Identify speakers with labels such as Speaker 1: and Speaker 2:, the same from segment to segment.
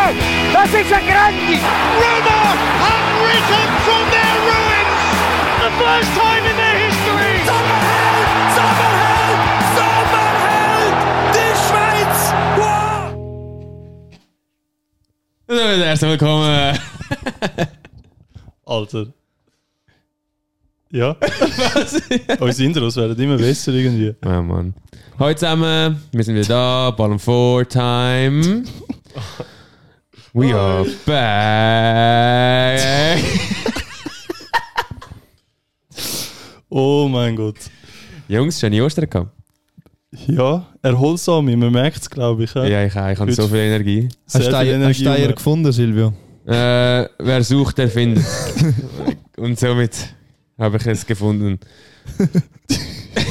Speaker 1: Was ist er grandi?
Speaker 2: Roma have risen from their ruins. The first time in their history.
Speaker 3: Sommerheld, Sommerheld, Sommerheld, die Schweiz. Wow.
Speaker 4: Damit herzlich willkommen.
Speaker 5: Alter. Ja. Unsere Intros werden immer besser irgendwie.
Speaker 4: Ja, Mann. Hallo zusammen, wir sind wieder da, Ball und Four Time. We are back.
Speaker 5: Oh mein Gott.
Speaker 4: Jungs, schöne Ostern gehabt.
Speaker 5: Ja, erholsame, man merkt es, glaube ich.
Speaker 4: Ja, ich, ich habe so viel Energie.
Speaker 6: Hast du
Speaker 5: Sehr viel
Speaker 6: Eier- hast
Speaker 5: Energie.
Speaker 6: du Eier
Speaker 5: Eier
Speaker 6: gefunden, Silvio?
Speaker 4: Äh, wer sucht, der findet. Und somit habe ich es gefunden.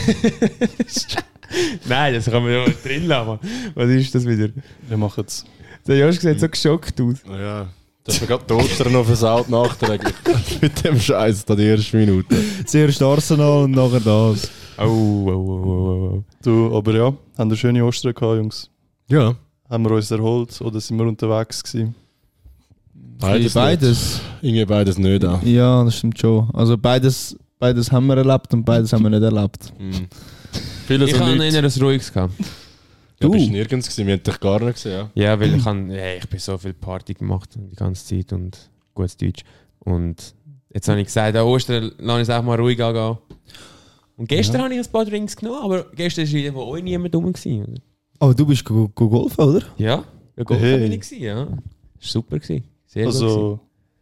Speaker 4: Nein, das kann man ja mal drin lassen. Mann. Was ist das wieder?
Speaker 5: Wir machen es.
Speaker 4: Der Josch sieht so geschockt aus.
Speaker 7: Ja, das ist mir gerade die Ostern noch versaut nachträglich. Mit dem Scheiß da die ersten Minuten.
Speaker 6: Zuerst Arsenal und nachher das.
Speaker 4: Au, au, au, au, au.
Speaker 5: Du, aber ja, haben wir schöne Ostern gehabt, Jungs.
Speaker 7: Ja.
Speaker 5: Haben wir uns erholt oder sind wir unterwegs gewesen?
Speaker 7: Beides.
Speaker 6: Beides.
Speaker 7: Nicht. Irgendwie beides nicht an.
Speaker 6: Ja, das stimmt schon. Also beides, beides haben wir erlebt und beides haben wir nicht erlebt.
Speaker 7: Viele
Speaker 4: Ich
Speaker 7: so
Speaker 4: habe
Speaker 7: Leute.
Speaker 4: eher ein ruhiges gehabt.
Speaker 7: Du bist nirgends gewesen, wir haben dich gar nicht gesehen. Ja.
Speaker 4: Ja, weil ich, han, ja, ich bin so viel Party gemacht die ganze Zeit und gutes Deutsch. Und jetzt habe ich gesagt, an Ostern lasse ich es auch mal ruhig angehen. Und gestern habe ich ein paar Drinks genommen, aber gestern war wieder von euch niemand rum. Gewesen, oder?
Speaker 6: Aber du bist go go golfen, oder?
Speaker 4: Ja, ja Golf
Speaker 5: Hey.
Speaker 4: hey. bin ich gewesen, ja. Ist super gewesen. Sehr gut.
Speaker 5: Also,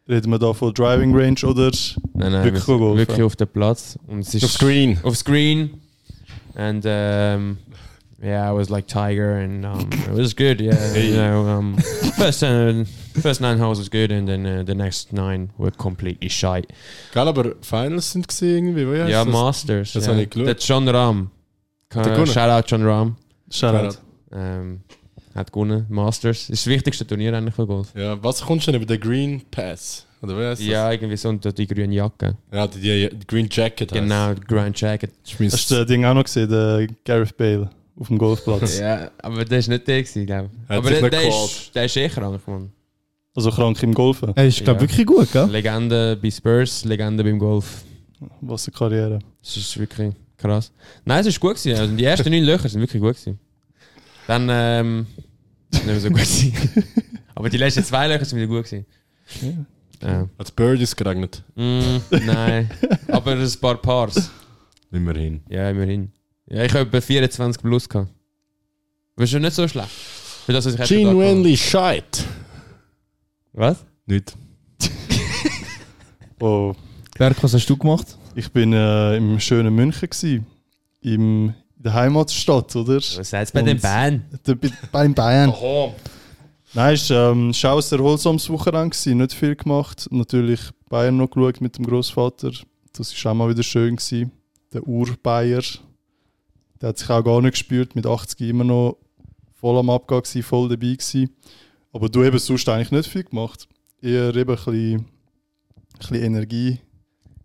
Speaker 5: reden wir da von Driving Range oder?
Speaker 4: gewesen. Nein, nein,
Speaker 5: wirklich
Speaker 4: wir sind
Speaker 5: golfen.
Speaker 4: wirklich auf dem Platz. Und es ist
Speaker 7: Auf Screen.
Speaker 4: Auf Screen. And um, yeah, I was like Tiger and um, it was good. Yeah, you know, um, first uh, first nine holes was good and then uh, the next nine were completely shite.
Speaker 7: Geil, aber Finals sind gewesen irgendwie, wie heißt
Speaker 4: ja,
Speaker 7: das?
Speaker 4: Masters.
Speaker 7: das
Speaker 4: ja.
Speaker 7: habe ich geschaut.
Speaker 4: Der John Rahm.
Speaker 7: der
Speaker 4: Uh,
Speaker 7: gewonnen?
Speaker 4: shout out John Rahm.
Speaker 5: Shoutout.
Speaker 4: Ähm, hat gewonnen. Masters. Ist das wichtigste Turnier eigentlich für Golf.
Speaker 7: Ja, was kommst du denn über den Green Pass? Oder wie heißt
Speaker 4: Ja, irgendwie so unter die grüne Jacke.
Speaker 7: das? Ja, die, die, die Green Jacket heisst.
Speaker 4: Genau, Grand Jacket.
Speaker 7: Das ist
Speaker 5: Hast du das Ding auch noch gesehen, der Gareth Bale auf dem Golfplatz?
Speaker 4: Ja, aber der ist nicht der gewesen, glaube ich.
Speaker 7: Hat
Speaker 4: Aber
Speaker 7: sich
Speaker 4: der,
Speaker 7: nicht
Speaker 4: der,
Speaker 7: geholt.
Speaker 4: ist, der ist eh krank, Mann.
Speaker 5: Also krank im Golfen.
Speaker 6: Er ist, glaube
Speaker 4: Ja.
Speaker 6: wirklich gut, gell?
Speaker 4: Legende bei Spurs, Legende beim Golf.
Speaker 5: Was eine Karriere.
Speaker 4: Das ist wirklich krass. Nein, es ist gut gewesen. Also die ersten neun Löcher sind wirklich gut gewesen. Dann ähm, nicht mehr so gut gewesen. Aber die letzten zwei Löcher sind wieder gut gewesen. Ja.
Speaker 7: Als Bird ist geregnet.
Speaker 4: Mm, nein, aber ein paar Pars.
Speaker 7: Immerhin.
Speaker 4: Ja, immerhin. Ja, ich habe etwa 24 plus gehabt. Aber ist schon nicht so schlecht. Für das, was ich etwa da gehabt habe.
Speaker 7: Genuinely shite.
Speaker 4: Was?
Speaker 7: Nicht.
Speaker 5: Oh.
Speaker 6: Berg, was hast du gemacht?
Speaker 5: Ich bin äh, im schönen München gsi, im in der Heimatstadt, oder?
Speaker 4: Was sagst du bei den
Speaker 5: Und-
Speaker 4: Bären?
Speaker 5: Da bi- Beim Bayern. Nein, es war ähm, es war auch ein erholsames Wochenende, gsi, nicht viel gemacht. Natürlich Bayern noch geschaut mit dem Großvater. Das war auch mal wieder schön. gsi. Der Ur-Bayer, der hat sich auch gar nicht gespürt, mit 80 immer noch voll am Abgang, gsi, voll dabei. gsi. Aber du eben sonst eigentlich nicht viel gemacht. Eher eben ein bisschen, ein bisschen Energie.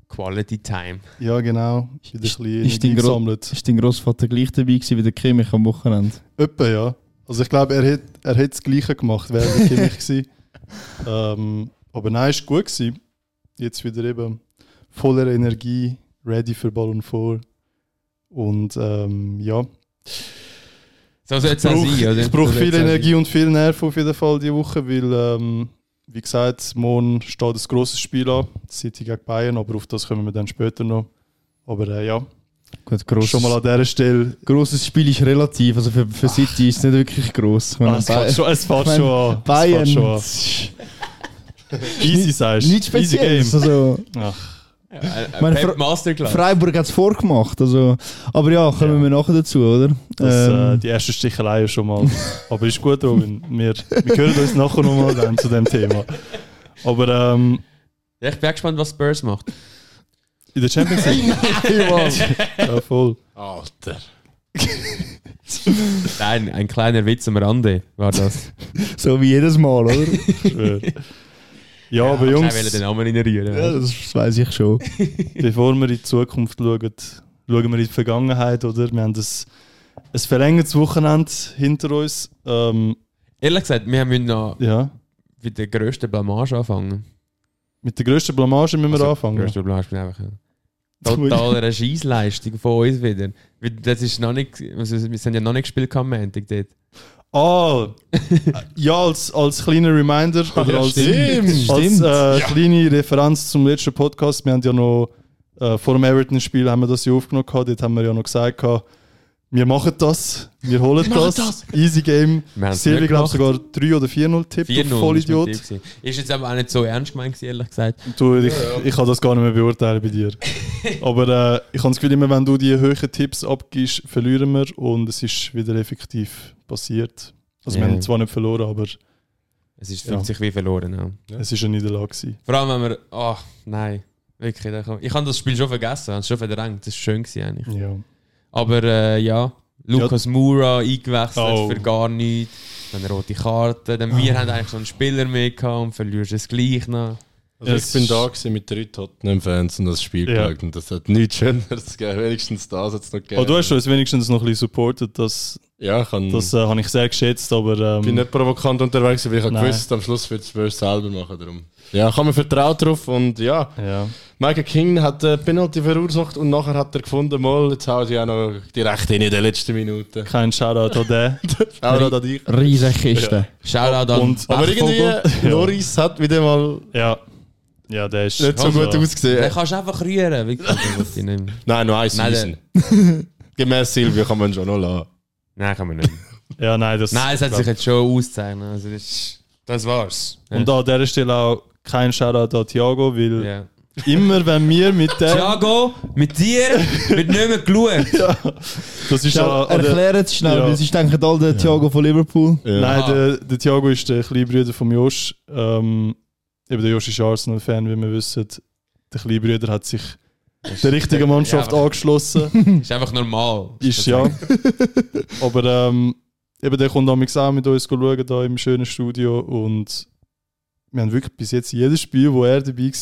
Speaker 4: Quality Time.
Speaker 5: Ja, genau. Wieder ein bisschen
Speaker 6: ist
Speaker 5: Energie
Speaker 6: dein Gro-
Speaker 5: gesammelt.
Speaker 6: Ist dein Großvater gleich dabei gewesen wie der Kimmich am Wochenende?
Speaker 5: Etwa, ja. Also ich glaube, er hat er hat das Gleiche gemacht, wäre er Kimmich gewesen. Ähm, aber nein, ist gut gewesen. Jetzt wieder eben voller Energie, ready für Ballon 4. Und ähm, ja,
Speaker 4: So soll es
Speaker 5: ich
Speaker 4: auch sein,
Speaker 5: brauche
Speaker 4: oder?
Speaker 5: ich brauch
Speaker 4: So soll's
Speaker 5: viel
Speaker 4: auch sein.
Speaker 5: Energie und viel Nerv auf jeden Fall diese Woche, weil, ähm, wie gesagt, morgen steht ein grosses Spiel an, City gegen Bayern, aber auf das kommen wir dann später noch. Aber äh, ja,
Speaker 6: Gut, grosses,
Speaker 5: schon mal an dieser Stelle.
Speaker 6: grosses Spiel ist relativ. Also für, für City ist es nicht wirklich gross. Ich meine,
Speaker 5: Ah, es
Speaker 6: Bay-
Speaker 5: fährt schon, es fährt
Speaker 6: ich meine,
Speaker 5: schon an. Es
Speaker 6: Bayern.
Speaker 5: fährt schon an. Easy sagst
Speaker 6: Nichts
Speaker 5: Easy
Speaker 6: Spezielles.
Speaker 5: Game.
Speaker 6: Also,
Speaker 4: Äh,
Speaker 6: Meine
Speaker 4: Pep
Speaker 6: Fra-
Speaker 4: Masterclass.
Speaker 6: Freiburg hat es vorgemacht. Also, aber ja, kommen wir nachher dazu, oder?
Speaker 5: Das,
Speaker 6: Ähm,
Speaker 5: äh, die erste Stichelei schon mal. Aber ist gut, Robin. Wir, wir hören uns nachher nochmal dann zu dem Thema. Aber ähm,
Speaker 4: Ja, ich bin auch gespannt, was Spurs macht.
Speaker 5: in der Champions League. ja, voll.
Speaker 7: Alter.
Speaker 4: Nein, ein kleiner Witz am Rande war das.
Speaker 6: So wie jedes Mal, oder?
Speaker 5: Schwör. Ja, aber
Speaker 4: Ich wollte den
Speaker 5: Jungs,
Speaker 4: Namen reinrühren.
Speaker 6: ja, das weiß ich schon.
Speaker 5: bevor wir in die Zukunft schauen, schauen wir in die Vergangenheit, oder? Wir haben ein, ein verlängertes Wochenende hinter uns. Ähm,
Speaker 4: Ehrlich gesagt, wir müssen noch
Speaker 5: ja,
Speaker 4: mit der grössten Blamage anfangen.
Speaker 5: Mit der grössten Blamage müssen wir
Speaker 4: Also,
Speaker 5: anfangen.
Speaker 4: Grösste Blamage bin einfach eine total eine Scheissleistung von uns wieder. Weil Das ist noch nicht, also wir sind ja noch nicht gespielt am Montag dort.
Speaker 5: Ah, ja, als, als kleiner Reminder oder
Speaker 7: ja,
Speaker 5: als,
Speaker 7: stimmt.
Speaker 5: als
Speaker 7: Stimmt.
Speaker 5: äh, kleine Referenz zum letzten Podcast. Wir haben ja noch äh, vor dem Everton-Spiel haben wir das ja aufgenommen. Gehabt. Dort haben wir ja noch gesagt, gehabt, wir machen das, wir holen das. Easy Game.
Speaker 4: Wir haben's
Speaker 5: Silvi,
Speaker 4: nicht
Speaker 5: glaube ich, sogar 3 oder 4-0 tippt, du
Speaker 4: 4-0
Speaker 5: Vollidiot.
Speaker 4: ist mit dir gewesen. Ist jetzt aber auch nicht so ernst gemeint, gewesen, ehrlich gesagt.
Speaker 5: Du, ich, ich kann das gar nicht mehr beurteilen bei dir. Aber äh, ich habe das Gefühl, immer wenn du die hohen Tipps abgibst, verlieren wir und es ist wieder effektiv passiert. Also wir
Speaker 4: Ja.
Speaker 5: haben zwar nicht verloren, aber
Speaker 4: Es ist,
Speaker 5: Ja.
Speaker 4: fühlt sich wie verloren. Ja.
Speaker 5: es ist eine Niederlage. Gewesen.
Speaker 4: Vor allem, wenn wir. Ach, nein. Wirklich. da kann- Ich habe das Spiel schon vergessen, habe es schon verdrängt. Das war schön gewesen eigentlich.
Speaker 5: Ja.
Speaker 4: Aber äh, ja, Lucas Moura eingewechselt
Speaker 5: Oh.
Speaker 4: für gar nichts. Dann eine rote Karte. Dann
Speaker 5: Ah.
Speaker 4: wir haben eigentlich so einen Spieler mehr gehabt und verlierst es gleich noch.
Speaker 7: Also
Speaker 5: Es
Speaker 7: ich bin
Speaker 5: ist-
Speaker 7: da gewesen mit drei Tottenham-Fans und das Spiel
Speaker 5: Ja.
Speaker 7: geschaut und das hat nichts Schöneres gegeben. Wenigstens das hat es noch gegeben.
Speaker 5: Oh, du hast uns wenigstens noch ein bisschen supportet, das,
Speaker 7: ja, ich kann,
Speaker 5: das äh, habe ich sehr geschätzt, aber
Speaker 7: bin
Speaker 5: ähm,
Speaker 7: nicht provokant unterwegs, weil ich habe
Speaker 5: Nein.
Speaker 7: gewusst, am Schluss wird es selber machen. Darum. Ja, ich habe mir vertraut drauf und ja,
Speaker 5: ja.
Speaker 7: Michael King hat äh, Penalty verursacht und nachher hat er gefunden, mal, jetzt haut ich auch noch die Rechte in in der letzten Minute.
Speaker 5: kein Shoutout an den.
Speaker 7: Auch an dich.
Speaker 6: Riesige Kiste.
Speaker 4: Shoutout an
Speaker 5: Und-
Speaker 7: Aber irgendwie,
Speaker 4: Pechvogel.
Speaker 7: Loris hat wieder mal
Speaker 5: Ja. ja, der ist...
Speaker 7: nicht so
Speaker 5: also,
Speaker 7: gut ausgesehen.
Speaker 4: Den kannst du einfach rühren. Wirklich, den wollte ich nicht mehr.
Speaker 7: Nein, nur ein
Speaker 4: Nein,
Speaker 7: Season. Gemäß Silvio kann man schon noch lassen.
Speaker 4: Nein, kann man nicht. mehr.
Speaker 5: Ja, nein, das...
Speaker 4: Nein, es hat sich jetzt schon ausgezeichnet. Also das, ist- das war's. Ja.
Speaker 5: und an dieser Stelle auch kein Shoutout an Thiago, weil
Speaker 4: ja.
Speaker 5: immer wenn wir mit dem...
Speaker 4: Thiago, mit dir wird nicht mehr geschaut.
Speaker 5: Das ist ja... an der-
Speaker 6: Erklären Sie schnell,
Speaker 5: Ja.
Speaker 6: weil sie denken alle, der Thiago von Liverpool.
Speaker 5: Nein,
Speaker 4: Aha.
Speaker 5: der, der Thiago ist der kleine Bruder von Josh. Ähm, eben der Josh ist Arsenal-Fan, wie wir wissen. Der kleine Bruder hat sich der richtigen Mannschaft
Speaker 4: ja, aber-
Speaker 5: angeschlossen.
Speaker 4: Ist einfach normal.
Speaker 5: ist ja. Aber ähm, eben der kommt damals auch mit uns schauen, da im schönen Studio. Und wir haben wirklich bis jetzt jedes Spiel, wo er dabei war,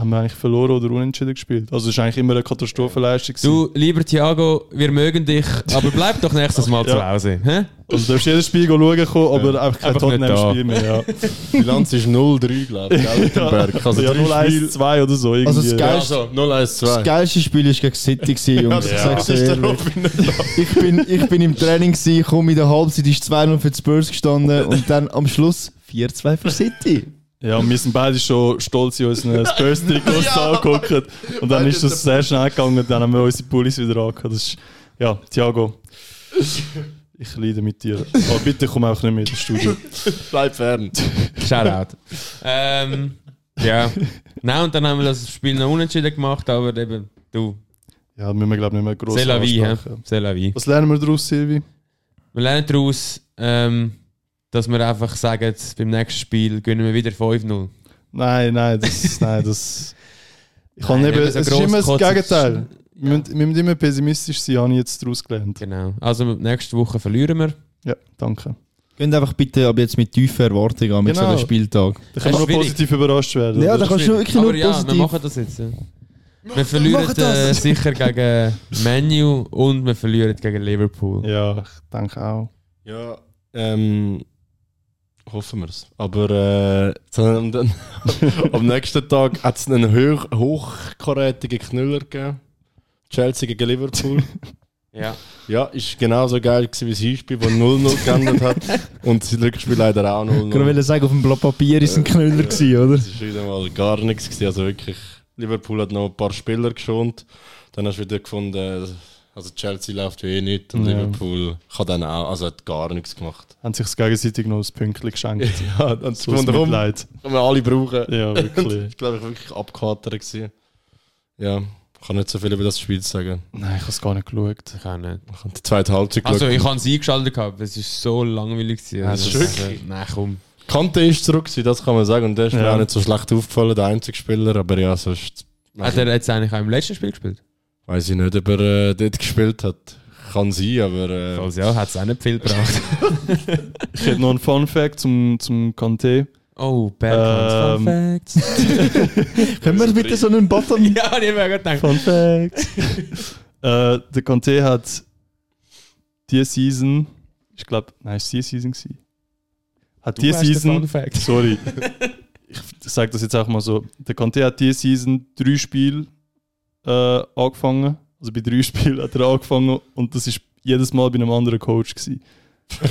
Speaker 5: haben wir eigentlich verloren oder unentschieden gespielt. Also es war eigentlich immer eine Katastrophenleistung. gewesen.
Speaker 4: Du, lieber Thiago, wir mögen dich, aber bleib doch nächstes Mal
Speaker 5: Ja.
Speaker 4: zu Hause. Hä?
Speaker 5: Also du darfst jedes Spiel schauen kommen, aber
Speaker 7: Ja.
Speaker 5: einfach kein
Speaker 7: Einfach nicht da.
Speaker 5: Tottenham-Spiel mehr. Ja,
Speaker 7: Die Bilanz ist 0-3, glaube ich, gell, Wittenberg. Also
Speaker 5: ja
Speaker 7: drei
Speaker 5: 0-1, 2 oder so. Irgendwie.
Speaker 6: Also das Geil-
Speaker 7: Also, 0-1-2.
Speaker 6: Das geilste Spiel war gegen City, gewesen, Jungs. Ich sag's dir ehrlich. Ich bin, ich bin im Training, gewesen, komme in der Halbzeit, ist 2-0 für die Spurs gestanden und dann am Schluss 4-2 für City.
Speaker 5: Ja, und wir sind beide schon stolz in unseren Spurs-Trikots
Speaker 7: Ja.
Speaker 5: angeguckt. Und dann
Speaker 7: Beide
Speaker 5: ist das sehr schnell gegangen und dann haben wir unsere Pullis wieder angehört. Das ist, ja, Thiago, ich leide mit dir. Aber bitte komm auch nicht mit ins Studio.
Speaker 7: Bleib fern.
Speaker 4: Shoutout. ähm, ja. Nein, und dann haben wir das Spiel noch unentschieden gemacht, aber eben, du,
Speaker 5: Ja, müssen wir glaube ich nicht mehr gross
Speaker 4: c'est la vie, hä?
Speaker 5: ansprechen.
Speaker 4: C'est la vie.
Speaker 5: Was lernen wir daraus, Silvi?
Speaker 4: Wir lernen daraus, ähm, dass wir einfach sagen, beim nächsten Spiel gewinnen wir wieder 5-0.
Speaker 5: Nein, nein, das... Nein, das ich kann
Speaker 4: Nein,
Speaker 5: eben,
Speaker 4: wenn man
Speaker 5: es
Speaker 4: so
Speaker 5: ist
Speaker 4: gross
Speaker 5: immer das
Speaker 4: kotzt,
Speaker 5: Gegenteil.
Speaker 4: ist-
Speaker 5: Wir, müssen, wir müssen immer pessimistisch sein, habe ich jetzt daraus gelernt.
Speaker 4: Genau. Also nächste Woche verlieren wir.
Speaker 5: Ja, danke.
Speaker 6: Gehen einfach bitte ab jetzt mit tiefen Erwartungen an mit so
Speaker 5: Genau.
Speaker 6: einem Spieltag.
Speaker 5: Da können wir noch
Speaker 4: schwierig.
Speaker 5: positiv überrascht werden.
Speaker 6: Ja,
Speaker 5: oder?
Speaker 6: da kannst du wirklich
Speaker 4: aber
Speaker 6: nur
Speaker 4: ja, wir
Speaker 6: positiv.
Speaker 4: machen das jetzt. ja. Wir verlieren äh, sicher gegen Menu und wir verlieren gegen Liverpool.
Speaker 5: ja ich denke auch.
Speaker 7: Ja, ähm, hoffen wir es. Aber äh, jetzt haben wir dann- am nächsten Tag hat es einen hoch, hochkarätigen Knüller gegeben. Chelsea gegen Liverpool.
Speaker 4: Ja.
Speaker 7: Ja, ist genauso geil gewesen wie das Hinspiel, wo 0-0 geendet hat. Und das Rückspiel leider auch
Speaker 6: Ich kann
Speaker 7: 0-0.
Speaker 6: nur sagen, auf dem Blatt Papier ist ein Knüller, gewesen, oder?
Speaker 7: Das ist wieder mal gar nichts gewesen. Also wirklich, Liverpool hat noch ein paar Spieler geschont. Dann hast du wieder gefunden, also Chelsea läuft wie eh nicht und
Speaker 5: Ja.
Speaker 7: Liverpool kann dann auch, also hat gar nichts gemacht.
Speaker 5: haben sich gegenseitig noch ein Pünktchen geschenkt.
Speaker 7: Ja, dann
Speaker 5: So ein Mitleid.
Speaker 7: Kann man alle brauchen.
Speaker 5: Ja, wirklich.
Speaker 7: Ich glaube, ich war wirklich abgehärtet. gewesen. Ja, ich kann nicht so viel über das Spiel sagen.
Speaker 5: Nein, ich habe es gar nicht geschaut.
Speaker 4: Ich kann nicht.
Speaker 7: Ich habe die zweite Halbzeit
Speaker 4: Also
Speaker 7: geschaut.
Speaker 4: ich habe es eingeschaltet gehabt, es war so langweilig. Gewesen.
Speaker 7: das
Speaker 4: Also,
Speaker 7: ist
Speaker 4: also,
Speaker 7: wirklich-
Speaker 4: nein, komm.
Speaker 7: Kante ist zurück, gewesen, das kann man sagen. Und der ist mir
Speaker 5: Ja.
Speaker 7: auch nicht so schlecht aufgefallen, der einzige Spieler. Aber ja, sonst
Speaker 4: Hat er jetzt eigentlich auch im letzten Spiel gespielt?
Speaker 7: weiß ich nicht, ob er äh, dort gespielt hat. Kann sein, aber. Äh,
Speaker 4: Falls Also, ja, hat es auch nicht viel gebracht.
Speaker 5: Ich hätte noch einen Fun Fact zum, zum Kanté.
Speaker 4: oh, Bergmanns Fun
Speaker 7: Ähm,
Speaker 4: Facts.
Speaker 6: Können wir bitte so einen Button?
Speaker 4: ja, ich habe gedacht.
Speaker 5: Fun Fact! äh, der Kanté hat diese Season, ich glaube, nein, es war diese Season. Gewesen. hat
Speaker 4: Du
Speaker 5: die
Speaker 4: hast den
Speaker 5: Season.
Speaker 4: Fun Fact.
Speaker 5: Sorry. Ich sage das jetzt auch mal so. Der Conte hat diese Season drei Spiele äh, angefangen. Also bei drei Spielen hat er angefangen und das ist jedes Mal bei einem anderen Coach. Gewesen.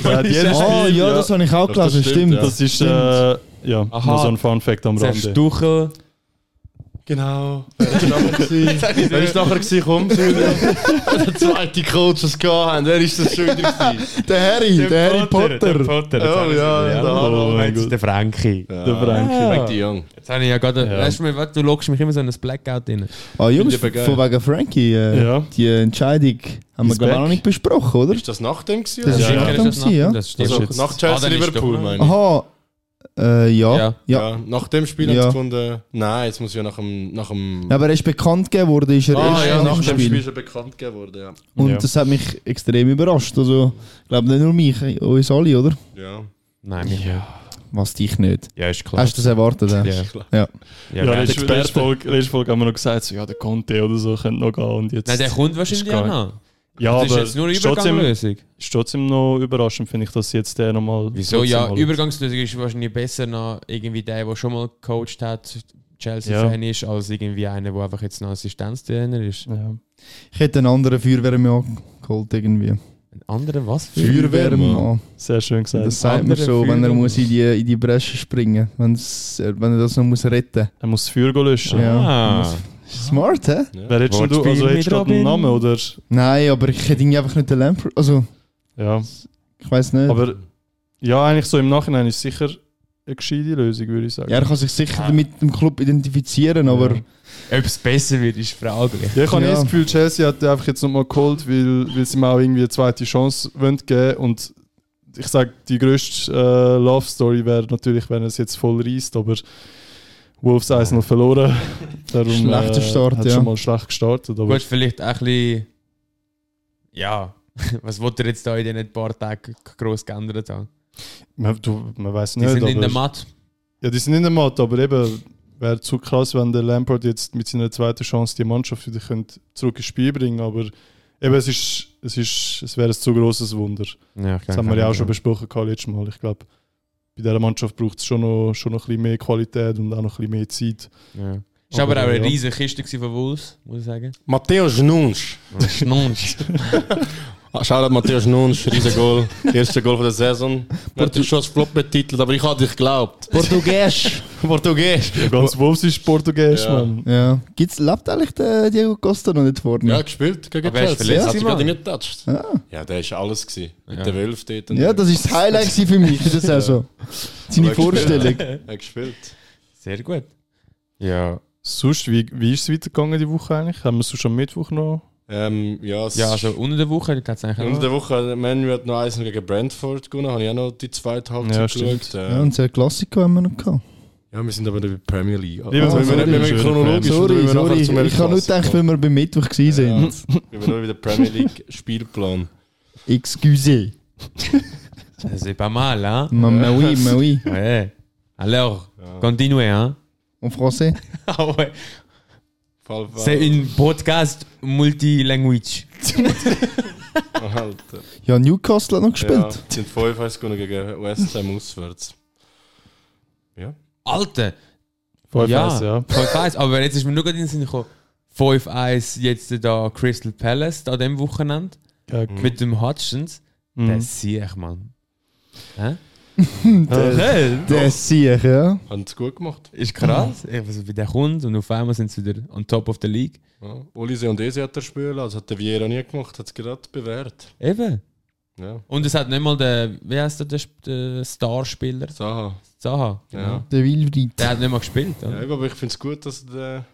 Speaker 5: Er hat jedes
Speaker 6: Ah,
Speaker 5: Spiel,
Speaker 6: ja, das habe ich auch
Speaker 7: Das
Speaker 6: gelesen,
Speaker 7: stimmt,
Speaker 6: stimmt.
Speaker 7: ja.
Speaker 5: das ist äh,
Speaker 6: Stimmt.
Speaker 5: ja, nur so ein Fun Fact am
Speaker 4: Zuerst
Speaker 5: Rande.
Speaker 4: Tuchel.
Speaker 7: Genau. Wer ist nachher gewesen? Wer ist nachher gewesen? Komm, Silvio. Der zweite Coach, das gehabt haben. Wer ist das schon wieder gewesen?
Speaker 6: Der Harry, der, Harry Potter.
Speaker 4: Der Potter. Jetzt
Speaker 7: Oh,
Speaker 4: habe ich es
Speaker 7: ja,
Speaker 4: wieder.
Speaker 7: ja, da.
Speaker 4: Oh,
Speaker 5: mein
Speaker 4: jetzt ist
Speaker 5: Gott.
Speaker 4: der Frankie.
Speaker 5: Der Frank.
Speaker 7: Frank de Jong.
Speaker 4: Jetzt habe ich ja gerade.
Speaker 5: Ja.
Speaker 4: Weißt du, mir- du lockst mich immer so in ein Blackout rein.
Speaker 6: Ah, Jungs,
Speaker 7: Finde ich aber
Speaker 6: von wegen Frankie, äh,
Speaker 5: Ja.
Speaker 6: die Entscheidung haben wir
Speaker 5: Ist
Speaker 6: glaube ich
Speaker 5: back.
Speaker 6: noch nicht besprochen, oder?
Speaker 7: Ist das nach dem gewesen? oder?
Speaker 6: Das ist
Speaker 5: Ja.
Speaker 4: Sicher
Speaker 6: nach
Speaker 4: ist
Speaker 6: dem
Speaker 4: das
Speaker 6: gewesen, ja.
Speaker 4: Das stimmt.
Speaker 7: Also nach Chelsea
Speaker 4: Ah, dann ist
Speaker 7: Liverpool,
Speaker 4: doch-
Speaker 7: meine ich.
Speaker 6: Aha, äh, ja, ja.
Speaker 4: Ja.
Speaker 7: Ja, nach dem Spiel hat
Speaker 6: Ja.
Speaker 7: es gefunden, nein, jetzt muss ich ja nach dem. Nach dem
Speaker 6: Aber er ist bekannt gegeben worden, ist er
Speaker 7: ah,
Speaker 6: erst
Speaker 7: ja,
Speaker 6: nach
Speaker 7: nach
Speaker 6: dem
Speaker 7: dem Spiel
Speaker 6: Spiel.
Speaker 7: ist er bekannt gegeben worden,
Speaker 6: Und
Speaker 5: Ja.
Speaker 6: das hat mich extrem überrascht. Also, ich glaube nicht nur mich, äh, uns alle, oder?
Speaker 7: ja. Ja,
Speaker 4: Nein, mich ja.
Speaker 6: Was dich nicht.
Speaker 4: Ja, ist klar.
Speaker 6: Hast du das erwartet? äh?
Speaker 4: Ja.
Speaker 7: klar.
Speaker 6: Ja.
Speaker 4: Ja,
Speaker 5: Ja,
Speaker 4: ja,
Speaker 5: letzte, letzte, Folge, letzte Folge haben wir noch gesagt, so, ja, der Conte oder so könnte noch gehen. Und jetzt,
Speaker 4: Nein, der kommt wahrscheinlich
Speaker 5: Ist
Speaker 4: auch
Speaker 5: geil.
Speaker 4: noch.
Speaker 5: ja,
Speaker 4: Das ist
Speaker 5: aber
Speaker 4: jetzt nur eine
Speaker 5: ist trotzdem,
Speaker 4: Übergangslösung.
Speaker 5: ist trotzdem noch überraschend, finde ich, dass jetzt der nochmal.
Speaker 4: Wieso? Ja, Übergangslösung ist wahrscheinlich besser noch irgendwie der, der schon mal gecoacht hat, Chelsea-Fan ist, als irgendwie einer, der einfach jetzt noch Assistenztrainer ist.
Speaker 5: Ja.
Speaker 6: Ich hätte einen anderen Feuerwehrmann geholt irgendwie.
Speaker 4: Ein anderer was für?
Speaker 7: Feuerwehrmann.
Speaker 5: Sehr schön gesagt.
Speaker 6: Das sagt man
Speaker 4: Andere
Speaker 6: so, wenn er
Speaker 4: Feuerwehrmann.
Speaker 6: muss in, die, in die Bresche springen muss, wenn er das noch muss retten
Speaker 5: er muss das Feuer löschen.
Speaker 6: Ja.
Speaker 4: Ah.
Speaker 6: muss. Smart, hä?
Speaker 5: Wer hättest denn du,
Speaker 4: Wortspiel
Speaker 5: also
Speaker 4: mit
Speaker 5: hättest du gerade einen
Speaker 4: Robin.
Speaker 5: Namen, oder?
Speaker 6: Nein, aber ich hätte ihn einfach nicht den Lamp. Also,
Speaker 5: Ja.
Speaker 6: ich weiß nicht.
Speaker 5: Aber ja, eigentlich so im Nachhinein ist sicher eine gescheite Lösung, würde ich sagen.
Speaker 6: ja, er kann sich sicher mit dem Club identifizieren, aber
Speaker 5: Ja.
Speaker 4: Ob es besser wird, ist fraglich.
Speaker 5: Ja, ich habe
Speaker 6: Ja.
Speaker 5: eh das Gefühl, Chelsea hat den einfach jetzt nochmal geholt, weil, weil sie ihm auch irgendwie eine zweite Chance wollen geben Und ich sage, die grösste äh, Love Story wäre natürlich, wenn er es jetzt voll reißt, aber Wolves 1 noch verloren. Darum, äh,
Speaker 6: Schlechter Start,
Speaker 5: hat
Speaker 6: ja.
Speaker 5: schon mal schlecht gestartet. Aber
Speaker 4: Gut, vielleicht auch ein bisschen. Ja, was wollte er jetzt da in diesen paar Tagen gross geändert haben?
Speaker 5: man, du, man weiß
Speaker 4: Die
Speaker 5: nicht.
Speaker 4: sind in
Speaker 5: aber-
Speaker 4: der Matt.
Speaker 5: Ja, die sind in der Matt, aber eben wäre zu krass, wenn der Lampard jetzt mit seiner zweiten Chance die Mannschaft wieder könnte zurück ins Spiel bringen Aber eben, es, ist, es, ist, es wäre ein zu grosses Wunder.
Speaker 4: Ja,
Speaker 5: Das haben wir ja auch schon besprochen gehabt letztes Mal. Ich glaube, bei dieser Mannschaft braucht es schon noch, schon noch ein bisschen mehr Qualität und auch noch ein bisschen mehr Zeit.
Speaker 4: Ja. Ist aber,
Speaker 5: Aber
Speaker 4: auch eine
Speaker 5: ja.
Speaker 4: riesige Kiste gewesen von Wolves, muss ich sagen.
Speaker 7: Matteo Schnunsch.
Speaker 4: Schnunsch.
Speaker 7: Ah, Shoutout Matteo Schnunsch, riesen Goal. Erster Goal von der Saison. Er hat schon als Flop betitelt, aber ich habe dich geglaubt.
Speaker 6: Portugiesisch.
Speaker 7: Portugiesisch.
Speaker 5: Ganz Wolfs ist Portugiesisch,
Speaker 7: Ja.
Speaker 5: Mann.
Speaker 6: ja. Gibt's, lebt eigentlich der Diego Costa noch nicht vorne?
Speaker 7: Ja, gespielt gegen
Speaker 4: Aber er ist
Speaker 7: Chelsea.
Speaker 4: verletzt,
Speaker 7: hat sich
Speaker 4: Mann.
Speaker 7: gerade nicht getatscht.
Speaker 6: Ah.
Speaker 7: Ja, der ist alles gewesen. Mit
Speaker 4: Ja.
Speaker 7: der Wölf dort. und-
Speaker 6: Ja, das ist das Highlight gewesen für mich, das ist auch so. Seine
Speaker 7: Aber er hat gespielt.
Speaker 6: Vorstellung.
Speaker 7: Er hat gespielt.
Speaker 4: Sehr gut. Ja,
Speaker 5: Sonst, wie, wie ist es weitergegangen die Woche eigentlich? Haben wir es sonst am Mittwoch noch?
Speaker 7: Ähm, ja, es
Speaker 4: ja also unter der Woche hat es eigentlich
Speaker 7: Ende
Speaker 4: auch.
Speaker 7: der Woche, Manu hat noch eins gegen Brentford gewonnen, habe ich auch noch die zweite
Speaker 5: Ja,
Speaker 7: Halbzeit
Speaker 5: stimmt.
Speaker 7: geschaut. Äh,
Speaker 6: Ja, und so ein Klassiker haben wir noch gehabt.
Speaker 7: ja, wir sind aber bei Premier League.
Speaker 5: Lieber
Speaker 7: Also,
Speaker 6: sorry.
Speaker 7: wir müssen- wir müssen
Speaker 5: Schöner
Speaker 7: chronologisch
Speaker 5: Fan.
Speaker 7: und
Speaker 6: Sorry,
Speaker 7: wir müssen nachher
Speaker 6: sorry.
Speaker 7: zum El
Speaker 6: Ich habe nicht
Speaker 7: Clasico.
Speaker 6: gedacht, wenn wir beim Mittwoch gewesen
Speaker 7: Ja,
Speaker 6: sind.
Speaker 7: wir müssen nur wieder Premier League Spielplan.
Speaker 6: Excusez.
Speaker 4: C'est pas mal, hein?
Speaker 6: Ma, ma oui, ma oui.
Speaker 4: Ouais. Alors, continuez, hein?
Speaker 6: En français.
Speaker 4: Ah ouais.
Speaker 7: Fall,
Speaker 4: C'est un podcast multilanguage.
Speaker 7: Alter.
Speaker 6: Ja, Newcastle hat noch gespielt.
Speaker 7: Ja, sind 5 gewonnen gegen West Ham auswärts.
Speaker 4: Alter!
Speaker 5: Voll
Speaker 4: ja,
Speaker 5: fest, ja.
Speaker 4: 5-1. Aber jetzt ist mir nur gerade in den Sinn gekommen. 5-1 jetzt da Crystal Palace an diesem Wochenende
Speaker 5: ja.
Speaker 4: mit dem Hutchins.
Speaker 5: Mhm.
Speaker 4: Das sehe ich, Mann. Hä?
Speaker 6: Der Sieg, ja.
Speaker 7: Haben es gut gemacht.
Speaker 4: Ist krass. Ich weiß nicht, wie der kommt und auf einmal sind sie wieder on top of the league.
Speaker 7: Ja. Olise und Ese hat er spielen lassen, das hat der Vieira nie gemacht, hat es gerade bewährt.
Speaker 4: Eben.
Speaker 7: Ja.
Speaker 4: Und es hat nicht mal der, wie heißt der, der, Sp- der Starspieler?
Speaker 7: Saha.
Speaker 4: Zaha.
Speaker 7: Ja.
Speaker 4: Genau.
Speaker 6: Der Wilfried.
Speaker 4: Der hat nicht mal gespielt. Oder?
Speaker 7: Ja, eben, aber ich finde es gut, dass er den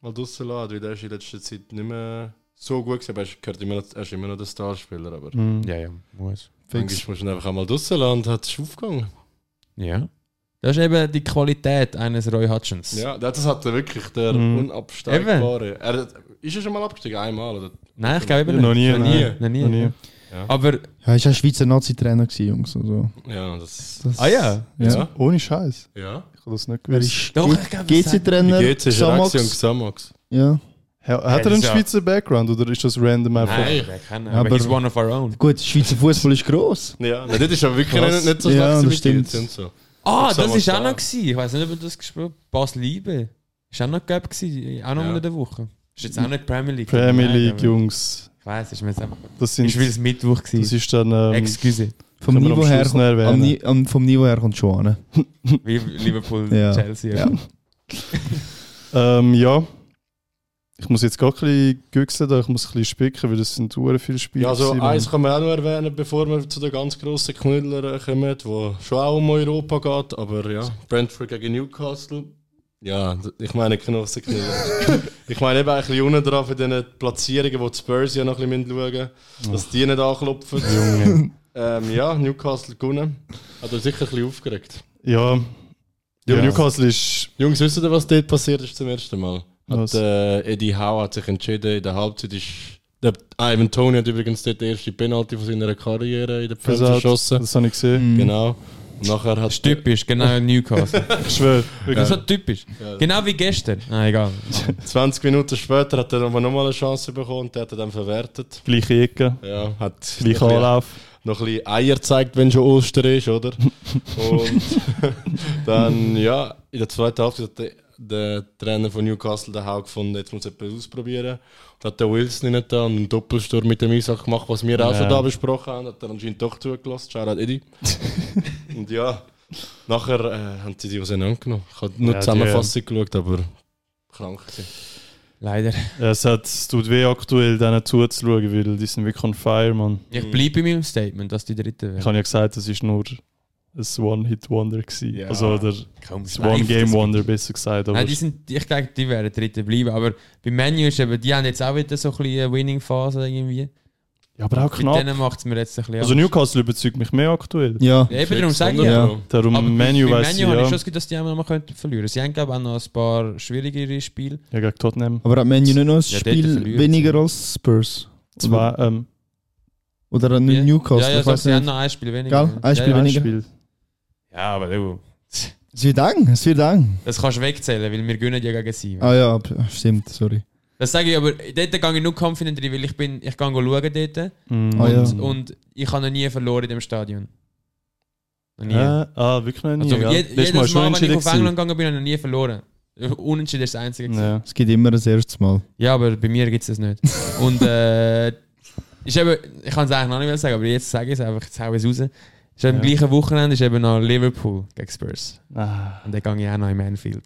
Speaker 7: mal draussen lässt, weil der ist in letzter Zeit nicht mehr so gut gewesen. aber Er ist- gehört immer noch, er ist immer noch der Starspieler, aber
Speaker 5: Mhm.
Speaker 4: Ja, ja, muss.
Speaker 7: manchmal musst du ihn einfach einmal draussen lassen und hat es aufgegangen.
Speaker 4: Ja. Das ist eben die Qualität eines Roy Hutchins.
Speaker 7: Ja, das hat er wirklich, der
Speaker 5: Mhm.
Speaker 7: unabsteigbare. Er, hat- ist er schon mal abgestiegen? Einmal? Oder?
Speaker 4: Nein, ich glaube eben
Speaker 5: Noch nie,
Speaker 4: nicht.
Speaker 5: nein.
Speaker 4: Noch nie.
Speaker 5: Noch nie.
Speaker 7: Ja.
Speaker 4: Aber,
Speaker 6: Ja, ist ja Schweizer Nazi-Trainer gewesen, Jungs. Also,
Speaker 7: Ja, das.
Speaker 6: das,
Speaker 4: ah ja.
Speaker 6: ja.
Speaker 5: Ohne Scheiß.
Speaker 7: Ja.
Speaker 5: Ich habe das nicht
Speaker 6: Wer
Speaker 5: gewusst.
Speaker 6: ist
Speaker 4: Doch, ich glaube, das sagt-
Speaker 7: Wie
Speaker 6: GC-Trainer?
Speaker 7: geht's? Ist er
Speaker 6: Xamax?
Speaker 7: Axi und Xamax?
Speaker 6: Ja.
Speaker 5: Ha- Hat er
Speaker 4: das
Speaker 5: einen
Speaker 4: ist ja-
Speaker 5: Schweizer Background oder ist das random einfach?
Speaker 4: Nein, wir kennen ihn.
Speaker 6: Aber-
Speaker 4: Aber he's one of our own.
Speaker 6: Gut, Schweizer Fußball ist gross.
Speaker 7: Ja, nein, das ist ja wirklich
Speaker 6: Krass.
Speaker 7: nicht, nicht so
Speaker 6: Ja,
Speaker 7: schlecht.
Speaker 6: das
Speaker 7: mit
Speaker 6: stimmt.
Speaker 7: Kids Und so.
Speaker 4: Ah,
Speaker 7: Ich
Speaker 4: das
Speaker 7: sag
Speaker 4: ist
Speaker 7: mal
Speaker 4: auch
Speaker 7: da.
Speaker 4: noch gewesen. Ich weiß nicht, ob ihr das gespielt habt. Bass Liebe. Ist auch noch gegeben gewesen. Auch noch
Speaker 7: Ja.
Speaker 4: unter der Woche. Ist jetzt auch nicht Premier League.
Speaker 5: Premier
Speaker 4: Nein,
Speaker 5: League,
Speaker 4: aber-
Speaker 5: Jungs.
Speaker 4: Ich weiß, ist mir jetzt einfach.
Speaker 5: Das, sind,
Speaker 4: Ist weil es Mittwoch
Speaker 5: das
Speaker 4: gewesen.
Speaker 5: ist dann. Ähm,
Speaker 4: Excuse.
Speaker 6: Vom
Speaker 5: Können wir
Speaker 6: Niveau
Speaker 5: am
Speaker 6: her,
Speaker 5: Schluss noch erwähnen.
Speaker 6: am, Ni- am, vom Niveau her kommt schon an. ne?
Speaker 4: Wie Liverpool,
Speaker 6: Ja.
Speaker 4: Chelsea.
Speaker 6: Ja.
Speaker 5: ähm, ja. Ich muss jetzt gar ein bisschen güchseln, da, ich muss ein bisschen spicken, weil das sind sehr viele Spiele.
Speaker 7: Ja, also
Speaker 5: gewesen,
Speaker 7: eins kann man auch noch erwähnen, bevor wir zu den ganz grossen Knüllern kommen, wo schon auch um Europa geht, aber ja, Brentford gegen Newcastle. Ja, d- ich meine grossen Knüller. ich meine eben auch ein bisschen unten dran für diese Platzierungen, wo die Spurs ja noch ein bisschen schauen müssen, dass die nicht anklopfen. ähm, ja, Newcastle gewonnen. Hat uns sicher ein bisschen aufgeregt.
Speaker 5: Ja. Ja,
Speaker 7: Ja.
Speaker 5: Newcastle ist.
Speaker 7: Jungs, wisst ihr, was dort passiert ist zum ersten Mal?
Speaker 5: Was?
Speaker 7: Hat, äh, Eddie Howe hat sich entschieden, in der Halbzeit ist. Der Ivan Tony hat übrigens dort den ersten Penalty von seiner Karriere in der Pfalz
Speaker 5: Versagt.
Speaker 7: geschossen.
Speaker 5: Das habe ich
Speaker 4: Mhm.
Speaker 5: gesehen.
Speaker 7: Genau. Und nachher hat.
Speaker 4: Ist Typisch, genau Newcastle.
Speaker 5: Ich schwöre.
Speaker 4: Das
Speaker 5: wirklich.
Speaker 4: ist so typisch. Genau wie gestern. Ah, egal.
Speaker 7: 20 Minuten später hat er aber nochmal eine Chance bekommen und der hat er dann verwertet.
Speaker 5: Gleiche Ecke,
Speaker 7: Ja, hat
Speaker 5: gleicher
Speaker 7: noch ein bisschen-
Speaker 5: Anlauf.
Speaker 7: noch ein bisschen Eier gezeigt, wenn schon Oster ist, oder? und dann, ja, in der zweiten Halbzeit hat der, der Trainer von Newcastle den Hau gefunden, jetzt muss etwas ausprobieren. Und hat der Wilson nicht da und einen Doppelsturm mit dem Isaac gemacht, was wir auch
Speaker 5: Ja.
Speaker 7: schon da besprochen haben, hat er anscheinend doch zugelassen. Shoutout Eddie. und ja, nachher äh, haben sie die auseinandergenommen. Ich habe
Speaker 5: Ja,
Speaker 7: nur die
Speaker 5: die-
Speaker 7: Zusammenfassung geschaut, aber krank gewesen.
Speaker 4: Leider.
Speaker 5: Ja, es, hat, es tut weh, aktuell denen zuzuschauen, weil die sind wirklich on fire, man.
Speaker 4: Ich bleibe bei meinem Statement, dass die Dritte
Speaker 5: Ich
Speaker 4: werden.
Speaker 5: habe ja gesagt, das ist nur ein One-Hit-Wonder. gewesen.
Speaker 4: Ja.
Speaker 5: Also, oder
Speaker 4: Kaum
Speaker 5: das
Speaker 4: live, das-
Speaker 5: One-Game-Wonder, besser gesagt. Aber
Speaker 4: Nein, die sind, ich denke, die werden Dritte bleiben. Aber bei Menu ist eben, die haben jetzt auch wieder so ein bisschen eine Winning-Phase irgendwie.
Speaker 5: ja, aber auch
Speaker 4: Mit
Speaker 5: knapp.
Speaker 4: denen macht es mir jetzt ein bisschen
Speaker 5: Also,
Speaker 4: Angst.
Speaker 5: Newcastle überzeugt mich mehr aktuell.
Speaker 6: Ja.
Speaker 4: Ja, eben darum sage ich
Speaker 6: Ja.
Speaker 4: ja.
Speaker 5: Darum,
Speaker 4: Aber
Speaker 5: Menu
Speaker 4: bei
Speaker 5: weiß ich
Speaker 4: Menu habe ich schon
Speaker 5: ja.
Speaker 4: das Gefühl, dass die einmal mal könnten verlieren. Sie haben glaube ich auch noch ein paar schwierigere Spiele.
Speaker 5: Ja, gegen
Speaker 4: Mhm.
Speaker 5: Tottenham.
Speaker 6: Aber hat Man U nicht noch ein
Speaker 4: Ja, dort
Speaker 6: Spiel
Speaker 4: verlieren
Speaker 6: weniger
Speaker 4: sie.
Speaker 6: als Spurs?
Speaker 5: Zwei, ähm,
Speaker 6: Oder an
Speaker 4: Ja.
Speaker 6: Newcastle?
Speaker 4: ja, ja,
Speaker 6: ich
Speaker 4: doch,
Speaker 6: weiß
Speaker 4: sie haben
Speaker 6: nicht.
Speaker 4: noch ein Spiel weniger.
Speaker 6: Gell? Ein Spiel
Speaker 4: ja, ja.
Speaker 6: weniger.
Speaker 5: Spiel.
Speaker 4: Ja, aber du,
Speaker 6: Es wird eng, es wird eng.
Speaker 4: das kannst du wegzählen, weil wir gewinnen ja gegen sie.
Speaker 6: Ah ja, p- stimmt, sorry.
Speaker 4: Das sage ich, aber dort gehe ich nur confident rein, weil ich bin, ich gehe schauen dort
Speaker 5: Mhm.
Speaker 6: Ah, ja.
Speaker 4: und ich habe noch nie verloren in dem Stadion. Noch nie.
Speaker 5: Äh, ah, wirklich noch nie.
Speaker 4: also,
Speaker 5: ja.
Speaker 4: je,
Speaker 5: Letztes
Speaker 4: jedes
Speaker 5: Mal
Speaker 4: Mal,
Speaker 5: ist schon
Speaker 4: wenn ich auf
Speaker 5: entschieden.
Speaker 4: England gegangen bin, habe ich noch nie verloren. Unentschieden ist das Einzige. gewesen.
Speaker 5: Ja.
Speaker 6: Es gibt immer das erste Mal.
Speaker 4: Ja, aber bei mir gibt es das nicht. Und äh, ist eben, ich kann es eigentlich noch nicht mehr sagen, aber jetzt sage ich es einfach, jetzt hau ich es raus. Ist am
Speaker 5: Ja.
Speaker 4: gleichen Wochenende ist eben noch Liverpool gegen Spurs.
Speaker 5: Ah,
Speaker 4: Und dann gehe ich auch noch in Anfield.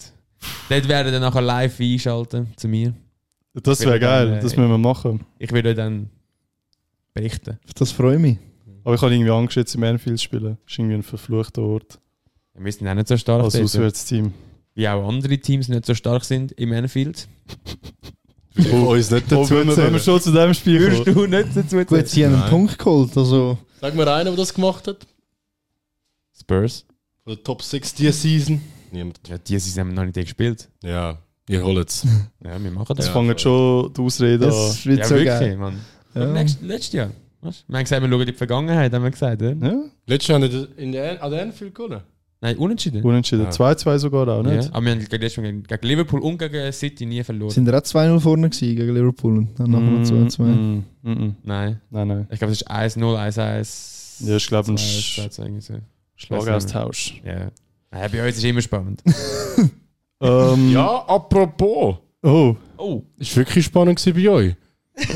Speaker 4: Dort werden dann nachher live einschalten zu mir.
Speaker 5: Das wäre
Speaker 4: Weil dann,
Speaker 5: geil,
Speaker 4: äh,
Speaker 5: das müssen wir machen.
Speaker 4: Ich würde euch dann berichten.
Speaker 6: Auf Das freue ich mich.
Speaker 5: Aber ich habe irgendwie Angst, jetzt im Anfield zu spielen. Das ist irgendwie ein verfluchter Ort. Also,
Speaker 4: Wir sind auch nicht so stark
Speaker 5: Als
Speaker 4: dort,
Speaker 5: Auswärtsteam.
Speaker 4: Wie auch andere Teams nicht so stark sind im Anfield.
Speaker 7: Ich will uns nicht
Speaker 5: Oh,
Speaker 7: dazu
Speaker 5: wenn, wir, wenn wir
Speaker 7: erzählen.
Speaker 5: schon zu dem Spiel kommen.
Speaker 4: du nicht dazu
Speaker 6: Gut, sie haben einen Punkt geholt, also
Speaker 7: Sag mir einen, der das gemacht hat.
Speaker 4: Spurs?
Speaker 7: Von der Top 6 dieser Season. Niemand.
Speaker 4: Ja, die sind haben noch nicht gespielt.
Speaker 7: Ja, ihr holt es.
Speaker 4: Ja, wir machen das.
Speaker 5: Jetzt
Speaker 7: Ja,
Speaker 5: fangen
Speaker 7: voll.
Speaker 5: schon die Ausreden an.
Speaker 6: das wird
Speaker 4: ja
Speaker 6: so
Speaker 4: wirklich,
Speaker 6: geil.
Speaker 4: Mann.
Speaker 6: Ja.
Speaker 4: Nächst, letztes Jahr. Weißt? Wir haben gesagt, wir schauen in die Vergangenheit, haben wir gesagt, oder?
Speaker 5: Ja,
Speaker 7: Letztes Jahr nicht in der, an der Anfield gewonnen.
Speaker 4: Nein, unentschieden.
Speaker 5: unentschieden.
Speaker 7: Ja.
Speaker 5: 2-2 sogar auch,
Speaker 4: ja.
Speaker 5: nicht?
Speaker 4: Aber wir haben gegen, letztes Mal gegen, gegen Liverpool und gegen City nie verloren.
Speaker 6: Sind wir auch 2-0 vorne gewesen gegen Liverpool und dann nochmal 2-2.
Speaker 5: Mm, mm, mm.
Speaker 4: Nein,
Speaker 5: Nein, nein.
Speaker 4: ich glaube, es ist 1-0, 1-1.
Speaker 5: Ja, ich glaube, ein
Speaker 4: 2-1,
Speaker 5: Sch-
Speaker 4: 2-2, irgendwie so.
Speaker 5: Schlagaustausch.
Speaker 4: Ja. Nein, bei uns ist immer spannend.
Speaker 5: Ähm,
Speaker 7: Ja, apropos.
Speaker 5: Oh.
Speaker 4: Oh,
Speaker 7: Ist wirklich spannend gewesen bei euch.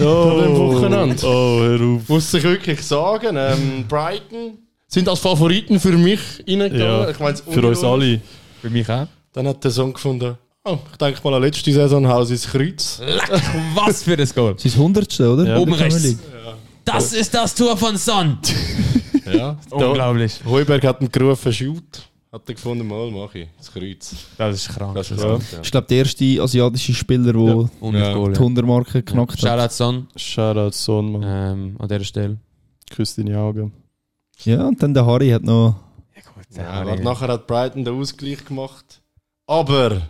Speaker 5: Oh.
Speaker 7: Wochenende.
Speaker 5: Oh, hör auf.
Speaker 7: Muss ich wirklich sagen, ähm, Brighton sind als Favoriten für mich reingegangen.
Speaker 5: Ja,
Speaker 7: ich mein's
Speaker 5: Für uns
Speaker 7: unironisch.
Speaker 5: alle.
Speaker 4: für mich auch.
Speaker 7: Dann hat der Song gefunden. Oh, ich denke mal, an letzte Saison Haus ins Kreuz.
Speaker 4: Was für ein Goal!
Speaker 6: Sein 100. oder?
Speaker 5: Ja.
Speaker 4: Oben rechts. Das ist das Tor von Son.
Speaker 7: Ja, der
Speaker 4: Unglaublich.
Speaker 7: Heuberg hat ihn gerufen, shoot. Hat er gefunden, mal mache ich ins Kreuz.
Speaker 4: Das ist krank.
Speaker 7: Das ist
Speaker 5: Ja.
Speaker 7: krass, ja.
Speaker 6: Ich glaube, der erste asiatische Spieler, der
Speaker 4: Und das
Speaker 7: Ja.
Speaker 4: Goal.
Speaker 6: die
Speaker 4: Ja.
Speaker 6: 100-Marke knackt hat.
Speaker 4: Shoutout Son
Speaker 5: Shoutout Sohn, Mann.
Speaker 4: ähm, an dieser Stelle.
Speaker 5: Küss deine Augen.
Speaker 6: Ja, und dann der Harry hat noch.
Speaker 4: Ja, gut.
Speaker 7: Ja, aber nachher hat Brighton den Ausgleich gemacht. Aber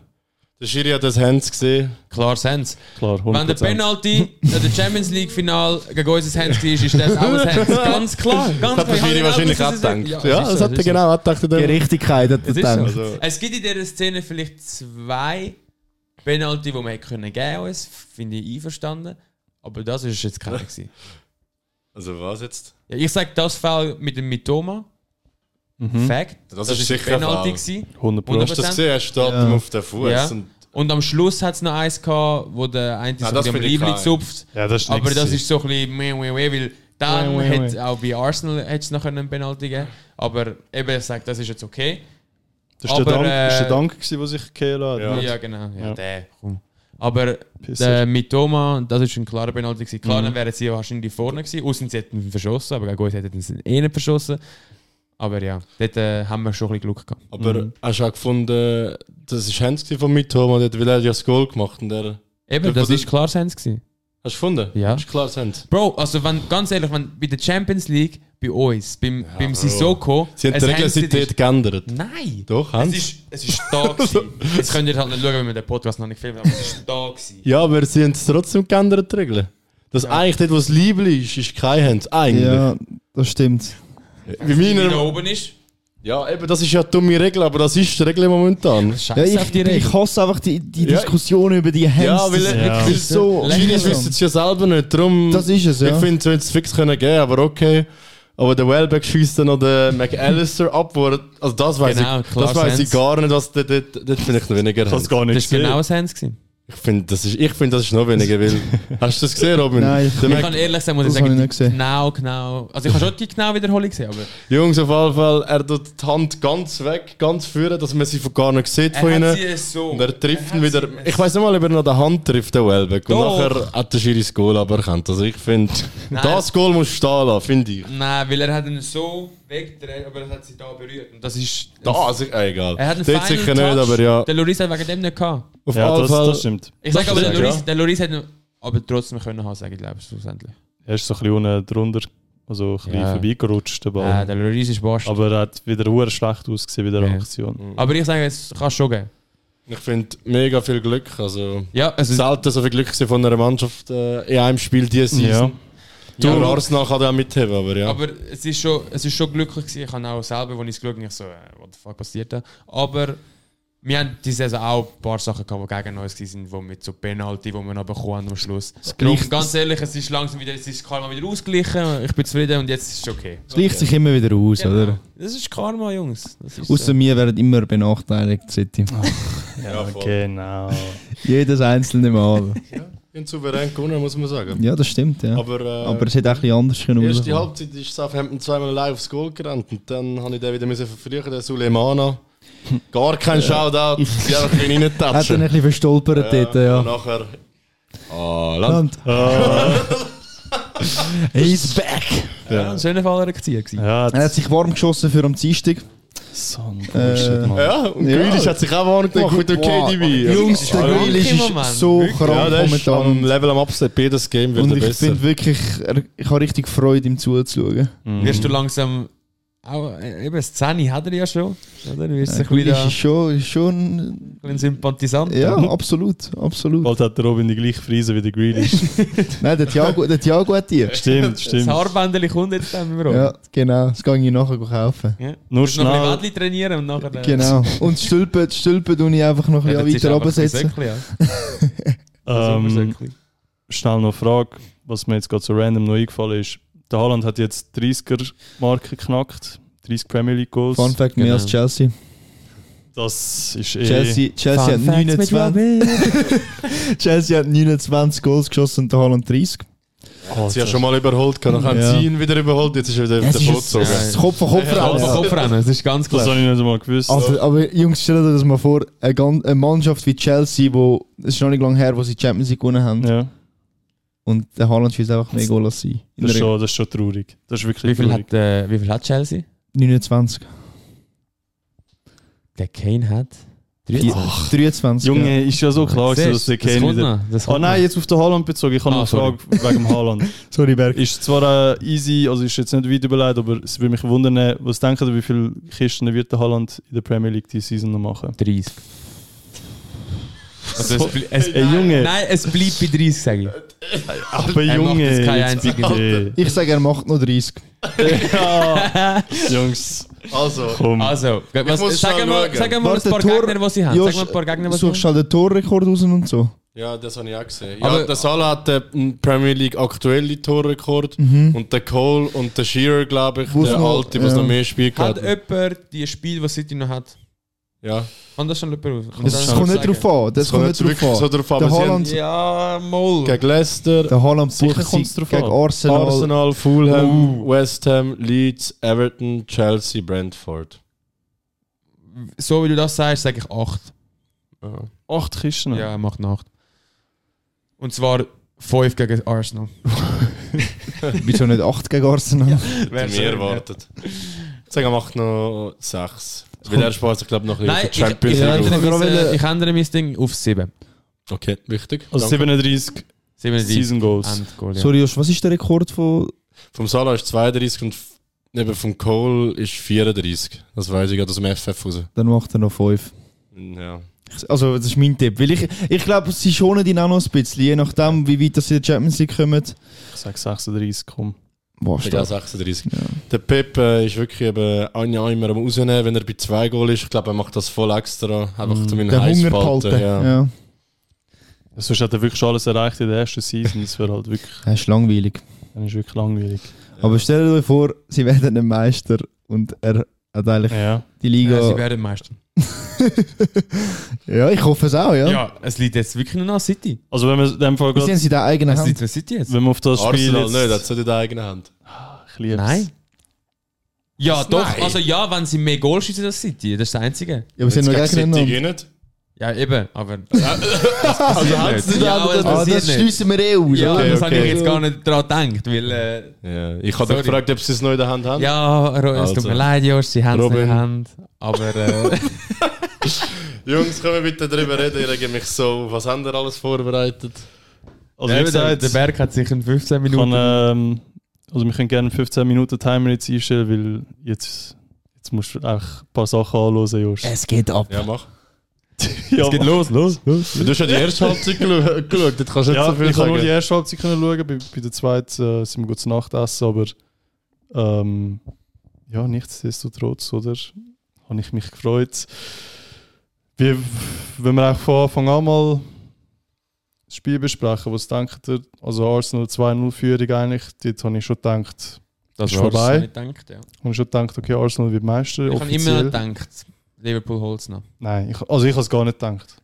Speaker 7: der Schiri hat das Hands gesehen.
Speaker 4: Klar, Sens.
Speaker 5: Klar, 100%.
Speaker 4: Wenn der Penalty in der Champions League Final gegen uns ein Hands war, ist das auch ein Hands. Ganz klar. Ganz klar.
Speaker 7: Das hat der
Speaker 4: Ich habe
Speaker 7: Schiri
Speaker 4: nicht
Speaker 7: wahrscheinlich auch
Speaker 4: gewusst, dass es-
Speaker 7: gedacht. Ja,
Speaker 4: es ist so,
Speaker 7: das hat
Speaker 4: es
Speaker 7: er
Speaker 4: ist so.
Speaker 7: genau auch gedacht. in
Speaker 6: Die
Speaker 7: dem-
Speaker 6: Richtigkeit hat
Speaker 4: Es
Speaker 6: er
Speaker 4: ist so.
Speaker 6: gedacht.
Speaker 7: Also,
Speaker 4: Es gibt in dieser Szene vielleicht zwei Penalty, die wir hätten können geben uns, finde ich einverstanden. Aber das ist jetzt keiner gewesen.
Speaker 7: Also was jetzt?
Speaker 4: Ja, ich sage, das Fall mit dem Mitoma,
Speaker 7: Mhm.
Speaker 4: Fact,
Speaker 7: Das
Speaker 4: das
Speaker 7: ist
Speaker 4: ist
Speaker 7: sicher ein
Speaker 4: Penalty
Speaker 7: Foul.
Speaker 4: gewesen.
Speaker 5: 100
Speaker 7: Du
Speaker 5: Pro.
Speaker 7: hast das gesehen, er steht ihm auf den Fuß.
Speaker 4: Ja.
Speaker 7: Und
Speaker 4: Und am Schluss hat es noch eins gehabt, wo der eine so
Speaker 7: das
Speaker 4: mit dem
Speaker 7: finde ich
Speaker 4: Liebling
Speaker 7: klar.
Speaker 4: zupft.
Speaker 5: Ja, das ist
Speaker 4: Aber
Speaker 5: nicht
Speaker 4: das
Speaker 5: gewesen.
Speaker 4: ist so ein bisschen meh, meh, meh, weil dann
Speaker 5: Meh, meh,
Speaker 4: hat
Speaker 5: meh.
Speaker 4: auch bei Arsenal hätt's noch einen Penalty gegeben. Aber eben, ich sage, das ist jetzt okay.
Speaker 5: Das war der
Speaker 4: aber,
Speaker 5: Dank, das ist
Speaker 4: äh,
Speaker 5: der Dank gewesen, der sich gekehrt hat.
Speaker 7: Ja.
Speaker 4: Ja,
Speaker 5: nicht?
Speaker 4: genau. Ja,
Speaker 5: Ja.
Speaker 4: der, komm. Aber
Speaker 5: Pisser.
Speaker 4: der Mitoma, das ist ein klarer Penalty. gewesen.
Speaker 7: Mhm.
Speaker 4: Klar, dann wären sie wahrscheinlich vorne gewesen. Außen sie hätten ihn verschossen, aber gut, sie hätten sie eh nicht verschossen. Aber ja, dort äh, haben wir schon ein bisschen Glück gehabt.
Speaker 7: Aber
Speaker 6: Mhm.
Speaker 7: hast du auch gefunden, das war Hans von Mitoma, dort, weil er ja das Goal gemacht hat. Er,
Speaker 4: Eben,
Speaker 7: Der-
Speaker 4: das
Speaker 7: der-
Speaker 4: ist klar Sens gewesen.
Speaker 7: hast du gefunden?
Speaker 4: Ja.
Speaker 7: Ist klar, das Hand.
Speaker 4: Bro, also wenn, ganz ehrlich, wenn bei der Champions League, bei uns, beim, beim Sissoko...
Speaker 7: Sie haben
Speaker 4: es
Speaker 7: die
Speaker 4: haben sie-
Speaker 7: Regeln geändert.
Speaker 4: Nein!
Speaker 7: Doch,
Speaker 4: Es
Speaker 7: Hans.
Speaker 4: ist, es ist da gewesen. Jetzt könnt ihr halt nicht schauen, wenn wir den Podcast noch nicht filmen, aber es ist da gewesen.
Speaker 7: Ja, aber sie haben es trotzdem geändert, die Regeln. Dass eigentlich dort, wo es Liebling ist, ist kein Hand. Eigentlich.
Speaker 6: Ja, das stimmt.
Speaker 7: Wie
Speaker 4: Wenn die da
Speaker 7: meiner,
Speaker 4: oben ist,
Speaker 7: ja, eben, das ist ja eine dumme Regel, aber das ist die Regel momentan.
Speaker 6: Ja,
Speaker 4: scheiß auf
Speaker 6: ich,
Speaker 4: die Regel.
Speaker 6: ich hasse einfach die, die
Speaker 7: Ja.
Speaker 6: Diskussion über die Hände.
Speaker 7: Ja, weil
Speaker 5: Ja.
Speaker 7: wirklich so.
Speaker 4: Lächerlich.
Speaker 7: Schwierig wissen es ja selber nicht. Darum
Speaker 6: Das ist es, ja.
Speaker 7: Ich finde, es hätte es fix können geben, aber okay. Aber der Wellback schießt dann noch den McAllister ab, wo er, also das weiß
Speaker 4: Genau,
Speaker 7: ich,
Speaker 4: klar,
Speaker 7: das weiß ich
Speaker 4: Sens.
Speaker 7: gar nicht, was dort, dort, dort finde ich noch weniger.
Speaker 5: Ich habe
Speaker 7: Hans.
Speaker 5: es gar nicht
Speaker 4: Das ist
Speaker 5: gesehen.
Speaker 4: genau ein Hans gewesen.
Speaker 7: Ich finde, das ist, ich finde, das ist noch weniger, weil, hast du das gesehen, Robin?
Speaker 6: Nein.
Speaker 7: Der
Speaker 4: Ich
Speaker 7: Mac,
Speaker 4: kann ehrlich sein, muss ich
Speaker 6: Das
Speaker 4: sagen,
Speaker 6: habe ich nicht
Speaker 4: die
Speaker 6: gesehen.
Speaker 4: genau, genau. Also ich habe schon die genau Wiederholung gesehen, aber
Speaker 7: Jungs, auf jeden Fall, er tut die Hand ganz weg, ganz führen, dass man sie von gar nicht sieht von ihnen.
Speaker 4: so.
Speaker 7: Und er trifft ihn wieder. Ich weiß nicht mal, ob er noch die Hand trifft, der Welbeck. Und
Speaker 4: Doch.
Speaker 7: nachher hat der Schiri das Goal aberkannt. Also ich finde,
Speaker 4: Nein.
Speaker 7: das Goal muss stehen lassen, finde ich.
Speaker 4: Nein, weil er hat ihn so weggedreht, aber er hat sie da berührt. Und das ist...
Speaker 7: Da, also, äh, egal.
Speaker 4: Er hat einen
Speaker 7: Dort
Speaker 4: Final
Speaker 7: sicher
Speaker 4: Touch.
Speaker 7: nicht, aber ja.
Speaker 4: Der Loris hat wegen dem nicht gehabt.
Speaker 7: Auf
Speaker 5: Ja,
Speaker 7: jeden
Speaker 5: das,
Speaker 7: Fall.
Speaker 5: das stimmt.
Speaker 4: Ich sage aber, der
Speaker 7: stimmt,
Speaker 4: Loris,
Speaker 7: ja.
Speaker 4: der Loris hat ihn aber trotzdem können haben, sage ich, glaube ich, schlussendlich.
Speaker 5: Er ist so ein bisschen unten drunter, also ein bisschen
Speaker 4: Ja.
Speaker 5: vorbeigerutscht, der Ball.
Speaker 4: Nein, Äh, der Loris ist Bosch. Aber,
Speaker 5: Aber er hat wieder sehr schlecht ausgesehen bei der
Speaker 4: Ja.
Speaker 5: Aktion.
Speaker 4: ich sage, es kann schon gehen.
Speaker 7: Ich finde, mega viel Glück. Also,
Speaker 4: Ja, also...
Speaker 7: selten so viel Glück gesehen von einer Mannschaft äh, in einem Spiel diese
Speaker 5: Ja.
Speaker 7: Season. Du,
Speaker 4: Ja.
Speaker 7: Arsenal kann da auch mitheben, aber ja.
Speaker 4: Aber es ist schon, es ist schon glücklich gewesen. Ich habe auch selber, als ich es geschaut habe, ich so, äh, what the fuck passiert da? Aber wir haben diese Saison auch ein paar Sachen gehabt, die gegen uns waren, wo mit so Penalty, die wir noch bekommen haben am Schluss. Darum,
Speaker 6: gleicht-
Speaker 4: ganz ehrlich, es ist langsam wieder, es ist Karma wieder ausgeglichen. Ich bin zufrieden und jetzt ist es okay.
Speaker 6: Es gleicht sich immer wieder aus, oder?
Speaker 4: Das ist Karma, Jungs. Das ist
Speaker 6: Außer
Speaker 4: so.
Speaker 6: mir werden immer benachteiligt, City.
Speaker 7: Ah. ja, voll.
Speaker 5: Genau.
Speaker 6: Jedes einzelne Mal.
Speaker 7: In souverän gewonnen, muss man sagen.
Speaker 6: Ja, das stimmt, ja. Aber,
Speaker 7: Aber, äh,
Speaker 6: es hätte auch ein bisschen anders können
Speaker 7: erste
Speaker 6: rauskommen.
Speaker 7: Halbzeit ist Southampton zweimal allein aufs Goal gerannt und dann habe ich den wieder müssen verfrühen, den Suleimana. Gar kein Shoutout, die einfach ihn
Speaker 6: Hat er ein
Speaker 7: reintatschen.
Speaker 6: bisschen verstolpert dort,
Speaker 7: Und
Speaker 6: ja.
Speaker 7: nachher... Ah, Land.
Speaker 6: Und, he's back!
Speaker 4: Ja, äh, ein schöner Fall einer Erziehung gewesen.
Speaker 5: Ja,
Speaker 6: Er hat sich warm geschossen für am Dienstag. Äh,
Speaker 5: so ein
Speaker 7: Oh,
Speaker 5: Bullshit, Mann.
Speaker 7: Ja, und
Speaker 6: Ja.
Speaker 7: Grealish hat sich auch warm gemacht mit dem
Speaker 6: Wow.
Speaker 7: KDB.
Speaker 6: Jungs, der
Speaker 4: krank
Speaker 6: Grealish
Speaker 4: im
Speaker 6: ist
Speaker 4: Moment.
Speaker 6: so
Speaker 4: Wirklich.
Speaker 7: ja,
Speaker 6: krank
Speaker 7: der ist am
Speaker 6: momentan.
Speaker 7: Level am Upset, jedes Game wird
Speaker 6: Und
Speaker 7: er
Speaker 6: ich
Speaker 7: besser.
Speaker 6: finde wirklich, er- ich habe richtig Freude, ihm zuzuschauen.
Speaker 4: Wirst du langsam. Auch, äh, eben, das 10 hat er ja schon. Oder? Du wirst ein bisschen
Speaker 6: Grealish
Speaker 4: da-
Speaker 6: ist schon, ist schon,
Speaker 4: ein Sympathisant.
Speaker 6: ja, absolut, absolut.
Speaker 5: Bald hat der Robin die gleiche Frise wie der Grealish.
Speaker 6: Nein, der Thiago, der Thiago hat die.
Speaker 5: stimmt,
Speaker 4: Das
Speaker 5: stimmt.
Speaker 4: Haarbändchen kommt jetzt dann beim Rot.
Speaker 6: Ja, genau, das kann ich nachher kaufen.
Speaker 4: Ja. Noch
Speaker 5: Nur
Speaker 4: ein bisschen
Speaker 5: schnell.
Speaker 4: Mädchen trainieren und nachher. dann-
Speaker 6: Genau. Und die Stülpen, die Stülpen tue ich einfach noch ein
Speaker 4: Ja, das
Speaker 6: bisschen
Speaker 4: ist
Speaker 6: weiter
Speaker 4: einfach ein
Speaker 6: runtersetzen.
Speaker 4: Säckchen, ja. Das ist ein
Speaker 5: Ähm,
Speaker 4: Säckchen.
Speaker 5: schnell noch eine Frage, was mir jetzt gerade so random noch eingefallen ist. Der Haaland hat jetzt 30er-Marke geknackt, 30 Premier League Goals.
Speaker 6: Fun Fact,
Speaker 4: Genau.
Speaker 6: mehr als Chelsea.
Speaker 5: Das ist eh.
Speaker 6: Chelsea, Chelsea, hat, 29, Chelsea hat 29 Goals geschossen und der Haaland 30.
Speaker 7: Er hat sie ja schon mal überholt, kann nachher
Speaker 6: Ja.
Speaker 7: ja. ihn wieder überholt, jetzt ist er wieder auf der Foto.
Speaker 6: das Kopf an Kopf
Speaker 4: Kopf an
Speaker 6: rennen.
Speaker 4: Kopf rennen, das ist ganz
Speaker 5: Das
Speaker 4: klar.
Speaker 5: habe ich nicht einmal gewusst.
Speaker 6: Also, aber Jungs, stellt euch das mal vor, eine, gan- eine Mannschaft wie Chelsea, wo es ist noch nicht lange her, wo sie die Champions League gewonnen haben,
Speaker 5: ja,
Speaker 6: und der Haaland schießt einfach mehr Goal als sie. In
Speaker 5: das ist,
Speaker 6: der
Speaker 5: schon, das ist schon traurig. Das ist
Speaker 4: Wie
Speaker 5: wirklich
Speaker 4: viel,
Speaker 5: traurig.
Speaker 4: hat, äh, wie viel hat Chelsea?
Speaker 6: 29.
Speaker 4: Der Kane hat.
Speaker 6: Die- 23. ja.
Speaker 5: Junge, ist ja so klar, gewesen, dass
Speaker 4: Siehst du,
Speaker 5: der Kane
Speaker 4: kommt
Speaker 5: wieder.
Speaker 4: noch, das
Speaker 5: Ah
Speaker 4: kommt
Speaker 5: nein,
Speaker 4: noch.
Speaker 5: jetzt auf den Haaland bezogen. Ich habe
Speaker 4: Ah,
Speaker 5: noch eine Frage wegen dem Haaland.
Speaker 6: Sorry, Berg.
Speaker 5: Ist zwar äh, easy, also ist jetzt nicht weit überlegt, aber es würde mich wundern, äh, was denken ihr, wie viele Kisten wird der Haaland in der Premier League diese Season noch machen?
Speaker 4: 30. Also es, bl- es,
Speaker 5: Ey, Junge.
Speaker 4: Nein, es bleibt bei 30, sage ich.
Speaker 5: Aber
Speaker 4: Er macht jetzt keine
Speaker 5: jetzt
Speaker 4: einzige.
Speaker 5: bitte.
Speaker 6: Ich sage, er macht noch 30.
Speaker 5: Ja, Jungs.
Speaker 7: Also,
Speaker 5: Komm.
Speaker 4: Also, was,
Speaker 7: muss
Speaker 4: sagen wir
Speaker 7: schnell
Speaker 4: mal,
Speaker 7: schauen.
Speaker 4: sagen wir mal ein
Speaker 6: Warte,
Speaker 4: paar
Speaker 6: Tor-
Speaker 4: Gegner, die sie haben.
Speaker 6: Josh,
Speaker 4: Sagen wir ein paar Gegner, die sie
Speaker 6: Suchst
Speaker 4: haben.
Speaker 6: halt den Torrekord raus und so.
Speaker 7: Ja, das habe ich auch gesehen.
Speaker 4: Aber-
Speaker 7: ja, der Salah hat den Premier League aktuellen Torrekord
Speaker 6: Mhm.
Speaker 7: und der Cole und der Shearer, glaube ich,
Speaker 6: Wo's
Speaker 7: der
Speaker 6: noch-
Speaker 7: alte, was
Speaker 6: ja.
Speaker 7: noch mehr Spiel
Speaker 4: Hat
Speaker 7: gehabt hat.
Speaker 4: jemand die Spiele, die City noch hat?
Speaker 7: Ja,
Speaker 4: Kann das schon jemand raus?
Speaker 6: Das, kommt nicht drauf an. Das, kommt nicht
Speaker 7: wirklich
Speaker 6: drauf
Speaker 7: so
Speaker 6: an.
Speaker 7: drauf an.
Speaker 6: Der
Speaker 7: aber sie haben
Speaker 6: Haaland-
Speaker 4: Ja, mal.
Speaker 7: Gegen Leicester,
Speaker 6: Der Haaland
Speaker 7: Sicher
Speaker 6: bucht
Speaker 7: kommt's
Speaker 6: sich
Speaker 7: drauf
Speaker 6: gegen
Speaker 7: an.
Speaker 6: Arsenal.
Speaker 7: Arsenal, Fulham,
Speaker 6: Uh.
Speaker 7: West Ham, Leeds, Everton, Chelsea, Brentford.
Speaker 4: So wie du das sagst, sage ich 8.
Speaker 5: Acht Kisten.
Speaker 4: Ja, er macht 8. Und zwar 5 gegen Arsenal.
Speaker 6: Wieso nicht 8 gegen Arsenal?
Speaker 7: Zu mir erwartet. Sagen wir, macht noch 6. Weil
Speaker 6: Komm.
Speaker 7: er spart sich, glaube ich, noch ein
Speaker 4: Nein,
Speaker 7: bisschen
Speaker 4: ich, ich,
Speaker 7: Champions League.
Speaker 4: ändere
Speaker 7: auf.
Speaker 6: gerade wollen-
Speaker 4: mein, äh, ich ändere mein Ding auf 7.
Speaker 7: Okay, wichtig.
Speaker 5: Also
Speaker 7: Danke.
Speaker 5: 37
Speaker 4: 37.
Speaker 5: Season Goals.
Speaker 4: Endgoal, ja.
Speaker 6: Sorry, Josh, was ist der Rekord von.
Speaker 7: Vom Salah ist 32 und f- neben vom Cole ist 34. Das weiß ich gerade aus dem FF raus.
Speaker 6: Dann macht er noch 5.
Speaker 7: Ja.
Speaker 6: Also, das ist mein Tipp. Weil ich ich glaube, sie schonen ihn auch noch ein bisschen. Je nachdem, wie weit das in der Champions League kommen.
Speaker 5: Ich sage 36, komm.
Speaker 6: Boah,
Speaker 7: Ich glaube
Speaker 6: stark.
Speaker 7: 36.
Speaker 6: Ja.
Speaker 7: Der Pep äh, ist wirklich eben Anja immer am rausnehmen, wenn er bei 2 Goal ist. Ich glaube, er macht das voll extra. Einfach mm. um ihn
Speaker 6: Der
Speaker 7: heiß
Speaker 6: Hunger
Speaker 7: behalten.
Speaker 6: behalten.
Speaker 7: Ja.
Speaker 6: Ja.
Speaker 5: Sonst hat er wirklich schon alles erreicht in der ersten Season. Das wäre halt wirklich,
Speaker 6: Das ist langweilig.
Speaker 5: dann ist wirklich langweilig.
Speaker 6: Aber stellt euch vor, sie werden ein Meister und er hat eigentlich
Speaker 5: Ja.
Speaker 6: die
Speaker 4: Ja, sie
Speaker 6: Liga.
Speaker 4: werden Meister.
Speaker 6: Ja, ich hoffe es auch, ja.
Speaker 4: Ja. es liegt jetzt wirklich nur noch an City.
Speaker 5: Also wenn wir in dem Fall
Speaker 6: Wie sind
Speaker 5: grad,
Speaker 6: sie da eigene
Speaker 4: Es
Speaker 6: Hand?
Speaker 4: liegt an City jetzt.
Speaker 5: wenn wir auf das Spiel
Speaker 7: Arsenal
Speaker 5: jetzt,
Speaker 7: nicht, das hat in der eigenen Hand.
Speaker 5: ich lieb's.
Speaker 4: Nein. Ja,
Speaker 7: Was?
Speaker 4: doch.
Speaker 7: Nein.
Speaker 4: Also ja, wenn sie mehr Goal schießen als City. Das ist das Einzige.
Speaker 6: Ja, aber sie haben noch
Speaker 7: Jetzt gegen
Speaker 6: gegeneinander.
Speaker 7: City nicht.
Speaker 4: Ja, eben. Aber
Speaker 7: Also haben sie
Speaker 4: nicht. Ja, aber das
Speaker 6: Ah,
Speaker 4: passiert
Speaker 6: das
Speaker 4: nicht.
Speaker 6: schliessen wir eh aus.
Speaker 4: Ja,
Speaker 6: oder?
Speaker 4: das habe ich
Speaker 7: okay.
Speaker 4: jetzt gar nicht daran gedacht, weil... Äh,
Speaker 7: Ja, ich habe
Speaker 4: Sorry.
Speaker 7: gefragt, ob sie es noch in der Hand haben.
Speaker 4: ja, Ro es tut
Speaker 7: Also.
Speaker 4: mir leid, Josh, sie haben es nicht in
Speaker 7: Robin.
Speaker 4: der Hand. Aber... Äh,
Speaker 7: Jungs, können wir bitte darüber reden? Ich rege mich so auf. Was haben wir alles vorbereitet?
Speaker 5: Also wie
Speaker 4: eben, der,
Speaker 5: gesagt,
Speaker 4: der Berg hat sich in 15 Minuten...
Speaker 5: kann, ähm, also wir können gerne 15 Minuten Timer jetzt einstellen, weil jetzt, jetzt musst du einfach ein paar Sachen anhören, Josh.
Speaker 7: Äh,
Speaker 6: Es geht ab.
Speaker 7: Ja, mach.
Speaker 5: ja,
Speaker 4: los, los, los.
Speaker 7: Du hast ja die erste Halbzeit gelu- geschaut, jetzt kannst du nicht
Speaker 5: ja,
Speaker 7: so viel
Speaker 5: ich habe nur die
Speaker 7: sagen.
Speaker 5: erste Halbzeit können schauen, bei, bei der zweiten äh, sind wir gut zu Nacht essen, aber ähm, ja, nichtsdestotrotz, oder? Habe ich mich gefreut. Wie, wenn wir auch von Anfang an mal das Spiel besprechen, was denkt ihr? Also Arsenal 2-0-Führung eigentlich, dort habe ich schon gedacht,
Speaker 4: Das
Speaker 5: Ist
Speaker 4: war's.
Speaker 5: vorbei.
Speaker 4: Ich gedacht, ja.
Speaker 5: habe ich schon gedacht, okay, Arsenal wird Meister,
Speaker 4: Ich habe immer
Speaker 5: offiziell.
Speaker 4: noch gedacht, Liverpool holt es noch.
Speaker 5: Nein, ich, also ich habe es gar nicht gedacht.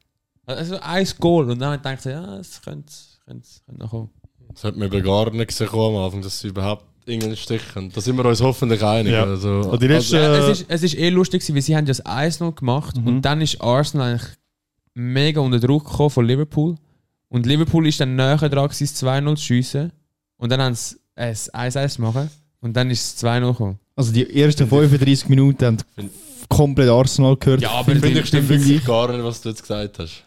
Speaker 4: Also ein Goal und dann dachte ich, ja, es könnte, könnte, könnte noch kommen.
Speaker 7: Das hat mir eben gar nicht gesehen am Anfang, dass sie überhaupt irgendeinen Stich haben. Da sind wir uns hoffentlich einig.
Speaker 5: Ja.
Speaker 7: Also,
Speaker 5: Und die letzte,
Speaker 4: Ja, es, ist, es ist eh lustig, gewesen, weil sie haben ja das 1-0 gemacht
Speaker 5: Mhm.
Speaker 4: und dann ist Arsenal eigentlich mega unter Druck gekommen von Liverpool. Und Liverpool ist dann näher dran, gewesen, das 2-0 zu schiessen. Und dann äh, haben sie es 1-1 zu machen und dann ist es 2-0 gekommen.
Speaker 6: Also die ersten 35 Minuten haben
Speaker 7: Find-
Speaker 6: komplett Arsenal gehört.
Speaker 4: Ja, aber
Speaker 7: finde ich stimmt
Speaker 6: Finde ich.
Speaker 7: wirklich gar nicht, was du jetzt gesagt hast.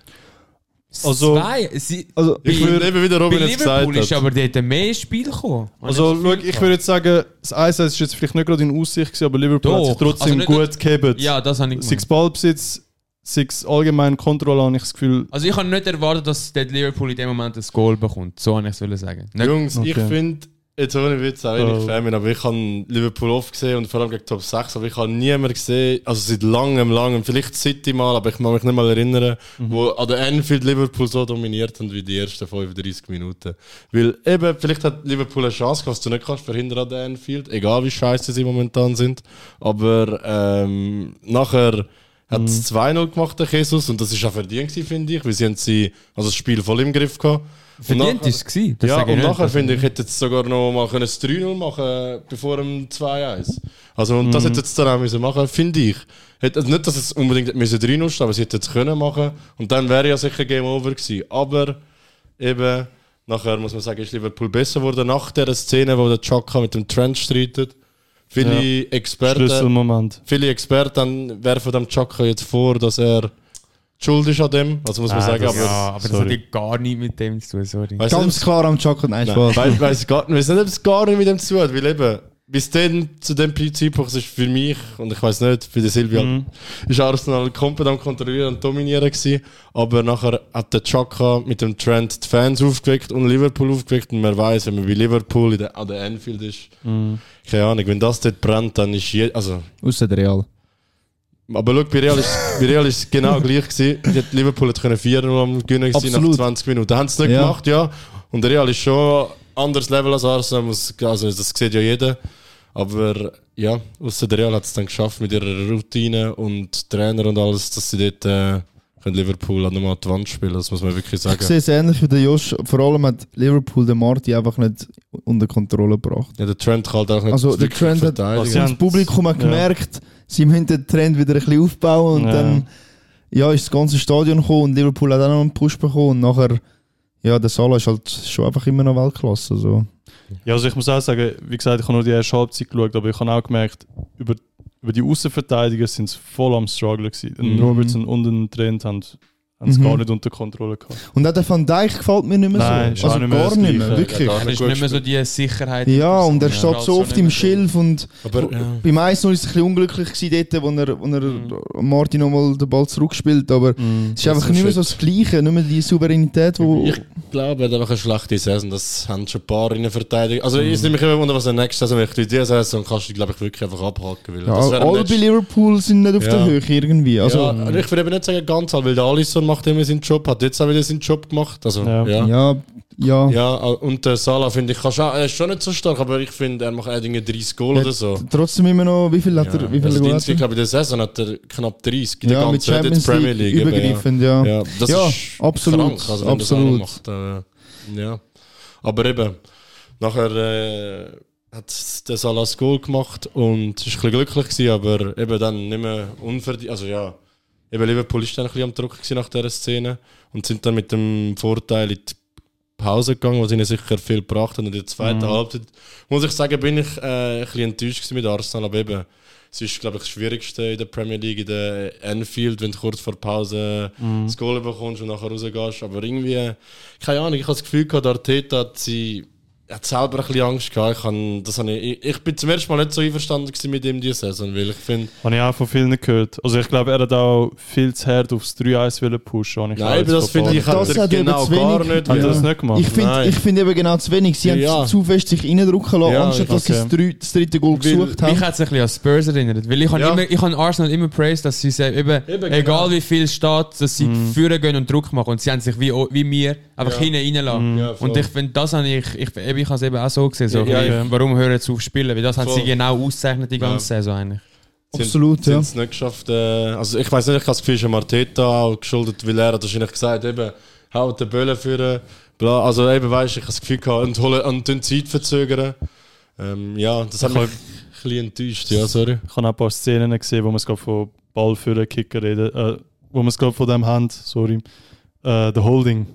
Speaker 5: Also-
Speaker 4: Zwei, sie,
Speaker 6: Also,
Speaker 7: Ich
Speaker 4: Bei-
Speaker 7: will eben wieder
Speaker 4: bei
Speaker 7: Robin jetzt gesagt
Speaker 4: Liverpool ist
Speaker 7: hat.
Speaker 4: aber dort mehr ins Spiel gekommen.
Speaker 5: Also, schau, ich würde jetzt sagen, das 1 ist jetzt vielleicht nicht gerade in Aussicht gewesen, aber Liverpool hat sich
Speaker 4: Doch, also
Speaker 5: trotzdem
Speaker 4: nicht-
Speaker 5: gut gehabt.
Speaker 4: Ja, das habe ich gemeint.
Speaker 5: Sechs Ballbesitz, sechs allgemein Kontrolle, habe ich das Gefühl.
Speaker 4: Also ich habe nicht erwartet, dass dort Liverpool in dem Moment ein Goal bekommt. So habe ich es wollen sagen. Nicht
Speaker 7: Jungs, ich
Speaker 5: Okay.
Speaker 7: finde, jetzt ohne Witz auch wenig
Speaker 5: Oh.
Speaker 7: Fan bin, aber ich habe Liverpool oft gesehen und vor allem gegen Top 6, aber ich habe niemanden gesehen, also seit langem, langem, vielleicht City mal, aber ich kann mich nicht mal erinnern,
Speaker 5: Mhm.
Speaker 7: wo an der Anfield Liverpool so dominiert haben wie die ersten 35 Minuten. Weil eben, vielleicht hat Liverpool eine Chance gehabt, was du nicht kannst verhindern an der Anfield, egal wie scheiße sie momentan sind, aber ähm, nachher
Speaker 5: Mhm.
Speaker 7: hat es 2-0 gemacht, der Jesus, und das ist auch verdient gewesen, finde ich, weil sie haben sie, also das Spiel voll im Griff gehabt. Und
Speaker 4: verdient
Speaker 7: nachher-
Speaker 4: ist es gewesen. Das
Speaker 7: ja,
Speaker 4: sage ich
Speaker 7: und
Speaker 4: nicht.
Speaker 7: nachher finde ich, hätte jetzt sogar noch mal können das 3-0 machen können, bevor dem 2-1. Also, und das
Speaker 4: Mhm.
Speaker 7: hätte jetzt dann auch müssen machen finde ich. Hätte, also nicht, dass es unbedingt hätte müssen 3-0 stehen aber sie hätte jetzt können machen Und dann wäre ja sicher Game Over gewesen. Aber eben, nachher muss man sagen, ist Liverpool besser geworden. Nach der Szene, wo der Chaka mit dem Trent streitet, viele Experten
Speaker 5: Schlüsselmoment.
Speaker 7: viele Experten werfen dem Chaka jetzt vor, dass er die schuld ist an dem. Also muss man
Speaker 5: Nein,
Speaker 7: sagen,
Speaker 5: das-
Speaker 7: aber.
Speaker 4: Ja, aber Äh, das
Speaker 5: Sorry.
Speaker 4: hat ja gar nichts mit dem zu tun, sorry.
Speaker 7: Weißt du,
Speaker 6: ganz klar am Chocolate. Nein,
Speaker 7: Nein,
Speaker 6: Spaß.
Speaker 7: weiss, weiss gar nicht, weiss nicht, ob es gar nicht mit dem zu tun hat, weil eben, bis dann, zu dem Zeitpunkt, es ist für mich, und ich weiß nicht, für den Silvia, ist Arsenal komplett am Kontrollieren und Dominieren gewesen. Aber nachher hat der Chaka mit dem Trend die Fans aufgeweckt und Liverpool aufgeweckt. Und man weiß, wenn man bei Liverpool in der, an der Anfield ist, keine Ahnung, wenn das dort brennt, dann ist jeder, also,
Speaker 6: Außer der Real.
Speaker 7: aber schau, bei Real ist, bei Real ist es genau gleich gewesen. Die hat Liverpool hat können 4 0 am gewinnen gewesen nach
Speaker 6: Absolut.
Speaker 7: 20 Minuten. Haben sie nicht
Speaker 6: Ja.
Speaker 7: gemacht, ja. Und der Real ist schon ein anderes Level als Arsenal. muss- Also, das sieht ja jeder. Aber ja, außer der Real hat es dann geschafft mit ihrer Routine und Trainer und alles, dass sie dort äh, können Liverpool auch nochmal an die Wand spielen. Das muss man wirklich
Speaker 6: Ich sehe
Speaker 7: sagen.
Speaker 6: es ähnlich wie der Josh. Vor allem hat Liverpool den Marty einfach nicht unter Kontrolle gebracht.
Speaker 7: Ja, der Trend kann halt auch nicht
Speaker 6: Also, der
Speaker 7: wirklich
Speaker 6: Trent hat-
Speaker 7: verteidigen.
Speaker 5: Was Sie
Speaker 6: Und das
Speaker 5: haben-
Speaker 6: Publikum hat
Speaker 5: ja.
Speaker 6: gemerkt, sie müssen den Trend wieder ein bisschen aufbauen und
Speaker 5: Ja.
Speaker 6: dann ja, ist das ganze Stadion gekommen und Liverpool hat auch noch einen Push bekommen und nachher, ja, der Salah ist halt schon einfach immer noch Weltklasse. So.
Speaker 5: Ja, also ich muss auch sagen, wie gesagt, ich habe nur die erste Halbzeit geschaut, aber ich habe auch gemerkt, über, über die Außenverteidiger sind sie voll am Struggle gewesen. Den
Speaker 6: Mhm.
Speaker 5: Robertson und den Trent haben, haben sie
Speaker 6: Mhm.
Speaker 5: gar nicht unter Kontrolle gehabt.
Speaker 6: Und auch der Van Dijk gefällt mir nicht mehr
Speaker 5: Nein, ist
Speaker 6: so. Also
Speaker 5: auch nicht mehr
Speaker 6: gar
Speaker 5: das
Speaker 6: nicht mehr,
Speaker 5: Gleiche.
Speaker 6: wirklich.
Speaker 7: Ja,
Speaker 4: Er ist nicht mehr so die Sicherheit.
Speaker 6: Ja, und er
Speaker 4: Ja.
Speaker 7: halt
Speaker 6: steht so
Speaker 4: nicht
Speaker 6: oft
Speaker 4: mehr
Speaker 6: im
Speaker 4: so.
Speaker 6: Schilf und
Speaker 7: Aber ja.
Speaker 6: beim 1 war es ein bisschen unglücklich gewesen dort, wo er, wo er
Speaker 5: Mhm.
Speaker 6: Martin nochmal den Ball zurückspielt, aber es ist
Speaker 7: Das
Speaker 6: einfach
Speaker 7: ist
Speaker 6: nicht mehr so
Speaker 7: shit.
Speaker 6: das Gleiche, nicht mehr die Souveränität, wo...
Speaker 7: Ich glaube, er hat einfach eine schlechte Saison. Das haben schon ein paar in der Verteidigung. Also, ich nehme mich immer wunder, was er nächste Saison möchte. In dieser Saison kannst du, glaube ich, wirklich einfach abhaken. Weil
Speaker 6: Ja,
Speaker 7: das wäre am
Speaker 6: alle bei
Speaker 7: letzten-
Speaker 6: Liverpool sind nicht auf
Speaker 7: Ja.
Speaker 6: der Höhe irgendwie. Also,
Speaker 7: ja, aber ich würde eben nicht sagen ganz, weil der Alisson macht immer seinen Job, hat jetzt auch wieder seinen Job gemacht. Also,
Speaker 5: Ja.
Speaker 7: ja. Ja.
Speaker 6: Ja, ja.
Speaker 7: und der Salah finde ich, kann schon, er ist schon nicht so stark, aber ich finde, er macht eher irgendwie 30 Goal oder so.
Speaker 6: Trotzdem immer noch, wie viel hat
Speaker 7: Ja.
Speaker 6: er? Wie viel
Speaker 7: also,
Speaker 6: Goal
Speaker 7: Dienstag,
Speaker 6: hat er?
Speaker 7: glaube ich, in der Saison hat er knapp 30 in der
Speaker 6: ja, mit
Speaker 7: ganzen
Speaker 6: Champions
Speaker 7: jetzt Premier League. eben, ja.
Speaker 6: übergreifend, ja.
Speaker 7: Ja, das
Speaker 6: Ja,
Speaker 7: ist
Speaker 6: absolut,
Speaker 7: krank, also wenn
Speaker 6: absolut.
Speaker 7: das einer macht. Äh, ja. Aber eben, nachher äh, hat der Salah das Goal gemacht und ist ein bisschen glücklich gewesen, aber eben dann nicht mehr unverdient. Also ja, eben Liverpool ist dann ein bisschen am Druck gewesen nach dieser Szene und sind dann mit dem Vorteil in die Pause gegangen, was ihnen sicher viel gebracht hat. Und in der zweiten
Speaker 6: Mhm.
Speaker 7: Halbzeit, muss ich sagen, bin ich äh, ein bisschen enttäuscht gewesen mit Arsenal, aber eben, es ist, glaube ich, das Schwierigste in der Premier League, in der Anfield, wenn du kurz vor Pause das Goal bekommst und nachher rausgehst. Aber irgendwie, keine Ahnung, ich habe das Gefühl gehabt, Arteta hat sie hat selber ein bisschen Angst gehabt. Ich, kann, das habe ich, ich- ich bin zum ersten Mal nicht so einverstanden gewesen mit ihm diese Saison, weil ich finde,
Speaker 5: Habe ich auch von vielen gehört. Also ich glaube, er hat auch viel zu hart aufs 3-1 wollen pushen. habe ich auch
Speaker 7: nein, aber
Speaker 5: jetzt
Speaker 7: das
Speaker 5: von
Speaker 7: finde ich,
Speaker 5: Fahrrad
Speaker 7: hat
Speaker 6: Das
Speaker 5: gehört.
Speaker 7: er
Speaker 6: hat eben
Speaker 7: genau
Speaker 6: zu
Speaker 7: gar
Speaker 6: wenig-
Speaker 7: nicht.
Speaker 5: Hat
Speaker 7: will.
Speaker 5: er das nicht gemacht?
Speaker 6: Ich finde
Speaker 7: Nein.
Speaker 6: ich finde eben genau zu wenig. Sie
Speaker 7: Ja.
Speaker 6: haben zu fest sich reindrücken lassen,
Speaker 7: Ja,
Speaker 6: anstatt dass sie
Speaker 5: okay.
Speaker 6: das, drei, das dritte Goal
Speaker 4: Mich
Speaker 6: gesucht haben.
Speaker 4: hat es ein bisschen an Spurs erinnert, weil ich habe
Speaker 7: Ja.
Speaker 4: immer, ich habe Arsenal immer praised, dass sie sagen, eben,
Speaker 7: Eben,
Speaker 4: egal
Speaker 7: genau. Mhm.
Speaker 4: wie viel es steht, dass sie führen gehen und Druck machen und sie haben sich wie, wie wir einfach
Speaker 7: Ja. Mhm.
Speaker 4: hinten reinlassen.
Speaker 7: Ja, voll.
Speaker 4: und ich finde, das habe ich, ich, eben, ich habe es eben auch so gesehen, so,
Speaker 7: Ja,
Speaker 4: ein
Speaker 5: ja.
Speaker 4: bisschen, warum hören sie auf zu spielen, weil das hat
Speaker 7: Voll.
Speaker 4: sie genau auszeichnet die ganze Saison eigentlich.
Speaker 7: Sie haben-
Speaker 6: Absolut,
Speaker 7: sie
Speaker 6: ja.
Speaker 7: haben es nicht geschafft. Äh, also ich weiß nicht, ich habe das Gefühl, es ist am Arteta auch geschuldet, weil er hat wahrscheinlich gesagt, eben, haut den Böllen führen, bla. Also eben, weißt du, ich habe das Gefühl gehabt, und, holen, und tun die Zeit verzögern. Ähm, ja, das hat mich ein bisschen enttäuscht, ja, sorry.
Speaker 5: Ich habe auch ein paar Szenen gesehen, wo man es gerade von Ball für den Kicker reden, äh, wo man es gerade von dem Hand, sorry, äh, der Holding.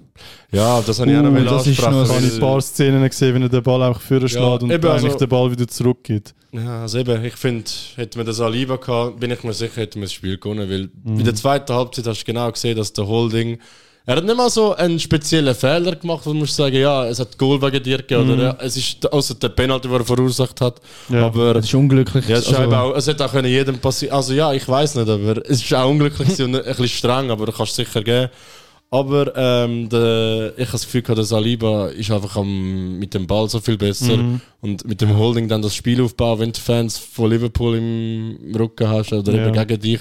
Speaker 7: Ja, das habe ich auch
Speaker 6: Uh,
Speaker 7: noch will
Speaker 6: das ist
Speaker 7: ansprechen,
Speaker 6: noch-
Speaker 5: Da habe ich ein paar Szenen gesehen, wenn er den Ball einfach führen schlägt und
Speaker 7: eben,
Speaker 5: eigentlich
Speaker 7: also-
Speaker 5: den Ball wieder zurückgibt.
Speaker 7: Ja, also eben, ich finde, hätten wir das auch lieber gehabt, bin ich mir sicher, hätten wir das Spiel gewonnen, weil in der zweiten Halbzeit hast du genau gesehen, dass der Holding, er hat nicht mal so einen speziellen Fehler gemacht, wo du musst sagen, ja, es hat Goal wegen dir gegeben, oder ja, es ist, außer der Penalty, den er verursacht hat,
Speaker 5: Ja.
Speaker 7: aber
Speaker 6: Das ist unglücklich.
Speaker 7: ja, es, ist eben
Speaker 6: also,
Speaker 7: auch, es hätte auch können jedem passieren also ja, ich weiß nicht, aber es ist auch unglücklich gewesen und ein bisschen streng, aber du kannst es sicher geben. Aber ähm, der, ich habe das Gefühl, gehabt, der Saliba ist einfach am, mit dem Ball so viel besser
Speaker 6: Mhm.
Speaker 7: und mit dem Holding dann das Spiel aufbauen, wenn du Fans von Liverpool im Rücken hast oder eben
Speaker 5: Ja.
Speaker 7: gegen dich.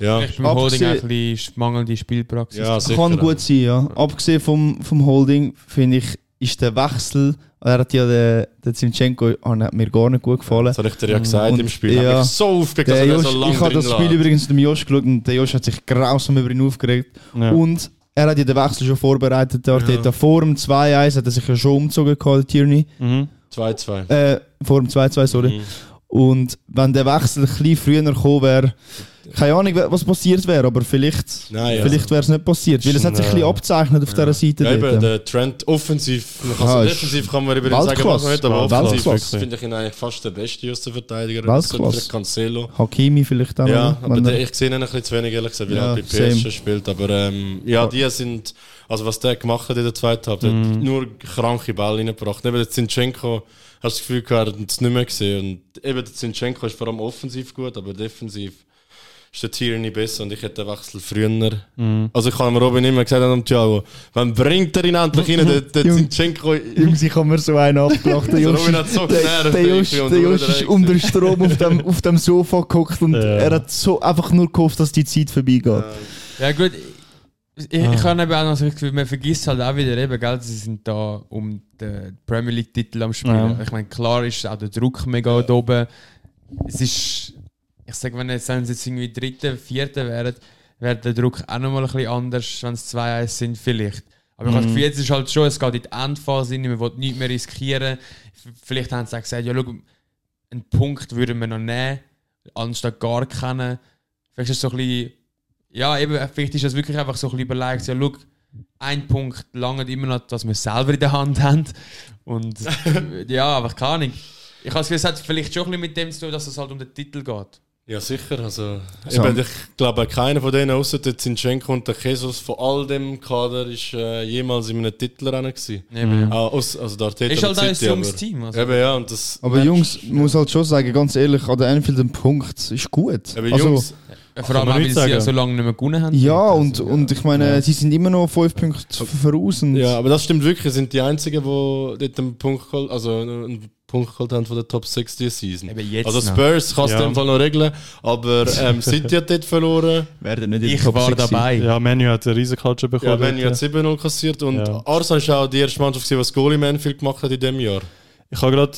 Speaker 7: Ja,
Speaker 4: Vielleicht beim
Speaker 6: Abgesehen-
Speaker 4: Holding auch ein bisschen mangelnde Spielpraxis.
Speaker 7: ja sicher.
Speaker 6: kann gut sein, ja. Abgesehen vom, vom Holding, finde ich, ist der Wechsel, er hat ja den, den Zimchenko, ah, nein, hat mir gar nicht gut gefallen.
Speaker 7: Das habe ich dir ja gesagt
Speaker 6: Und-
Speaker 7: im Spiel. Ich
Speaker 6: ja.
Speaker 7: habe mich so aufgeregt, dass er
Speaker 6: Der
Speaker 7: den
Speaker 6: Josh,
Speaker 7: so lange
Speaker 6: ich habe
Speaker 7: drin
Speaker 6: das Spiel
Speaker 7: lässt.
Speaker 6: übrigens mit dem Josh geschaut und der Josh hat sich grausam über ihn aufgeregt.
Speaker 5: Ja.
Speaker 6: Und er hat ja den Wechsel schon vorbereitet. Der Arteta vor dem 2-1 hat er sich ja schon umgezogen, gehabt, der Tierney.
Speaker 5: Mhm.
Speaker 7: 2-2.
Speaker 6: Äh, vor dem 2-2, sorry.
Speaker 7: Mhm.
Speaker 6: Und wenn der Wechsel ein bisschen früher gekommen wäre, keine Ahnung, was passiert wäre, aber vielleicht,
Speaker 7: Nein, ja. also
Speaker 6: vielleicht wäre es nicht passiert. Weil es hat sich ein bisschen abzeichnet auf dieser Seite.
Speaker 7: Ja, eben,
Speaker 6: dort.
Speaker 7: der Trend offensiv. Man kann
Speaker 6: Ja,
Speaker 7: so
Speaker 6: ist
Speaker 7: defensiv kann man über ihn sagen, was
Speaker 6: Weltklasse.
Speaker 7: man will, aber
Speaker 6: Ja,
Speaker 7: offensiv
Speaker 6: Weltklasse.
Speaker 7: finde ich ihn eigentlich fast der beste Außenverteidiger.
Speaker 6: Weltklasse.
Speaker 7: Außer der Cancelo.
Speaker 6: Hakimi vielleicht auch
Speaker 7: Ja,
Speaker 6: noch.
Speaker 7: aber
Speaker 6: wenn
Speaker 7: der,
Speaker 6: er-
Speaker 7: halt ich sehe ihn ein bisschen zu wenig, ehrlich gesagt, weil
Speaker 6: Ja, Mhm.
Speaker 7: er bei PSG
Speaker 6: same.
Speaker 7: spielt. Aber ähm, ja, die sind Also was der gemacht hat in der zweiten Halbzeit, hat nur kranke Bälle reingebracht. Eben der Zinchenko, hast du das Gefühl gehabt, er hat es nicht mehr gesehen. Und eben der Zinchenko ist vor allem offensiv gut, aber defensiv ist der Tierney besser und ich hätte den Wechsel früher.
Speaker 6: Mhm.
Speaker 7: Also ich habe mir Robin immer gesagt, am Thiago, wann bringt er ihn endlich rein, der, der
Speaker 6: Junge.
Speaker 7: Zinchenko...
Speaker 6: Jungs, ich habe mir so einen abgebracht. Der
Speaker 7: Also
Speaker 6: Josch,
Speaker 7: Robin hat so
Speaker 6: der,
Speaker 7: genervt,
Speaker 6: der Josch,
Speaker 7: irgendwie, und
Speaker 6: der
Speaker 7: du
Speaker 6: Josch
Speaker 7: wieder
Speaker 6: ist unter Strom auf dem, auf dem Sofa gehockt und er hat so einfach nur gehofft, dass die Zeit vorbeigeht.
Speaker 4: Ja gut, ich, ich ich habe eben auch noch so das Gefühl, man vergisst halt auch wieder eben, gell, sie sind da um den Premier League-Titel am Spielen.
Speaker 5: Ja.
Speaker 4: Ich meine, klar ist auch der Druck mega da oben. Es ist, ich sage, wenn jetzt, wenn sie jetzt irgendwie Dritte, Vierte wären, wäre der Druck auch nochmal ein bisschen anders, wenn es 2-1 sind vielleicht. Aber ich habe das Gefühl, jetzt ist halt schon, es geht in die Endphase rein, man will nichts mehr riskieren. V- Vielleicht haben sie auch gesagt, ja schau, einen Punkt würden wir noch nehmen, anstatt gar keinen. Vielleicht ist es so ein bisschen ja, eben, vielleicht ist das wirklich einfach so ein bisschen überlegt, ja, schau, ein Punkt langt immer noch, dass wir es selber in der Hand haben. Und ja, aber keine Ahnung. Ich habe das Gefühl, es hat vielleicht schon ein bisschen mit dem zu tun, dass es halt um den Titel geht.
Speaker 7: Ja, sicher. Also,
Speaker 6: So.
Speaker 7: eben, ich glaube, keiner von denen, außer der Zinchenko und der Jesus, von all dem Kader ist äh, jemals in einem Titelrennen gewesen.
Speaker 6: Mhm.
Speaker 4: Eben,
Speaker 7: Auch aus- also der Arteta
Speaker 4: Ist halt auch
Speaker 7: und
Speaker 4: ein
Speaker 7: City,
Speaker 4: junges
Speaker 7: aber-
Speaker 4: Team. Also.
Speaker 7: Eben, ja, und das...
Speaker 6: Aber Jungs, ich muss halt schon sagen, ganz ehrlich, an der Anfield ein Punkt ist gut.
Speaker 7: Eben,
Speaker 6: also,
Speaker 7: Jungs,
Speaker 4: Vor allem,
Speaker 5: man
Speaker 4: auch, weil
Speaker 5: nicht
Speaker 4: sie ja
Speaker 5: sagen.
Speaker 4: so lange nicht mehr gewonnen haben.
Speaker 6: ja, und,
Speaker 4: Also,
Speaker 6: und ich meine, sie sind immer noch fünf Punkte voraus. Und
Speaker 7: ja, aber das stimmt wirklich. sind die Einzigen, die dort einen Punkt geholt, also einen Punkt geholt haben von der Top 6 diese Season.
Speaker 4: Eben jetzt
Speaker 7: also
Speaker 4: noch.
Speaker 7: Spurs kannst du
Speaker 5: Ja.
Speaker 7: in dem Fall noch regeln, aber ähm, City hat dort verloren.
Speaker 6: werden nicht in die
Speaker 4: Ich
Speaker 6: Top
Speaker 4: war
Speaker 6: sechs sein.
Speaker 4: dabei.
Speaker 5: Ja, Manu hat einen riesen Klatscher bekommen.
Speaker 7: Ja, Manu
Speaker 5: dort.
Speaker 7: hat 7-0 kassiert und
Speaker 5: Ja.
Speaker 7: Arsenal ist auch die erste Mannschaft, gewesen, die das Goal im Anfield gemacht hat in diesem Jahr.
Speaker 5: Ich habe gerade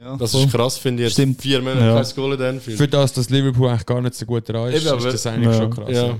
Speaker 6: Ja,
Speaker 7: Das
Speaker 6: voll.
Speaker 7: ist krass, finde ich. Jetzt
Speaker 6: Stimmt.
Speaker 7: Vier Monate
Speaker 5: Ja.
Speaker 7: kein Goal in Anfield.
Speaker 4: Für das, dass Liverpool eigentlich gar nicht so gut dran ist,
Speaker 7: Eben, aber-
Speaker 4: ist das eigentlich
Speaker 5: Ja.
Speaker 4: schon krass.
Speaker 7: Ja.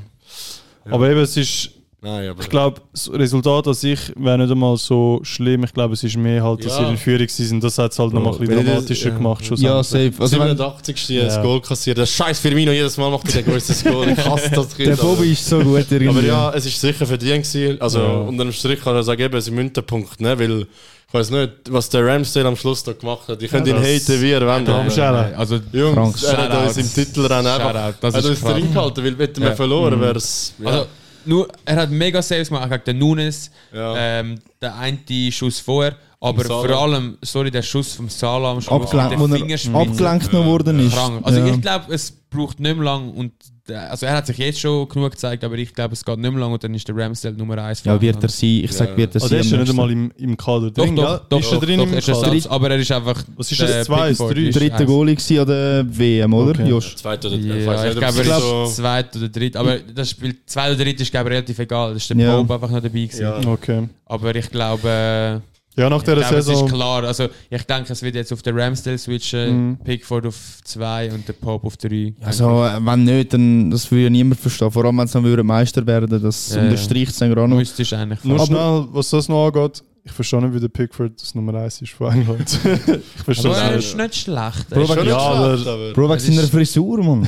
Speaker 5: Aber eben, es ist,
Speaker 7: Nein, aber.
Speaker 5: ich glaube, das Resultat an sich wäre nicht einmal so schlimm. Ich glaube, es ist mehr halt, dass
Speaker 7: Ja.
Speaker 5: sie in Führung sind. Das hat es halt nochmal ein
Speaker 7: Wenn
Speaker 5: bisschen
Speaker 7: ich das-
Speaker 5: dramatischer
Speaker 7: ja.
Speaker 5: gemacht.
Speaker 6: äh,
Speaker 5: Ah,
Speaker 6: ja,
Speaker 5: schlussendlich.
Speaker 6: safe. Also, wenn,
Speaker 7: 87.
Speaker 5: Ja.
Speaker 7: das Goal kassiert. Der scheiß Firmino jedes Mal macht er den größten Goal. Ich hasse das Kind.
Speaker 4: Also,
Speaker 6: der Bobby ist so gut irgendwie.
Speaker 7: aber ja, es ist sicher verdient gewesen. Also
Speaker 5: Ja.
Speaker 7: unter dem Strich kann ich sagen, eben, sie müssen den Punkt nehmen, ne? weil ich weiß nicht, was der Ramsdale am Schluss da gemacht hat. Ich könnte ihn
Speaker 5: das-
Speaker 7: haten, wie er will.
Speaker 5: Darum
Speaker 7: aber-
Speaker 5: schon.
Speaker 4: Nein, Also,
Speaker 7: Jungs, er hat
Speaker 4: Shoutout.
Speaker 7: uns im Titelrennen einfach
Speaker 4: Shoutout, das
Speaker 7: er hat
Speaker 4: ist
Speaker 7: uns
Speaker 4: krass.
Speaker 7: drin gehalten, weil hätten wir
Speaker 4: Ja.
Speaker 7: verloren, wäre es... Ja.
Speaker 4: also nur, er hat mega Saves gemacht gegen den Nunes,
Speaker 7: Ja.
Speaker 4: ähm, der eine Schuss vorher, aber
Speaker 7: Salah.
Speaker 4: vor allem, sorry, der Schuss vom Salah am Schluss,
Speaker 6: abgelenkt, wo
Speaker 4: mit der
Speaker 6: er
Speaker 4: Fingerspitze.
Speaker 6: abgelenkt noch worden ist.
Speaker 4: Krank. Also
Speaker 6: ja.
Speaker 4: ich glaube, es braucht nicht mehr lang und äh, also er hat sich jetzt schon genug gezeigt, aber ich glaube, es geht nicht mehr lang und dann ist der Ramsdale Nummer 1.
Speaker 6: ja, wird er sein. Ich sag, wird er
Speaker 4: Oh,
Speaker 5: Aber
Speaker 6: sein.
Speaker 5: der ist ja
Speaker 6: am
Speaker 5: nicht
Speaker 6: nächsten.
Speaker 5: einmal im, im Kader
Speaker 4: doch,
Speaker 5: drin.
Speaker 4: doch,
Speaker 5: gell?
Speaker 4: doch,
Speaker 5: ist
Speaker 4: doch,
Speaker 5: er drin
Speaker 4: doch,
Speaker 5: im
Speaker 4: ist er
Speaker 5: Kader?
Speaker 4: Satz, aber er ist einfach
Speaker 5: Was ist
Speaker 4: der äh,
Speaker 5: das? Zwei, ist
Speaker 4: Pickford
Speaker 5: drei?
Speaker 4: ist
Speaker 6: dritter
Speaker 4: eins.
Speaker 6: Goal gewesen an der WM, oder?
Speaker 5: Okay.
Speaker 6: Josh?
Speaker 7: Zweiter oder
Speaker 4: Ja,
Speaker 7: ich weiß
Speaker 4: ich
Speaker 7: nicht, ob
Speaker 4: glaube,
Speaker 7: es
Speaker 4: er
Speaker 7: so-
Speaker 4: ist zweit oder dritt, aber das Spiel zwei oder dritt ist glaube ich relativ egal, das ist der
Speaker 6: Ja.
Speaker 4: Bob einfach noch dabei gewesen.
Speaker 7: Ja.
Speaker 5: Okay.
Speaker 4: Aber ich äh, glaube,
Speaker 5: Ja, nach
Speaker 4: Ich
Speaker 5: dieser
Speaker 4: glaube, es ist
Speaker 5: Saison.
Speaker 4: klar. Also, ich denke, es wird jetzt auf den Ramsdale switchen,
Speaker 5: Mhm.
Speaker 4: Pickford auf 2 und der Pope auf 3.
Speaker 6: Also, äh, wenn nicht, dann das würde ja niemand verstehen. Vor allem, wenn sie dann würden Meister werden das
Speaker 4: Ja, ja.
Speaker 6: unterstreicht es dann gerade noch.
Speaker 4: müsste ich eigentlich.
Speaker 5: Nur
Speaker 6: Aber-
Speaker 5: schnell, was das noch angeht, ich verstehe nicht, wie der Pickford das Nummer 1 ist von England. ich verstehe
Speaker 4: Aber Also, er
Speaker 5: das
Speaker 4: ist
Speaker 5: nicht.
Speaker 4: nicht schlecht.
Speaker 7: Ist schon nicht
Speaker 5: Ja, aber-
Speaker 7: schlecht, aber...
Speaker 6: Bro, wegen seiner Frisur, Mann.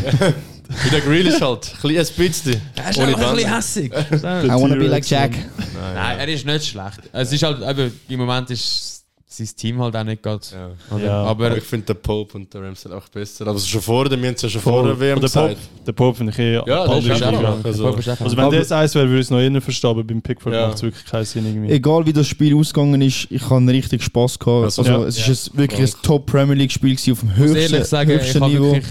Speaker 7: Wie der Grealish halt. Ein bisschen- ein bisschen.
Speaker 4: Er ist
Speaker 7: Ohne
Speaker 4: einfach ein
Speaker 7: Band.
Speaker 4: bisschen hässig.
Speaker 6: I wanna be
Speaker 5: T-Rex,
Speaker 6: like Jack.
Speaker 4: Nein, er ist nicht schlecht. Es ist halt, eben, im Moment ist sein Team halt auch nicht gerade.
Speaker 7: Ja.
Speaker 4: Oder?
Speaker 5: Ja.
Speaker 7: Aber
Speaker 4: Aber
Speaker 7: ich finde den Pope und den Ramsey auch besser. Aber es ist schon vor, dem, wir haben es ja schon vor
Speaker 5: Voll.
Speaker 7: der WM
Speaker 5: Und der Pop,
Speaker 7: gesagt.
Speaker 5: der Pop finde ich eh
Speaker 7: Ja, der
Speaker 5: andere
Speaker 7: ist
Speaker 5: Liga.
Speaker 7: auch noch.
Speaker 4: Der Pope ist auch noch.
Speaker 5: Also wenn
Speaker 6: Aber-
Speaker 5: das eins wäre, würde ich es noch eher verstehen, aber beim Pickford
Speaker 7: Ja.
Speaker 5: macht es wirklich keinen Sinn irgendwie.
Speaker 6: Egal wie das Spiel ausgegangen ist, ich habe richtig Spass gehabt.
Speaker 7: Also,
Speaker 6: Also,
Speaker 5: ja.
Speaker 6: es ist ein, wirklich ein Top-Premier League-Spiel gewesen, auf dem
Speaker 4: ich muss
Speaker 6: höchsten,
Speaker 4: ehrlich sagen, ich
Speaker 6: höchsten
Speaker 4: habe
Speaker 6: Niveau.
Speaker 4: wirklich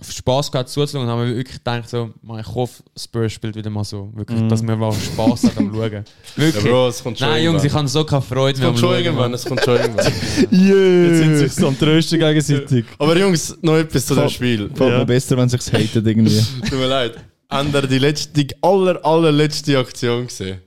Speaker 4: Spass gehabt zuzuschauen und habe mir wirklich gedacht, so, man, ich hoffe, Spurs spielt wieder mal so. Wirklich, dass
Speaker 5: Mhm.
Speaker 4: wir mal Spass hat am Schauen.
Speaker 7: Ja,
Speaker 4: Wirklich.
Speaker 7: Bro, es kommt schon
Speaker 4: Nein, Jungs, ich
Speaker 7: irgendwann.
Speaker 4: habe so keine Freude
Speaker 7: Es kommt schon
Speaker 4: Schauen,
Speaker 7: irgendwann,
Speaker 4: Mann.
Speaker 7: es kommt schon irgendwann.
Speaker 5: Jetzt sind
Speaker 6: Eh.
Speaker 5: sie sich so am Trösten gegenseitig.
Speaker 7: Aber Jungs, noch etwas zu dem
Speaker 6: Komm.
Speaker 7: Spiel.
Speaker 6: Fällt
Speaker 5: Ja.
Speaker 6: mir besser, wenn sich's hatet irgendwie.
Speaker 7: Tut mir leid. Habt ihr die letzte, die aller, allerletzte Aktion gesehen?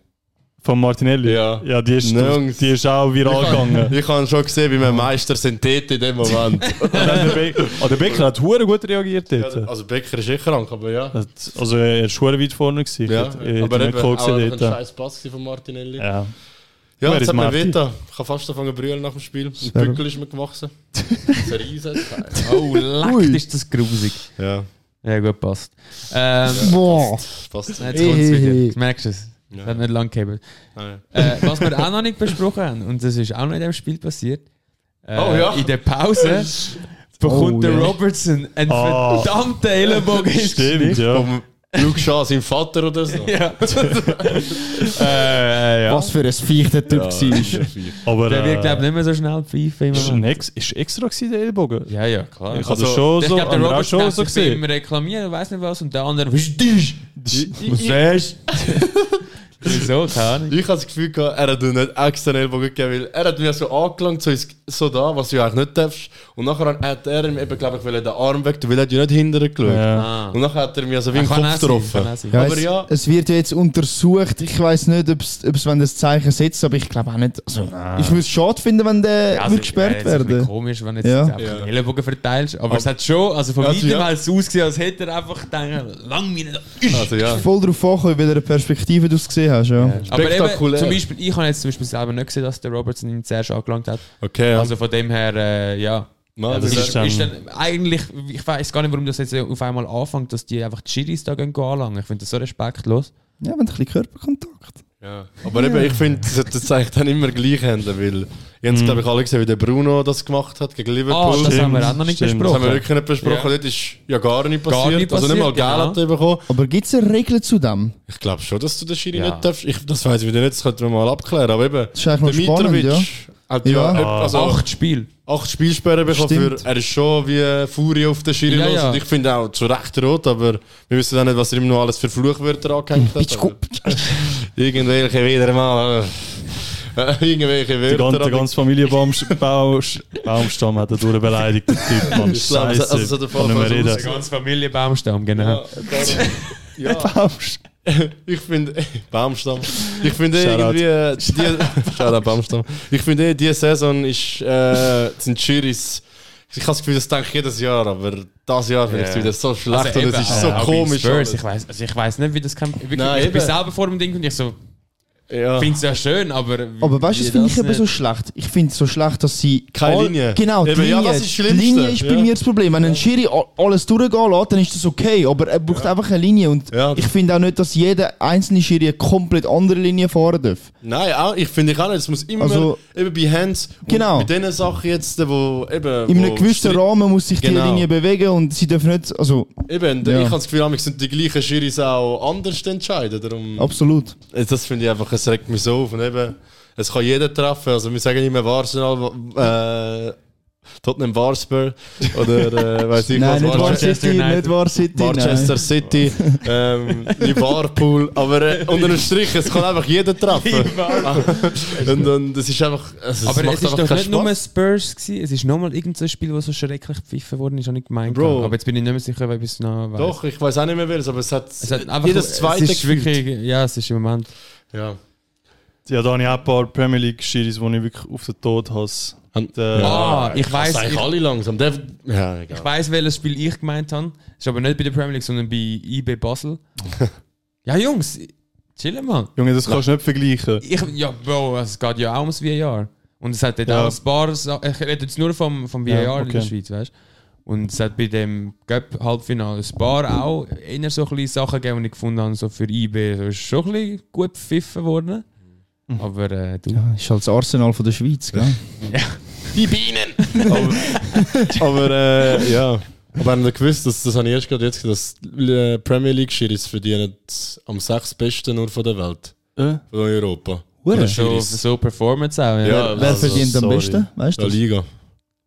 Speaker 5: Von Martinelli?
Speaker 7: Ja.
Speaker 5: Ja, die ist,
Speaker 7: Nirgends.
Speaker 5: die ist auch viral gegangen.
Speaker 7: Ich habe schon gesehen, wie wir Meister sind dort in dem Moment.
Speaker 5: Und dann der, Be oh, der Becker hat hure gut reagiert
Speaker 7: Ja,
Speaker 5: dort.
Speaker 7: also Becker ist eh krank, aber ja.
Speaker 5: Hat- Also er ist hure weit vorne gewesen.
Speaker 7: ja.
Speaker 5: Ich hätte- ich
Speaker 7: aber
Speaker 5: hätte ihn
Speaker 7: eben,
Speaker 5: cool
Speaker 7: auch
Speaker 5: gesehen
Speaker 7: einfach ein
Speaker 5: dort.
Speaker 7: scheiß Pass gewesen von Martinelli. Ja,
Speaker 5: Ja. Wer
Speaker 7: jetzt
Speaker 5: ist
Speaker 7: hat mir
Speaker 5: Marti?
Speaker 7: Veta. Ich habe fast angefangen zu brüllen nach dem Spiel. Ein
Speaker 6: Sehr.
Speaker 7: Bückel ist mir gewachsen. Ein riesen
Speaker 4: Oh, leckt ist das grusig.
Speaker 7: Ja,
Speaker 4: Ja, gut, passt. Ähm,
Speaker 6: Boah!
Speaker 7: passt.
Speaker 4: Jetzt kommt es
Speaker 6: Hey, hey, hey.
Speaker 4: wieder. Du merkst es.
Speaker 7: Ja.
Speaker 4: Das hat nicht lange gegeben.
Speaker 5: Ah,
Speaker 7: Nein.
Speaker 4: Äh, was wir auch noch nicht besprochen haben, und das ist auch noch in dem Spiel passiert, äh,
Speaker 7: Oh, ja.
Speaker 4: in der Pause bekommt
Speaker 6: Oh,
Speaker 4: der
Speaker 6: ja.
Speaker 4: Robertson einen
Speaker 5: Ah.
Speaker 4: verdammten Ellenbogen ins
Speaker 5: Stimmt,
Speaker 4: Gesicht.
Speaker 5: ja.
Speaker 7: Vom Luke Shaw, sein Vater oder so.
Speaker 4: Ja.
Speaker 5: Eh,
Speaker 4: äh, ja.
Speaker 6: Was für ein feichter Typ war.
Speaker 5: Aber
Speaker 4: Der wird, glaube
Speaker 5: äh,
Speaker 4: ich, nicht mehr so schnell pfeifen.
Speaker 5: ist,
Speaker 4: im
Speaker 5: ein
Speaker 4: Moment.
Speaker 5: Ex ist extra gewesen, der Ellbogen.
Speaker 4: Ja, ja, klar.
Speaker 5: Ich habe das schon
Speaker 4: ich
Speaker 5: so,
Speaker 4: glaube, der
Speaker 5: haben wir auch
Speaker 4: Robert
Speaker 5: schon
Speaker 4: hat
Speaker 5: so
Speaker 4: sich
Speaker 5: gesehen.
Speaker 4: beim Reklamieren, weiß nicht was, und der andere, was ist das?
Speaker 7: Ich-
Speaker 4: ist Wieso? Keine Ahnung.
Speaker 7: Ich habe das Gefühl, gehabt, er hat ihm nicht extra einen Ellbogen gegeben, weil er hat mir so angelangt, so, ins- so da, was du ja eigentlich nicht darfst. Und nachher hat er ihm eben, glaube ich, wollte den Arm weg, weil er hat ja nicht hinterher geschaut.
Speaker 5: Ja.
Speaker 4: Ah.
Speaker 7: Und nachher hat er mir so wie im
Speaker 4: Kann
Speaker 7: Kopf
Speaker 4: auch sein,
Speaker 7: getroffen.
Speaker 4: kann auch sein.
Speaker 6: Ja,
Speaker 7: Aber
Speaker 6: es,
Speaker 7: ja.
Speaker 6: es wird ja jetzt untersucht. Ich weiß nicht, ob es, wenn das Zeichen setzt, aber ich glaube auch nicht. Also, ich würde es schade finden, wenn der
Speaker 4: Ja,
Speaker 6: würde gesperrt
Speaker 4: ja, es ist ein bisschen
Speaker 6: werden
Speaker 4: komisch, wenn du jetzt
Speaker 6: Ja.
Speaker 4: einfach einen Ellenbogen verteilst. Aber, es hat schon, also von
Speaker 7: Also,
Speaker 4: weitem
Speaker 7: ja.
Speaker 4: hat es ausgesehen, als hätte er einfach gedacht, lang mir nicht.
Speaker 7: Also ja.
Speaker 6: Voll darauf ankommen, in welcher Perspektive du es gesehen hast. Ja.
Speaker 4: Aber eben,
Speaker 7: Spektakulär.
Speaker 4: zum Beispiel, ich habe jetzt zum Beispiel selber nicht gesehen, dass der Robertson ihn zuerst angelangt hat.
Speaker 7: Okay,
Speaker 4: Also von dem her, äh, ja.
Speaker 7: Nein,
Speaker 5: das
Speaker 7: das
Speaker 4: Ist,
Speaker 7: ist,
Speaker 5: ist dann-
Speaker 4: ist dann eigentlich, ich weiß gar nicht, warum das jetzt auf einmal anfängt, dass die einfach die Schiris da gehen anlangen. Ich finde das so respektlos.
Speaker 6: Ja, wenn ein bisschen Körperkontakt.
Speaker 7: ja. Aber eben, ich finde, das sollte das eigentlich dann immer gleich handeln, weil jetzt, glaube ich, alle gesehen, wie der Bruno das gemacht hat gegen Liverpool.
Speaker 4: Ah, das
Speaker 5: stimmt,
Speaker 4: haben wir auch noch nicht
Speaker 5: stimmt.
Speaker 7: Das haben wir
Speaker 4: besprochen.
Speaker 7: wirklich nicht besprochen.
Speaker 4: Ja.
Speaker 7: Dort ist ja gar nicht
Speaker 4: Gar
Speaker 7: passiert.
Speaker 4: nicht
Speaker 7: also nicht mal
Speaker 4: passiert,
Speaker 7: Geld
Speaker 4: genau.
Speaker 7: hat er bekommen.
Speaker 6: Aber gibt es eine Regel zu dem?
Speaker 7: Ich glaube schon, dass du den Schiri
Speaker 4: Ja.
Speaker 7: nicht darfst. Ich, das weiß ich wieder nicht, das könnten wir mal abklären. Aber eben,
Speaker 6: ist eigentlich noch spannend,
Speaker 7: hat ja,
Speaker 6: Ja.
Speaker 7: etwa- Also acht,
Speaker 4: Acht Spiele.
Speaker 7: acht Spielsperren bekommen. Für,
Speaker 6: Stimmt.
Speaker 7: er ist schon wie eine Furie auf den Schiri
Speaker 4: Ja,
Speaker 7: los.
Speaker 4: ja.
Speaker 7: Und ich finde auch zu Recht rot, aber wir wissen auch nicht, was er ihm noch alles für Fluchwörter angehängt hat. aber Irgendwelche wieder mal. äh, Irgendwelche
Speaker 5: Die
Speaker 7: Wörter.
Speaker 5: ganze,
Speaker 7: aber
Speaker 5: die ganze Familie Baumst- Baumst- Baumstamm hat er durchbeleidigt, der Typ. Mann.
Speaker 7: Ich glaub, es-
Speaker 5: Scheiße,
Speaker 7: also es hat er
Speaker 5: kann nicht mehr
Speaker 7: vorher
Speaker 5: reden.
Speaker 7: rausgegangen.
Speaker 4: ganze Familie Baumstamm, genau.
Speaker 7: Ja, darum- ja. Ich finde, Baumstamm. Ich finde eh
Speaker 5: Shoutout.
Speaker 7: irgendwie. äh, Die, Shoutout Baumstamm. Ich finde eh, diese Saison ist, äh, sind die Juries. Ich habe das Gefühl, das denke ich jedes Jahr, aber das Jahr finde ich es
Speaker 4: Ja. Also
Speaker 7: wieder so schlecht und
Speaker 4: eben,
Speaker 7: es ist
Speaker 4: auch-
Speaker 7: so
Speaker 4: auch bei
Speaker 7: komisch.
Speaker 4: Spurs,
Speaker 7: alles.
Speaker 4: ich weiß also ich weiß nicht, wie das kann. Wirklich,
Speaker 7: Nein,
Speaker 4: ich bin
Speaker 7: eben.
Speaker 4: selber vor dem Ding und ich so,
Speaker 7: ja.
Speaker 4: finde es ja schön, aber.
Speaker 6: Aber weißt du, das finde ich eben so schlecht. Ich finde es so schlecht, dass sie.
Speaker 7: Keine
Speaker 6: all-
Speaker 7: Linie.
Speaker 6: Genau, die
Speaker 7: Eben, ja,
Speaker 6: Linie,
Speaker 7: das ist
Speaker 6: die
Speaker 7: das Schlimmste.
Speaker 6: Linie ist bei
Speaker 7: Ja.
Speaker 6: mir das Problem. Wenn ein Schiri a- alles durchgehen lässt, dann ist das okay. Aber er braucht einfach eine Linie. Und
Speaker 7: Ja.
Speaker 6: ich finde auch nicht, dass jeder einzelne Schiri eine komplett andere Linie fahren darf.
Speaker 7: Nein, auch, ich finde ich auch nicht. Es muss immer
Speaker 6: Also-
Speaker 7: eben bei Hands. und
Speaker 6: Genau.
Speaker 7: Bei diesen Sachen jetzt, wo eben.
Speaker 6: In
Speaker 7: wo
Speaker 6: einem gewissen
Speaker 7: Streit-
Speaker 6: Rahmen muss sich die
Speaker 7: Genau.
Speaker 6: Linie bewegen und sie dürfen nicht. Also,
Speaker 7: Eben,
Speaker 6: Ja.
Speaker 7: ich habe das Gefühl, manchmal sind die gleichen Schiris auch anders entscheiden. Darum, äh,
Speaker 6: absolut.
Speaker 7: Das finde ich einfach, es regt mich so auf. Und eben, es kann jeder treffen. Also wir sagen immer Arsenal, äh, Tottenham Warspur oder äh, weiß ich
Speaker 6: Nein, nicht
Speaker 7: Warspur-
Speaker 6: War
Speaker 4: Manchester
Speaker 6: City,
Speaker 4: United.
Speaker 6: nicht War City.
Speaker 7: Manchester City, ähm, Liverpool, aber äh, unter dem Strich, es kann einfach jeder treffen. und, und das ist einfach, also,
Speaker 4: Aber
Speaker 7: macht
Speaker 4: es ist
Speaker 7: einfach
Speaker 4: doch
Speaker 7: keinen
Speaker 4: nicht nur
Speaker 7: Spaß.
Speaker 4: Spurs gewesen, es ist nochmal irgendein so ein Spiel, das so schrecklich gepfiffen worden ist, habe ich gemeint.
Speaker 7: Bro.
Speaker 4: habe. Aber jetzt bin ich nicht mehr sicher, ob ich es noch weiss.
Speaker 7: Doch, ich weiß auch nicht mehr wer es, aber es hat,
Speaker 4: Es hat einfach,
Speaker 7: jedes zweite
Speaker 4: es ist
Speaker 7: gefühlt.
Speaker 4: wirklich, Ja, es ist im Moment.
Speaker 7: Ja.
Speaker 5: Ja, da habe ich auch ein paar Premier League Schiris, die ich wirklich auf den Tod hasse.
Speaker 7: Und,
Speaker 5: äh,
Speaker 4: Ah, ich weiss,
Speaker 7: Das eigentlich
Speaker 4: ich-
Speaker 7: alle langsam. Der, ja, egal.
Speaker 4: Ich weiß, welches Spiel ich gemeint habe. Ist aber nicht bei der Premier League, sondern bei IB Basel. ja, Jungs, chillen mal.
Speaker 5: Junge, das kannst du nicht vergleichen.
Speaker 4: Ich, ja, Bro, es geht ja auch ums VR. Und es hat dort
Speaker 5: Ja.
Speaker 4: auch ein paar. Sa- Ich rede jetzt nur vom, vom VR
Speaker 5: Ja,
Speaker 4: in der
Speaker 5: okay.
Speaker 4: Schweiz, weißt du? Und es hat bei dem Cup-Halbfinale ein paar auch eher so ein bisschen Sachen gegeben, die ich gefunden habe, so für IB. So ist schon ein bisschen gut gepfiffen worden. Aber äh, du.
Speaker 6: Ja, ist halt das Arsenal von der Schweiz, gell?
Speaker 4: Die Bienen!
Speaker 7: Aber äh, ja. Aber haben wir gewusst, dass, das habe ich erst gerade jetzt gesehen, dass die äh, Premier League Schiris verdienen am sechs besten nur von der Welt.
Speaker 5: Äh?
Speaker 7: Von Europa.
Speaker 6: Hure.
Speaker 4: So,
Speaker 7: Schiris.
Speaker 4: so Performance auch. Ja.
Speaker 7: Ja,
Speaker 6: Wer
Speaker 7: also,
Speaker 6: verdient am
Speaker 5: sorry.
Speaker 6: besten? Weißt du?
Speaker 7: der
Speaker 6: das?
Speaker 7: Liga.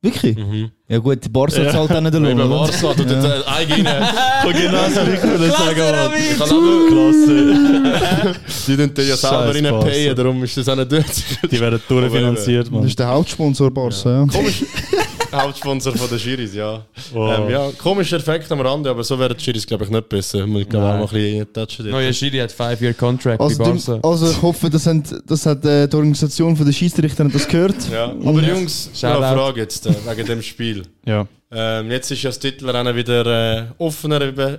Speaker 6: Wirklich?
Speaker 7: Mhm.
Speaker 6: Ja, gut, die Barca
Speaker 5: Ja.
Speaker 6: zahlt auch nicht den
Speaker 7: Eben
Speaker 6: Lohn. oder?
Speaker 7: Barca, du
Speaker 6: Ja.
Speaker 7: ja. eigene.
Speaker 5: Ich kann genau das Gleiche wieder sagen, Mann.
Speaker 7: Ich kann aber-
Speaker 5: Klasse.
Speaker 7: Die tun den ja selber
Speaker 5: Scheiß
Speaker 7: in
Speaker 5: Barca.
Speaker 7: Payen, darum ist das auch nicht durch.
Speaker 5: Die werden durchfinanziert,
Speaker 7: äh,
Speaker 6: Das
Speaker 5: Mann.
Speaker 6: ist der Hauptsponsor Barca, ja.
Speaker 7: Hauptsponsor von der Schiris, ja.
Speaker 5: Wow.
Speaker 7: Ähm, ja. Komischer Effekt am Rande, aber so werden die Schiris, glaube ich, nicht besser. Muss ich glaube auch mal ein bisschen eintatschen. dort.
Speaker 4: Neuer Schiri hat 5-Year-Contract
Speaker 6: Also,
Speaker 4: bei Barca.
Speaker 6: dem- also ich hoffe, das, haben, das hat äh, die Organisation von der Schiedsrichter das gehört.
Speaker 7: Ja. Aber Jungs, noch eine
Speaker 4: Shoutout.
Speaker 7: Frage jetzt äh, wegen dem Spiel.
Speaker 5: Ja.
Speaker 7: Ähm, jetzt ist ja das Titelrennen wieder äh, offener. Eben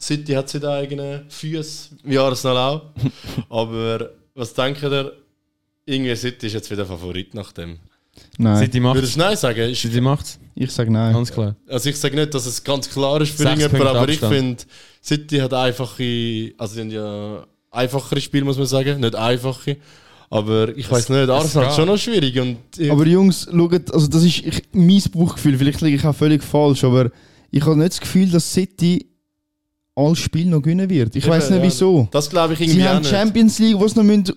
Speaker 7: City hat seine eigenen Füße, wie Arsenal auch. Aber was denkt ihr? Irgendwie City ist jetzt wieder Favorit nach dem.
Speaker 6: Nein,
Speaker 4: City macht's.
Speaker 7: Würdest du nein sagen? Ist,
Speaker 4: City macht's.
Speaker 6: ich sage nein.
Speaker 4: Ganz klar.
Speaker 7: also ich sage nicht, dass es ganz klar ist für
Speaker 4: Sechs
Speaker 7: irgendjemand,
Speaker 4: Punkte
Speaker 7: aber ich
Speaker 4: Abstand.
Speaker 7: finde, City hat einfache, also die haben ja einfachere Spiele, muss man sagen. Nicht einfache. Aber ich weiß nicht, Arsenal
Speaker 4: geht.
Speaker 7: ist schon noch schwierig. Und ich,
Speaker 6: Aber Jungs, schaut, also das ist ich, mein Bauchgefühl, vielleicht liege ich auch völlig falsch, aber ich habe nicht das Gefühl, dass City alle Spiele noch gewinnen wird. Ich weiß nicht
Speaker 7: ja.
Speaker 6: wieso.
Speaker 7: Das glaube ich irgendwie
Speaker 6: Sie haben
Speaker 7: auch
Speaker 6: die
Speaker 7: nicht.
Speaker 6: Champions League, wo sie noch müssen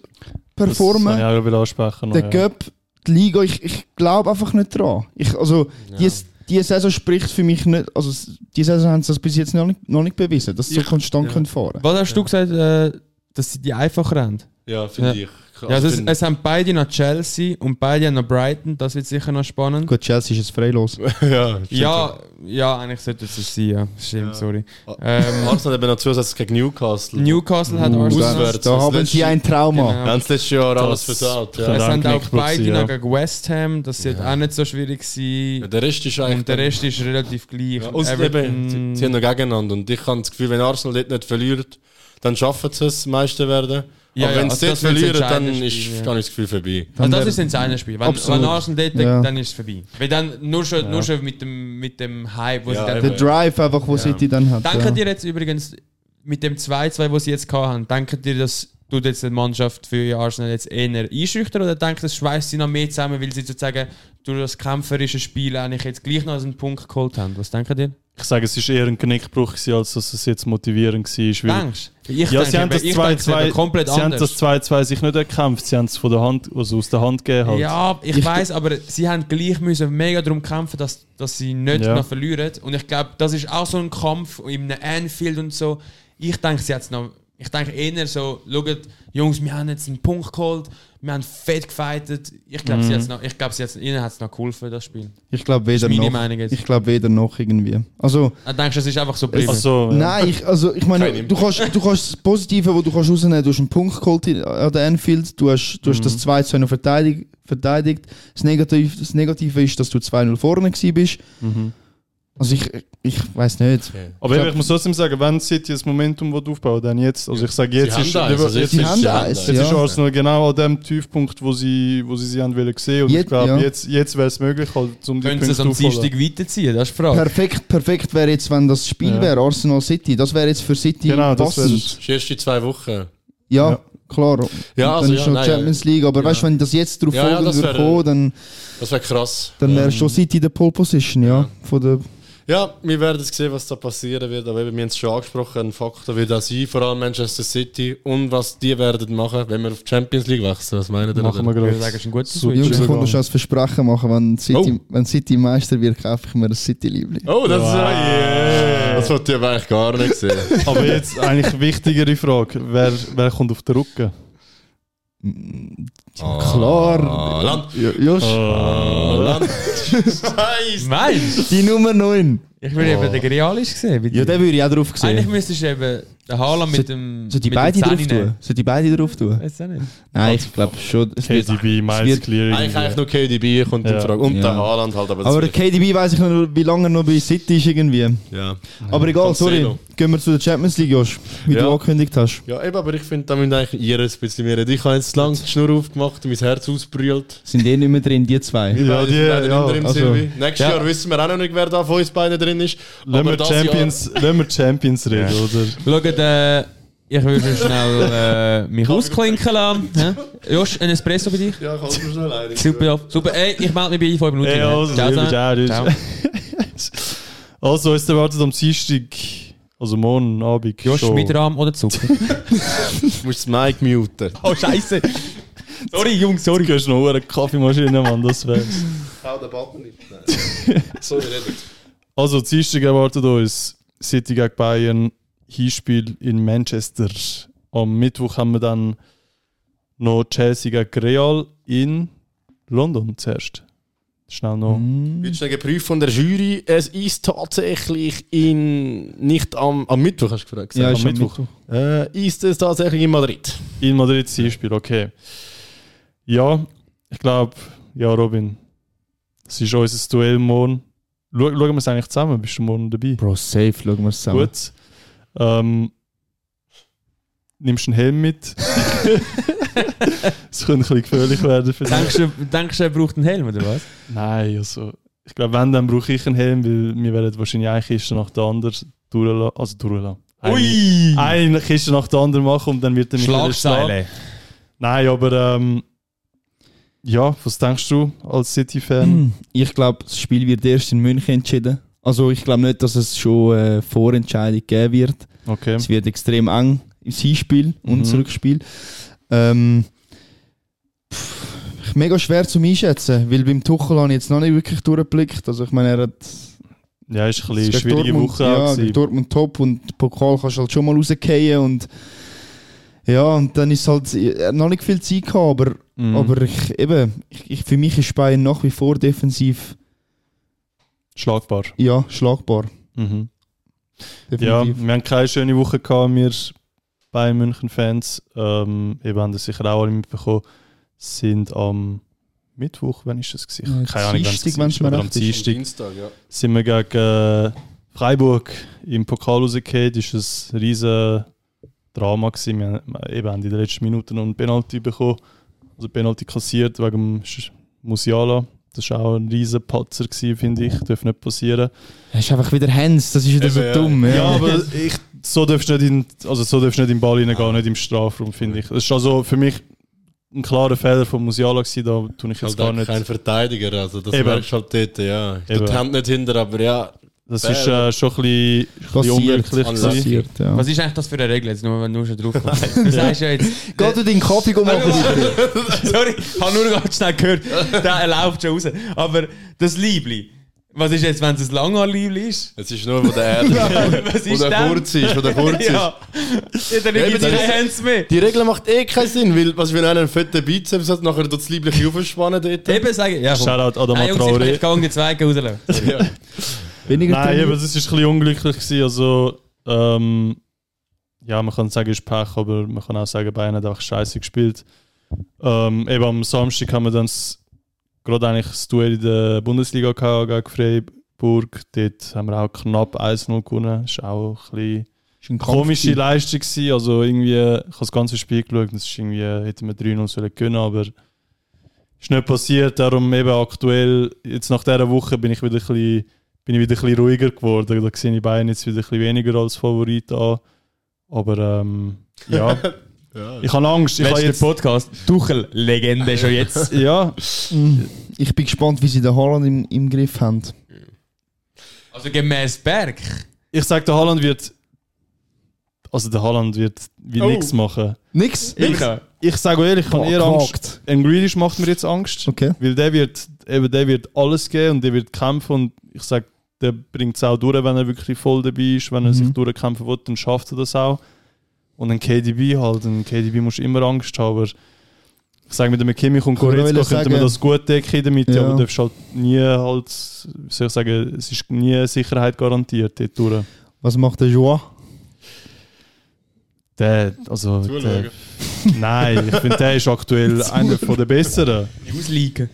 Speaker 6: performen
Speaker 5: Das kann ich auch wieder ansprechen. noch,
Speaker 6: Der
Speaker 5: ja.
Speaker 6: Cup, die Liga, ich, ich glaube einfach nicht dran. Ich, also, die, die Saison spricht für mich nicht. Also, die Saison haben sie das bis jetzt noch nicht, noch nicht bewiesen, dass sie so konstant können fahren
Speaker 4: Was hast du gesagt, äh, dass sie die einfacher haben?
Speaker 7: Ja, finde
Speaker 4: Ja.
Speaker 7: ich.
Speaker 4: Ja, also es,
Speaker 7: finde-
Speaker 4: es haben beide noch Chelsea und beide haben noch Brighton, das wird sicher noch spannend.
Speaker 6: Gut, Chelsea ist jetzt freilos.
Speaker 7: ja,
Speaker 4: Ja, ja, eigentlich sollte es so sein, ja. Stimmt, sorry. Ähm,
Speaker 7: Arsenal eben noch zusätzlich gegen Newcastle.
Speaker 4: Newcastle hat Arsenal.
Speaker 7: Auswärts.
Speaker 6: Da
Speaker 7: das
Speaker 6: haben sie
Speaker 7: letzte-
Speaker 6: ein Trauma.
Speaker 4: Genau.
Speaker 7: Ganz letztes Jahr alles
Speaker 5: Das-
Speaker 7: versaut.
Speaker 5: Ja,
Speaker 7: Ja.
Speaker 4: Es
Speaker 5: danke,
Speaker 4: haben auch
Speaker 5: Nick
Speaker 4: beide
Speaker 5: Putzi, ja.
Speaker 4: noch gegen West Ham, das wird auch nicht so schwierig sein.
Speaker 7: Ja, Der Rest ist eigentlich.
Speaker 4: Und der Rest ist relativ gleich.
Speaker 7: Und sie- eben, sie, sie haben noch gegeneinander. Und ich habe das Gefühl, wenn Arsenal dort nicht verliert, dann schaffen sie es, Meister werden.
Speaker 4: Ja,
Speaker 7: Aber
Speaker 4: ja,
Speaker 7: wenn
Speaker 4: also
Speaker 7: sie dort
Speaker 4: das wird das
Speaker 7: verlieren, dann
Speaker 4: entscheidende
Speaker 7: ist
Speaker 4: Spiel, ja.
Speaker 7: gar nicht das Gefühl vorbei.
Speaker 4: also das ist ein seiner Spiel. Wenn,
Speaker 6: Absolut.
Speaker 4: wenn Arsenal dort,
Speaker 6: Ja.
Speaker 4: dann ist es vorbei. Weil dann nur schon, nur schon mit, dem, mit dem Hype, wo
Speaker 7: Ja,
Speaker 4: sie dann
Speaker 6: Der Drive einfach, wo City dann hat.
Speaker 4: Denkt
Speaker 6: ja.
Speaker 4: ihr jetzt übrigens mit dem 2-2, was sie jetzt gehabt haben, denkt ihr, das tut jetzt die Mannschaft für Arsenal jetzt eher einschüchtern oder denkt ihr, das schweißt sie noch mehr zusammen, weil sie sozusagen durch das kämpferische Spiel eigentlich jetzt gleich noch einen Punkt geholt haben? Was denkt ihr?
Speaker 5: Ich sage, es war eher ein Genickbruch, gewesen, als dass es jetzt motivierend war. weil-
Speaker 4: Denkst du? Ich
Speaker 5: Ja,
Speaker 4: denke
Speaker 5: sie haben
Speaker 4: eben,
Speaker 5: das
Speaker 4: ich denke es eben
Speaker 5: 2-2
Speaker 4: komplett
Speaker 5: Sie haben
Speaker 4: anders.
Speaker 5: das 2-2 sich nicht erkämpft, sie haben es von der Hand, also aus der Hand gegeben. Halt.
Speaker 4: Ja, ich,
Speaker 6: Ich-
Speaker 4: weiß, aber sie haben gleich müssen mega darum kämpfen, dass, dass sie nicht
Speaker 5: Ja.
Speaker 4: noch verlieren. Und ich glaube, das ist auch so ein Kampf in einem Anfield und so. Ich denke, sie hat's noch. Ich denke eher so, schaut, Jungs, wir haben jetzt einen Punkt geholt, wir haben fett gefightet. Ich glaube, sie hat's noch, ich glaube, sie hat's, ihnen hat es noch geholfen, das Spiel.
Speaker 6: Ich glaube
Speaker 4: Das
Speaker 6: weder
Speaker 4: ist meine
Speaker 6: noch.
Speaker 4: Meinung jetzt.
Speaker 6: Ich glaube weder noch irgendwie. Also,
Speaker 4: Ah, denkst du, das ist einfach so geblieben?
Speaker 5: Also, ja.
Speaker 6: Nein, ich, also ich meine, du kannst, du kannst das Positive, das du kannst rausnehmen kannst, du hast einen Punkt geholt in- an der Anfield, du hast,
Speaker 7: Mhm.
Speaker 6: du hast das 2-2 noch verteidigt. verteidigt. Das, Negative, das Negative ist, dass du 2-0 vorne gewesen bist.
Speaker 7: Mhm.
Speaker 6: Also ich, ich weiß nicht.
Speaker 5: aber ich,
Speaker 6: glaub-
Speaker 5: ich muss trotzdem sagen, wenn City das Momentum will aufbauen dann jetzt, also ich sage, jetzt
Speaker 7: Sie
Speaker 5: ist,
Speaker 7: haben eins, also
Speaker 5: jetzt,
Speaker 7: jetzt
Speaker 6: Sie haben
Speaker 7: sie
Speaker 6: da
Speaker 7: haben
Speaker 6: eins,
Speaker 7: eins.
Speaker 5: jetzt ist
Speaker 6: ja.
Speaker 5: Arsenal genau an dem Tiefpunkt, wo sie, wo sie sie haben wollen sehen. Und
Speaker 6: Jetzt-
Speaker 5: ich glaube,
Speaker 6: ja.
Speaker 5: jetzt, jetzt wäre es möglich, halt, um die
Speaker 4: Können sie es
Speaker 5: Punkte
Speaker 4: am
Speaker 5: aufzuholen.
Speaker 4: Dienstag weiterziehen? Das ist die Frage.
Speaker 6: Perfekt, perfekt wäre jetzt, wenn das Spiel
Speaker 5: Ja.
Speaker 6: wäre, Arsenal City. Das wäre jetzt für City
Speaker 5: Genau, das
Speaker 6: passend.
Speaker 5: wär's.
Speaker 7: Das ist erst in zwei Wochen.
Speaker 6: ja,
Speaker 5: Ja.
Speaker 6: klar.
Speaker 7: Ja, also
Speaker 6: dann ist
Speaker 7: ja,
Speaker 6: noch
Speaker 7: nein,
Speaker 6: Champions League, aber weißt du, wenn das jetzt drauf
Speaker 7: Ja, ja,
Speaker 6: folgen
Speaker 7: das
Speaker 6: würde
Speaker 7: wäre-
Speaker 6: kommen, dann,
Speaker 7: Das wäre krass.
Speaker 6: dann wäre schon City in der Pole Position, ja. Von der
Speaker 7: Ja, wir werden sehen, was da passieren wird. Aber eben, wir haben es schon angesprochen, ein Faktor wird auch sein, vor allem Manchester City. Und was die werden machen, wenn wir auf die Champions League wechseln. Was meinen die?
Speaker 5: Machen wir
Speaker 4: Ich würde sagen,
Speaker 5: gerade.
Speaker 4: es ist ein guter
Speaker 5: So,
Speaker 4: Switch.
Speaker 6: Jungs, ich
Speaker 5: Übergang.
Speaker 6: kann das als Versprechen machen, wenn City, wenn City Meister wird, kaufe ich mir ein City-Liebling.
Speaker 7: Oh, das ist yeah. Das wollte ich aber eigentlich gar nicht sehen.
Speaker 5: Aber jetzt eigentlich wichtigere Frage, wer, wer kommt auf den Rücken?
Speaker 6: Klar.
Speaker 7: Ah, Land.
Speaker 6: Ja, Josh,
Speaker 7: Ah, Land. Scheiße.
Speaker 4: Meinst du?
Speaker 6: die Nummer 9.
Speaker 4: Ich würde eben den Grealisch sehen. bei dir.
Speaker 6: Ja, den würde ich auch drauf
Speaker 4: Eigentlich
Speaker 6: sehen.
Speaker 4: müsstest du eben den Haaland
Speaker 6: So-
Speaker 4: mit dem.
Speaker 6: Soll die
Speaker 4: mit dem
Speaker 6: beide drauf
Speaker 4: Zehni nehmen.
Speaker 6: tun? Soll die beide drauf tun?
Speaker 4: Weiß auch nicht.
Speaker 6: Nein, ich glaube schon. es wird-
Speaker 5: KDB, Miles
Speaker 6: wird-
Speaker 5: Clearing.
Speaker 7: Eigentlich, eigentlich nur KDB kommt in
Speaker 5: Ja.
Speaker 7: Frage. Und
Speaker 6: Ja.
Speaker 7: der Haaland halt. Aber, das
Speaker 6: Aber der
Speaker 7: wird-
Speaker 6: KDB weiß ich noch, wie lange er noch bei City ist irgendwie.
Speaker 7: ja.
Speaker 6: Aber egal,
Speaker 7: Cancelo.
Speaker 6: sorry. Gehen wir zu der Champions League, Josh. Wie
Speaker 7: Ja.
Speaker 6: du angekündigt hast.
Speaker 7: ja, eben, aber ich finde, da müssen eigentlich ihr ein bisschen mehr reden. Ich habe jetzt lang die Schnur aufgemacht und mein Herz ausbrüllt.
Speaker 6: Sind eh nicht mehr drin, die zwei.
Speaker 5: Ja,
Speaker 7: Beide
Speaker 5: die,
Speaker 7: sind leider nicht drin,
Speaker 5: ja.
Speaker 6: also-
Speaker 7: Silvi. Nächstes
Speaker 4: Ja.
Speaker 7: Jahr wissen wir auch noch nicht, wer da von uns beiden drin ist.
Speaker 5: Lassen wir
Speaker 7: das
Speaker 5: Champions, lassen wir Champions reden, oder?
Speaker 4: Schaut, äh, ich würde schon schnell äh, mich ausklinken lassen. hä? Josch, ein Espresso bei dich?
Speaker 7: Jahr, ja, kannst du schon leider.
Speaker 4: Super, super. Ey, ich melde mich bei dir vor Minuten.
Speaker 5: Ey, also,
Speaker 4: Ciao
Speaker 5: lieber
Speaker 4: zusammen.
Speaker 5: Jared.
Speaker 4: Ciao.
Speaker 5: Also, es erwartet am Dienstag, also morgen Abend.
Speaker 4: Josch,
Speaker 5: schon.
Speaker 4: mit Rahm oder Zucker?
Speaker 7: Du musst das Mic muten.
Speaker 4: oh, Scheiße. Sorry, Jungs, sorry.
Speaker 5: Du gehst noch eine Kaffeemaschine, Mann, das wär's.
Speaker 7: Hau den Button nicht. So, wir reden.
Speaker 5: Also, Dienstag erwartet uns City gegen Bayern, Hinspiel in Manchester. Am Mittwoch haben wir dann noch Chelsea gegen Real in London zuerst. Schnell noch.
Speaker 7: Wird schnell geprüft von der Jury. Es ist tatsächlich in. nicht am, am Mittwoch, hast du gefragt.
Speaker 6: Ja,
Speaker 7: gesagt?
Speaker 6: ist am Mittwoch.
Speaker 7: Äh, ist es tatsächlich in Madrid?
Speaker 5: In Madrid das Hinspiel, okay. Ja, ich glaube, ja, Robin, das ist unser Duell morgen. Schau- Schauen wir es eigentlich zusammen, bist du morgen dabei?
Speaker 6: Bro, safe, schauen wir es zusammen.
Speaker 5: Gut. Ähm, nimmst einen Helm mit? Es könnte ein bisschen gefährlich werden für dich.
Speaker 4: Denkst du, denkst du, er braucht einen Helm oder was?
Speaker 5: Nein, also, ich glaube, wenn, dann brauche ich einen Helm, weil wir werden wahrscheinlich eine Kiste nach der anderen durchlassen. Also durchlassen. Eine- Eine Kiste nach der anderen machen und dann wird der Michael schlagen.
Speaker 4: Schlagzeile.
Speaker 5: Nein, aber ähm, ja, was denkst du als City-Fan?
Speaker 6: Ich glaube, das Spiel wird erst in München entschieden. Also ich glaube nicht, dass es schon äh, Vorentscheidung geben wird.
Speaker 5: Okay.
Speaker 6: Es wird extrem eng im Hinspiel
Speaker 5: Mhm.
Speaker 6: und das Rückspiel. Ähm, pff, mega schwer zum Einschätzen, weil beim Tuchel habe ich jetzt noch nicht wirklich durchgeblickt. Also ich meine, er hat
Speaker 5: Ja, ist ein bisschen
Speaker 6: es
Speaker 5: eine
Speaker 6: war
Speaker 5: schwierige
Speaker 6: Dortmund,
Speaker 5: Woche
Speaker 6: ja,
Speaker 5: auch.
Speaker 6: gegen
Speaker 5: gewesen.
Speaker 6: Dortmund top und Pokal kannst du halt schon mal rausgehen und ja, und dann ist halt er hat noch nicht viel Zeit gehabt, aber,
Speaker 5: Mhm.
Speaker 6: aber ich, eben, ich, ich, für mich ist Bayern nach wie vor defensiv
Speaker 5: Schlagbar.
Speaker 6: ja, schlagbar.
Speaker 5: Mhm. Ja,
Speaker 6: Definitiv.
Speaker 5: wir haben keine schöne Woche gehabt, wir bei München-Fans. Ähm, eben haben das sicher auch alle mitbekommen. Sind am Mittwoch, wenn ist das
Speaker 6: Ja,
Speaker 5: gewesen? Keine Ahnung, wenn es
Speaker 6: Dienstag,
Speaker 5: gewesen
Speaker 6: wenn's
Speaker 5: ist,
Speaker 6: mir
Speaker 5: aber am
Speaker 6: recht ist.
Speaker 5: Dienstag
Speaker 7: Dienstag, ja.
Speaker 5: sind wir gegen äh, Freiburg im Pokal rausgekehrt. Das war ein riesen Drama. Gewesen. Wir haben äh, eben haben in den letzten Minuten noch einen Penalty bekommen. Also Penalty kassiert wegen dem Sch- Musiala. Das war auch ein riesen Patzer, gewesen, finde ich. Darf nicht passieren.
Speaker 6: Es ist einfach wieder Hans, das ist wieder so
Speaker 7: Eben, ja.
Speaker 6: dumm. Ja.
Speaker 5: Ja, aber ich, so darfst du nicht in, also so darfst du nicht im Ball hineingehen, nicht im Strafraum, finde ich. Das ist also für mich ein klarer Fehler von Musiala gewesen, da tue ich
Speaker 7: Halt
Speaker 5: jetzt gar nicht.
Speaker 7: kein Verteidiger, also das
Speaker 5: Eben.
Speaker 7: merkst du halt dort, ja.
Speaker 5: Eben.
Speaker 7: Eben. Die Hand nicht hinter, aber ja.
Speaker 5: Das ist äh, schon ein bisschen, ein bisschen
Speaker 6: Passiert,
Speaker 5: unglücklich gewesen.
Speaker 6: passiert, ja.
Speaker 4: Was ist eigentlich das für eine Regel, jetzt nur, wenn du schon drauf kommst? Du sagst ja jetzt,
Speaker 6: Geht du deinen Kaffee machen?
Speaker 4: sorry, ich habe nur ganz schnell gehört, der läuft schon raus. Aber das Liebli, was ist jetzt, wenn es ein Langhaar-Liebli ist?
Speaker 7: Es ist nur von der Erde.
Speaker 4: Was
Speaker 7: Wo
Speaker 4: ist
Speaker 7: der
Speaker 4: denn?
Speaker 7: kurz ist, wo der kurz ist.
Speaker 4: Ja, ja dann
Speaker 7: Ja,
Speaker 4: gibt es
Speaker 7: aber
Speaker 4: keine
Speaker 7: das-
Speaker 4: Hands mehr.
Speaker 7: Die Regel macht eh keinen Sinn, weil was, wenn einer einen fetten Bizeps hat, nachher tut das liebliche aufspannen dort.
Speaker 4: Eben sagen, ja, komm.
Speaker 5: Shoutout Adama
Speaker 4: Nein, Jungs, ich-
Speaker 5: Traoré.
Speaker 4: Ich gehe die Zweige rauslaufen.
Speaker 6: Weniger
Speaker 5: Nein,
Speaker 6: trainiert?
Speaker 5: aber das ist ein bisschen unglücklich gewesen. Also, ähm, ja, man kann sagen, es ist Pech, aber man kann auch sagen, Bayern hat einfach scheiße gespielt. Ähm, eben am Samstag haben wir dann das- gerade eigentlich das Duell in der Bundesliga gehabt, gegen Freiburg. Dort haben wir auch knapp 1-0 gewonnen. Ist auch ein bisschen
Speaker 6: Ist ein Kampf
Speaker 5: komische
Speaker 6: gewesen.
Speaker 5: Leistung gewesen. Also irgendwie, ich habe das ganze Spiel geschaut und es ist irgendwie, hätten wir 3-0 sollen können, aber ist nicht passiert. Darum eben aktuell, jetzt nach dieser Woche bin ich wieder ein bisschen, bin ich wieder ein bisschen ruhiger geworden. Da sehe ich Bayern jetzt wieder ein bisschen weniger als Favorit an. Aber ähm, ja,
Speaker 7: Ja.
Speaker 5: ich habe Angst. Ich habe
Speaker 4: Letzter
Speaker 5: jetzt,
Speaker 4: Podcast, Tuchel-Legende schon jetzt.
Speaker 5: ja,
Speaker 6: Ich bin gespannt, wie sie den Haaland im, im Griff haben.
Speaker 4: Also gemäß Berg.
Speaker 5: ich sage, der Haaland wird, also der Haaland wird wie nichts machen.
Speaker 6: Nix?
Speaker 5: Ich, ich sage ehrlich, ich habe eher Angst. Ein Grealish macht mir jetzt Angst.
Speaker 6: Okay.
Speaker 5: Weil der wird, eben der wird alles geben und der wird kämpfen und ich sage, der bringt es auch durch, wenn er wirklich voll dabei ist, wenn er
Speaker 6: Mhm.
Speaker 5: sich durchkämpfen will, dann schafft er das auch. Und ein KDB halt, ein KDB musst du immer Angst haben, aber ich sage, mit dem Kimi und
Speaker 6: wollte
Speaker 5: Goretzka könnte
Speaker 6: sagen-
Speaker 5: man das gut decken in der Mitte,
Speaker 6: Ja.
Speaker 5: aber du darfst halt nie halt, wie soll ich sagen, es ist nie Sicherheit garantiert dort durch.
Speaker 6: Was macht der Joa?
Speaker 5: Der, also, der,
Speaker 7: Zuschauen.
Speaker 5: nein, ich finde, der ist aktuell einer von der Besseren.
Speaker 4: Ausliegen.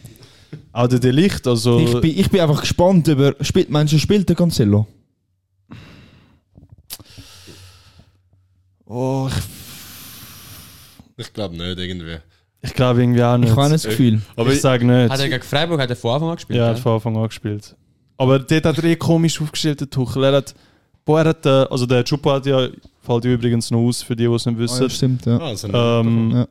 Speaker 5: Auch der Delicht, also...
Speaker 6: Ich bin, ich bin einfach gespannt über. Spielt, meinst du, spielt der Cancelo?
Speaker 5: oh, ich
Speaker 7: Ich glaube nicht, irgendwie.
Speaker 5: Ich glaube irgendwie auch nicht.
Speaker 6: Ich habe ein Gefühl.
Speaker 7: Aber
Speaker 5: ich
Speaker 7: ich,
Speaker 5: sage
Speaker 4: Hat er
Speaker 5: nicht.
Speaker 4: gegen Freiburg hat er von Anfang an gespielt?
Speaker 5: Ja,
Speaker 4: oder?
Speaker 5: hat von Anfang an gespielt. Aber dort hat er eh komisch aufgestellt, der Tuchel. Er hat, boah, er hat, äh, also der Chupa hat ja, fällt übrigens noch aus, für die, die es nicht
Speaker 6: Ah, ja,
Speaker 5: wissen.
Speaker 6: stimmt, ja.
Speaker 7: ah, also
Speaker 5: ähm,
Speaker 6: Ja.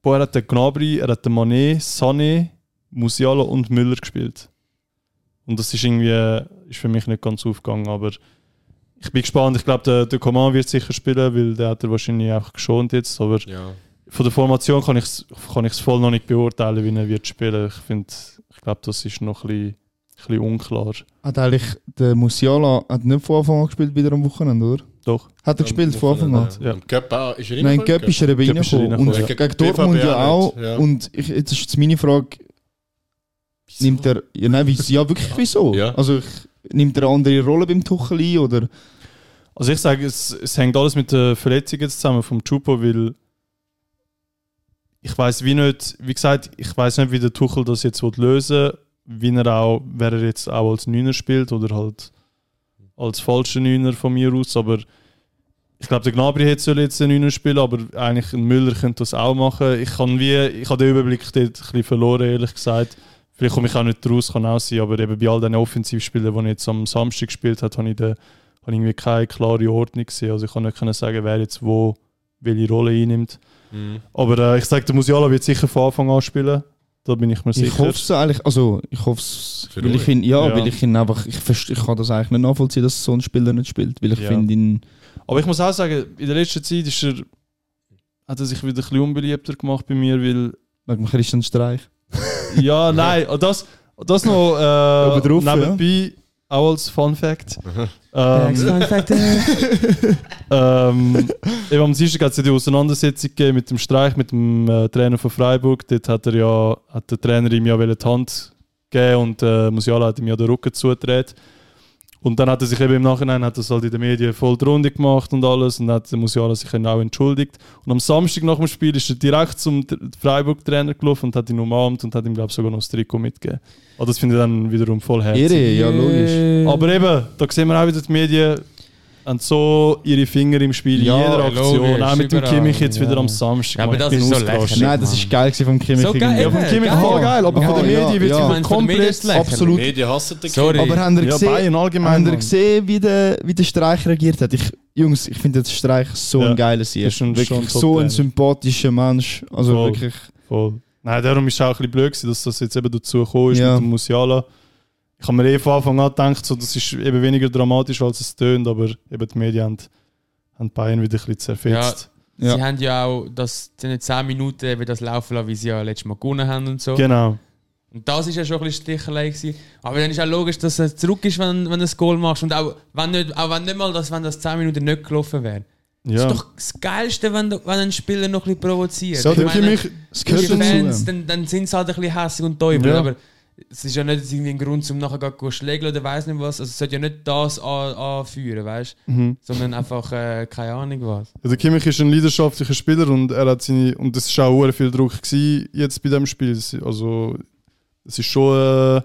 Speaker 5: Boah, er hat den Gnabry, er hat den Mané, Sané, Musiala und Müller gespielt. Und das ist irgendwie, äh, ist für mich nicht ganz aufgegangen, aber ich bin gespannt. Ich glaube, der, der Coman wird sicher spielen, weil der hat er wahrscheinlich einfach geschont jetzt, aber
Speaker 7: ja.
Speaker 5: von der Formation kann ich es kann ich's voll noch nicht beurteilen, wie er wird spielen. Ich finde, ich glaube, das ist noch ein bisschen, ein bisschen unklar.
Speaker 6: Hat eigentlich der Musiala hat nicht von Anfang an gespielt, wieder am Wochenende, oder?
Speaker 5: Doch.
Speaker 6: Hat er gespielt von Anfang an?
Speaker 5: Ja.
Speaker 7: Ja. Und Köpp auch. Ist er
Speaker 6: Nein,
Speaker 7: reingekommen?
Speaker 6: Göpp ist er eben
Speaker 5: Göpp ist
Speaker 6: reingekommen. Und
Speaker 5: reingekommen, ja.
Speaker 7: Gegen
Speaker 6: gegen Dortmund
Speaker 7: BVB
Speaker 6: ja
Speaker 7: auch
Speaker 6: auch.
Speaker 7: nicht, ja.
Speaker 6: Und ich, jetzt ist jetzt meine Frage: Nimmt er. Ja, nein, wieso? ja wirklich wieso?
Speaker 7: Ja.
Speaker 6: Also ich, nimmt er eine andere Rolle beim Tuchel ein? Oder?
Speaker 5: Also ich sage, es, es hängt alles mit der Verletzung jetzt zusammen vom Chupo, weil ich weiß wie nicht, wie gesagt, ich weiß nicht, wie der Tuchel das jetzt will lösen wie er auch, wer er jetzt auch als Neuner spielt oder halt als falscher Neuner von mir aus, aber ich glaube, der Gnabry hätte soll jetzt den Neuner spielen, aber eigentlich ein Müller könnte das auch machen. Ich kann wie, ich habe den Überblick dort ein bisschen verloren, ehrlich gesagt. Vielleicht komme ich auch nicht raus, kann auch sein, aber eben bei all den Offensivspielen, die ich jetzt am Samstag gespielt habe, habe ich, den, habe ich irgendwie keine klare Ordnung gesehen. Also ich kann nicht können sagen, wer jetzt wo welche Rolle einnimmt. Aber äh, ich sage, der Musiala wird sicher von Anfang an spielen. Da bin ich mir sicher.
Speaker 6: Ich hoffe es eigentlich, also ich hoffe es,
Speaker 7: Für
Speaker 6: weil
Speaker 7: euch.
Speaker 6: ich ihn, ja,
Speaker 5: Ja.
Speaker 6: weil ich ihn einfach, ich, verste- ich kann das eigentlich nicht nachvollziehen, dass so ein Spieler nicht spielt, weil ich
Speaker 5: Ja.
Speaker 6: finde ihn,
Speaker 5: Aber ich muss auch sagen, in der letzten Zeit ist er, hat er sich wieder ein bisschen unbeliebter gemacht bei mir, weil
Speaker 6: wegen Christian Streich.
Speaker 5: Ja, nein, und das, und das noch äh,
Speaker 6: Obendrauf,
Speaker 5: nebenbei, auch als Fun Fact.
Speaker 4: Next
Speaker 5: ähm,
Speaker 4: fun fact.
Speaker 5: ähm, eben am Dienstag hat es ja die Auseinandersetzung gegeben mit dem Streich, mit dem äh, Trainer von Freiburg. Dort hat, er ja, hat der Trainer ihm ja wollte die Hand gegeben und äh, Musiala hat ihm ja den Rücken zugedreht. Und dann hat er sich eben im Nachhinein hat das halt in den Medien voll die Runde gemacht und alles und hat der Musiala sich dann auch entschuldigt. Und am Samstag nach dem Spiel ist er direkt zum Tr- Freiburg-Trainer gelaufen und hat ihn umarmt und hat ihm, glaube ich, sogar noch das Trikot mitgegeben. Aber das finde ich dann wiederum voll herzig.
Speaker 6: Ehre, ja logisch.
Speaker 5: Aber eben, da sehen wir auch wieder die Medien haben so ihre Finger im Spiel,
Speaker 6: Ja,
Speaker 5: in jeder Aktion.
Speaker 4: logisch,
Speaker 5: auch mit dem
Speaker 4: überall,
Speaker 5: Kimmich jetzt
Speaker 4: ja.
Speaker 5: wieder am Samstag.
Speaker 4: Ja, aber
Speaker 5: Mann, ich
Speaker 4: das
Speaker 5: bin
Speaker 4: ist so
Speaker 5: ausgerastet.
Speaker 4: lächerlich.
Speaker 6: Nein, das ist geil gewesen vom Kimmich.
Speaker 4: So geil,
Speaker 6: irgendwie.
Speaker 5: Ja, vom
Speaker 4: Eben,
Speaker 5: Kimmich
Speaker 4: geil.
Speaker 5: voll geil, aber von
Speaker 6: Ja,
Speaker 5: den
Speaker 6: ja,
Speaker 5: Medien wird
Speaker 6: ja.
Speaker 5: ja.
Speaker 4: Meinst du, von den Medien
Speaker 5: komplett
Speaker 4: ist es lächerlich?
Speaker 6: absolut.
Speaker 7: Medien hassen den
Speaker 4: Sorry.
Speaker 6: Aber haben ihr
Speaker 5: Ja, Bayern
Speaker 6: gesehen,
Speaker 5: allgemein,
Speaker 6: haben ihr
Speaker 5: Mann.
Speaker 6: gesehen wie, der, wie der Streich reagiert hat? Ich, Jungs, ich finde den Streich so
Speaker 5: Ja.
Speaker 6: ein geiler Sieg.
Speaker 5: Ist schon-
Speaker 6: Wirklich
Speaker 5: schon
Speaker 6: so
Speaker 5: Top-Trainer.
Speaker 6: ein sympathischer Mensch. Also
Speaker 5: Voll.
Speaker 6: wirklich.
Speaker 5: Voll. Nein, darum ist es auch ein bisschen blöd, gewesen, dass das jetzt eben dazu gekommen ist
Speaker 6: Ja.
Speaker 5: mit dem Musiala. Ich habe mir eh von Anfang an gedacht, so, das ist eben weniger dramatisch, als es tönt, aber eben die Medien haben, haben Bayern wieder ein bisschen zerfetzt.
Speaker 6: Ja.
Speaker 4: Sie haben ja auch das, die haben jetzt 10 Minuten eben das laufen lassen, wie sie ja letztes Mal gewonnen haben und so.
Speaker 5: Genau.
Speaker 4: Und das ist ja schon ein bisschen Stichelei gewesen. Aber dann ist auch logisch, dass es zurück ist, wenn, wenn du ein Goal machst. Und auch wenn, nicht, auch wenn nicht mal das, wenn das 10 Minuten nicht gelaufen wäre.
Speaker 5: Ja.
Speaker 4: Das ist doch das Geilste, wenn, du- wenn ein Spieler noch ein bisschen provoziert.
Speaker 6: So,
Speaker 4: Ich
Speaker 6: der
Speaker 4: meine,
Speaker 6: Kimmich- Es
Speaker 4: die
Speaker 6: gehört
Speaker 4: Fans,
Speaker 6: dazu.
Speaker 4: dann, dann sind sie halt ein bisschen hässlich und teufel.
Speaker 5: Ja.
Speaker 4: Aber es ist ja nicht irgendwie ein Grund, um nachher gleich zu schlägeln oder weiss nicht was. Also es sollte ja nicht das an, anführen, weißt du?
Speaker 5: Mhm.
Speaker 4: Sondern einfach äh, keine Ahnung was.
Speaker 5: Ja, der Also Kimmich ist ein leidenschaftlicher Spieler und er hat seine und das ist auch sehr viel Druck gewesen jetzt bei dem Spiel. Es- Also es ist schon äh,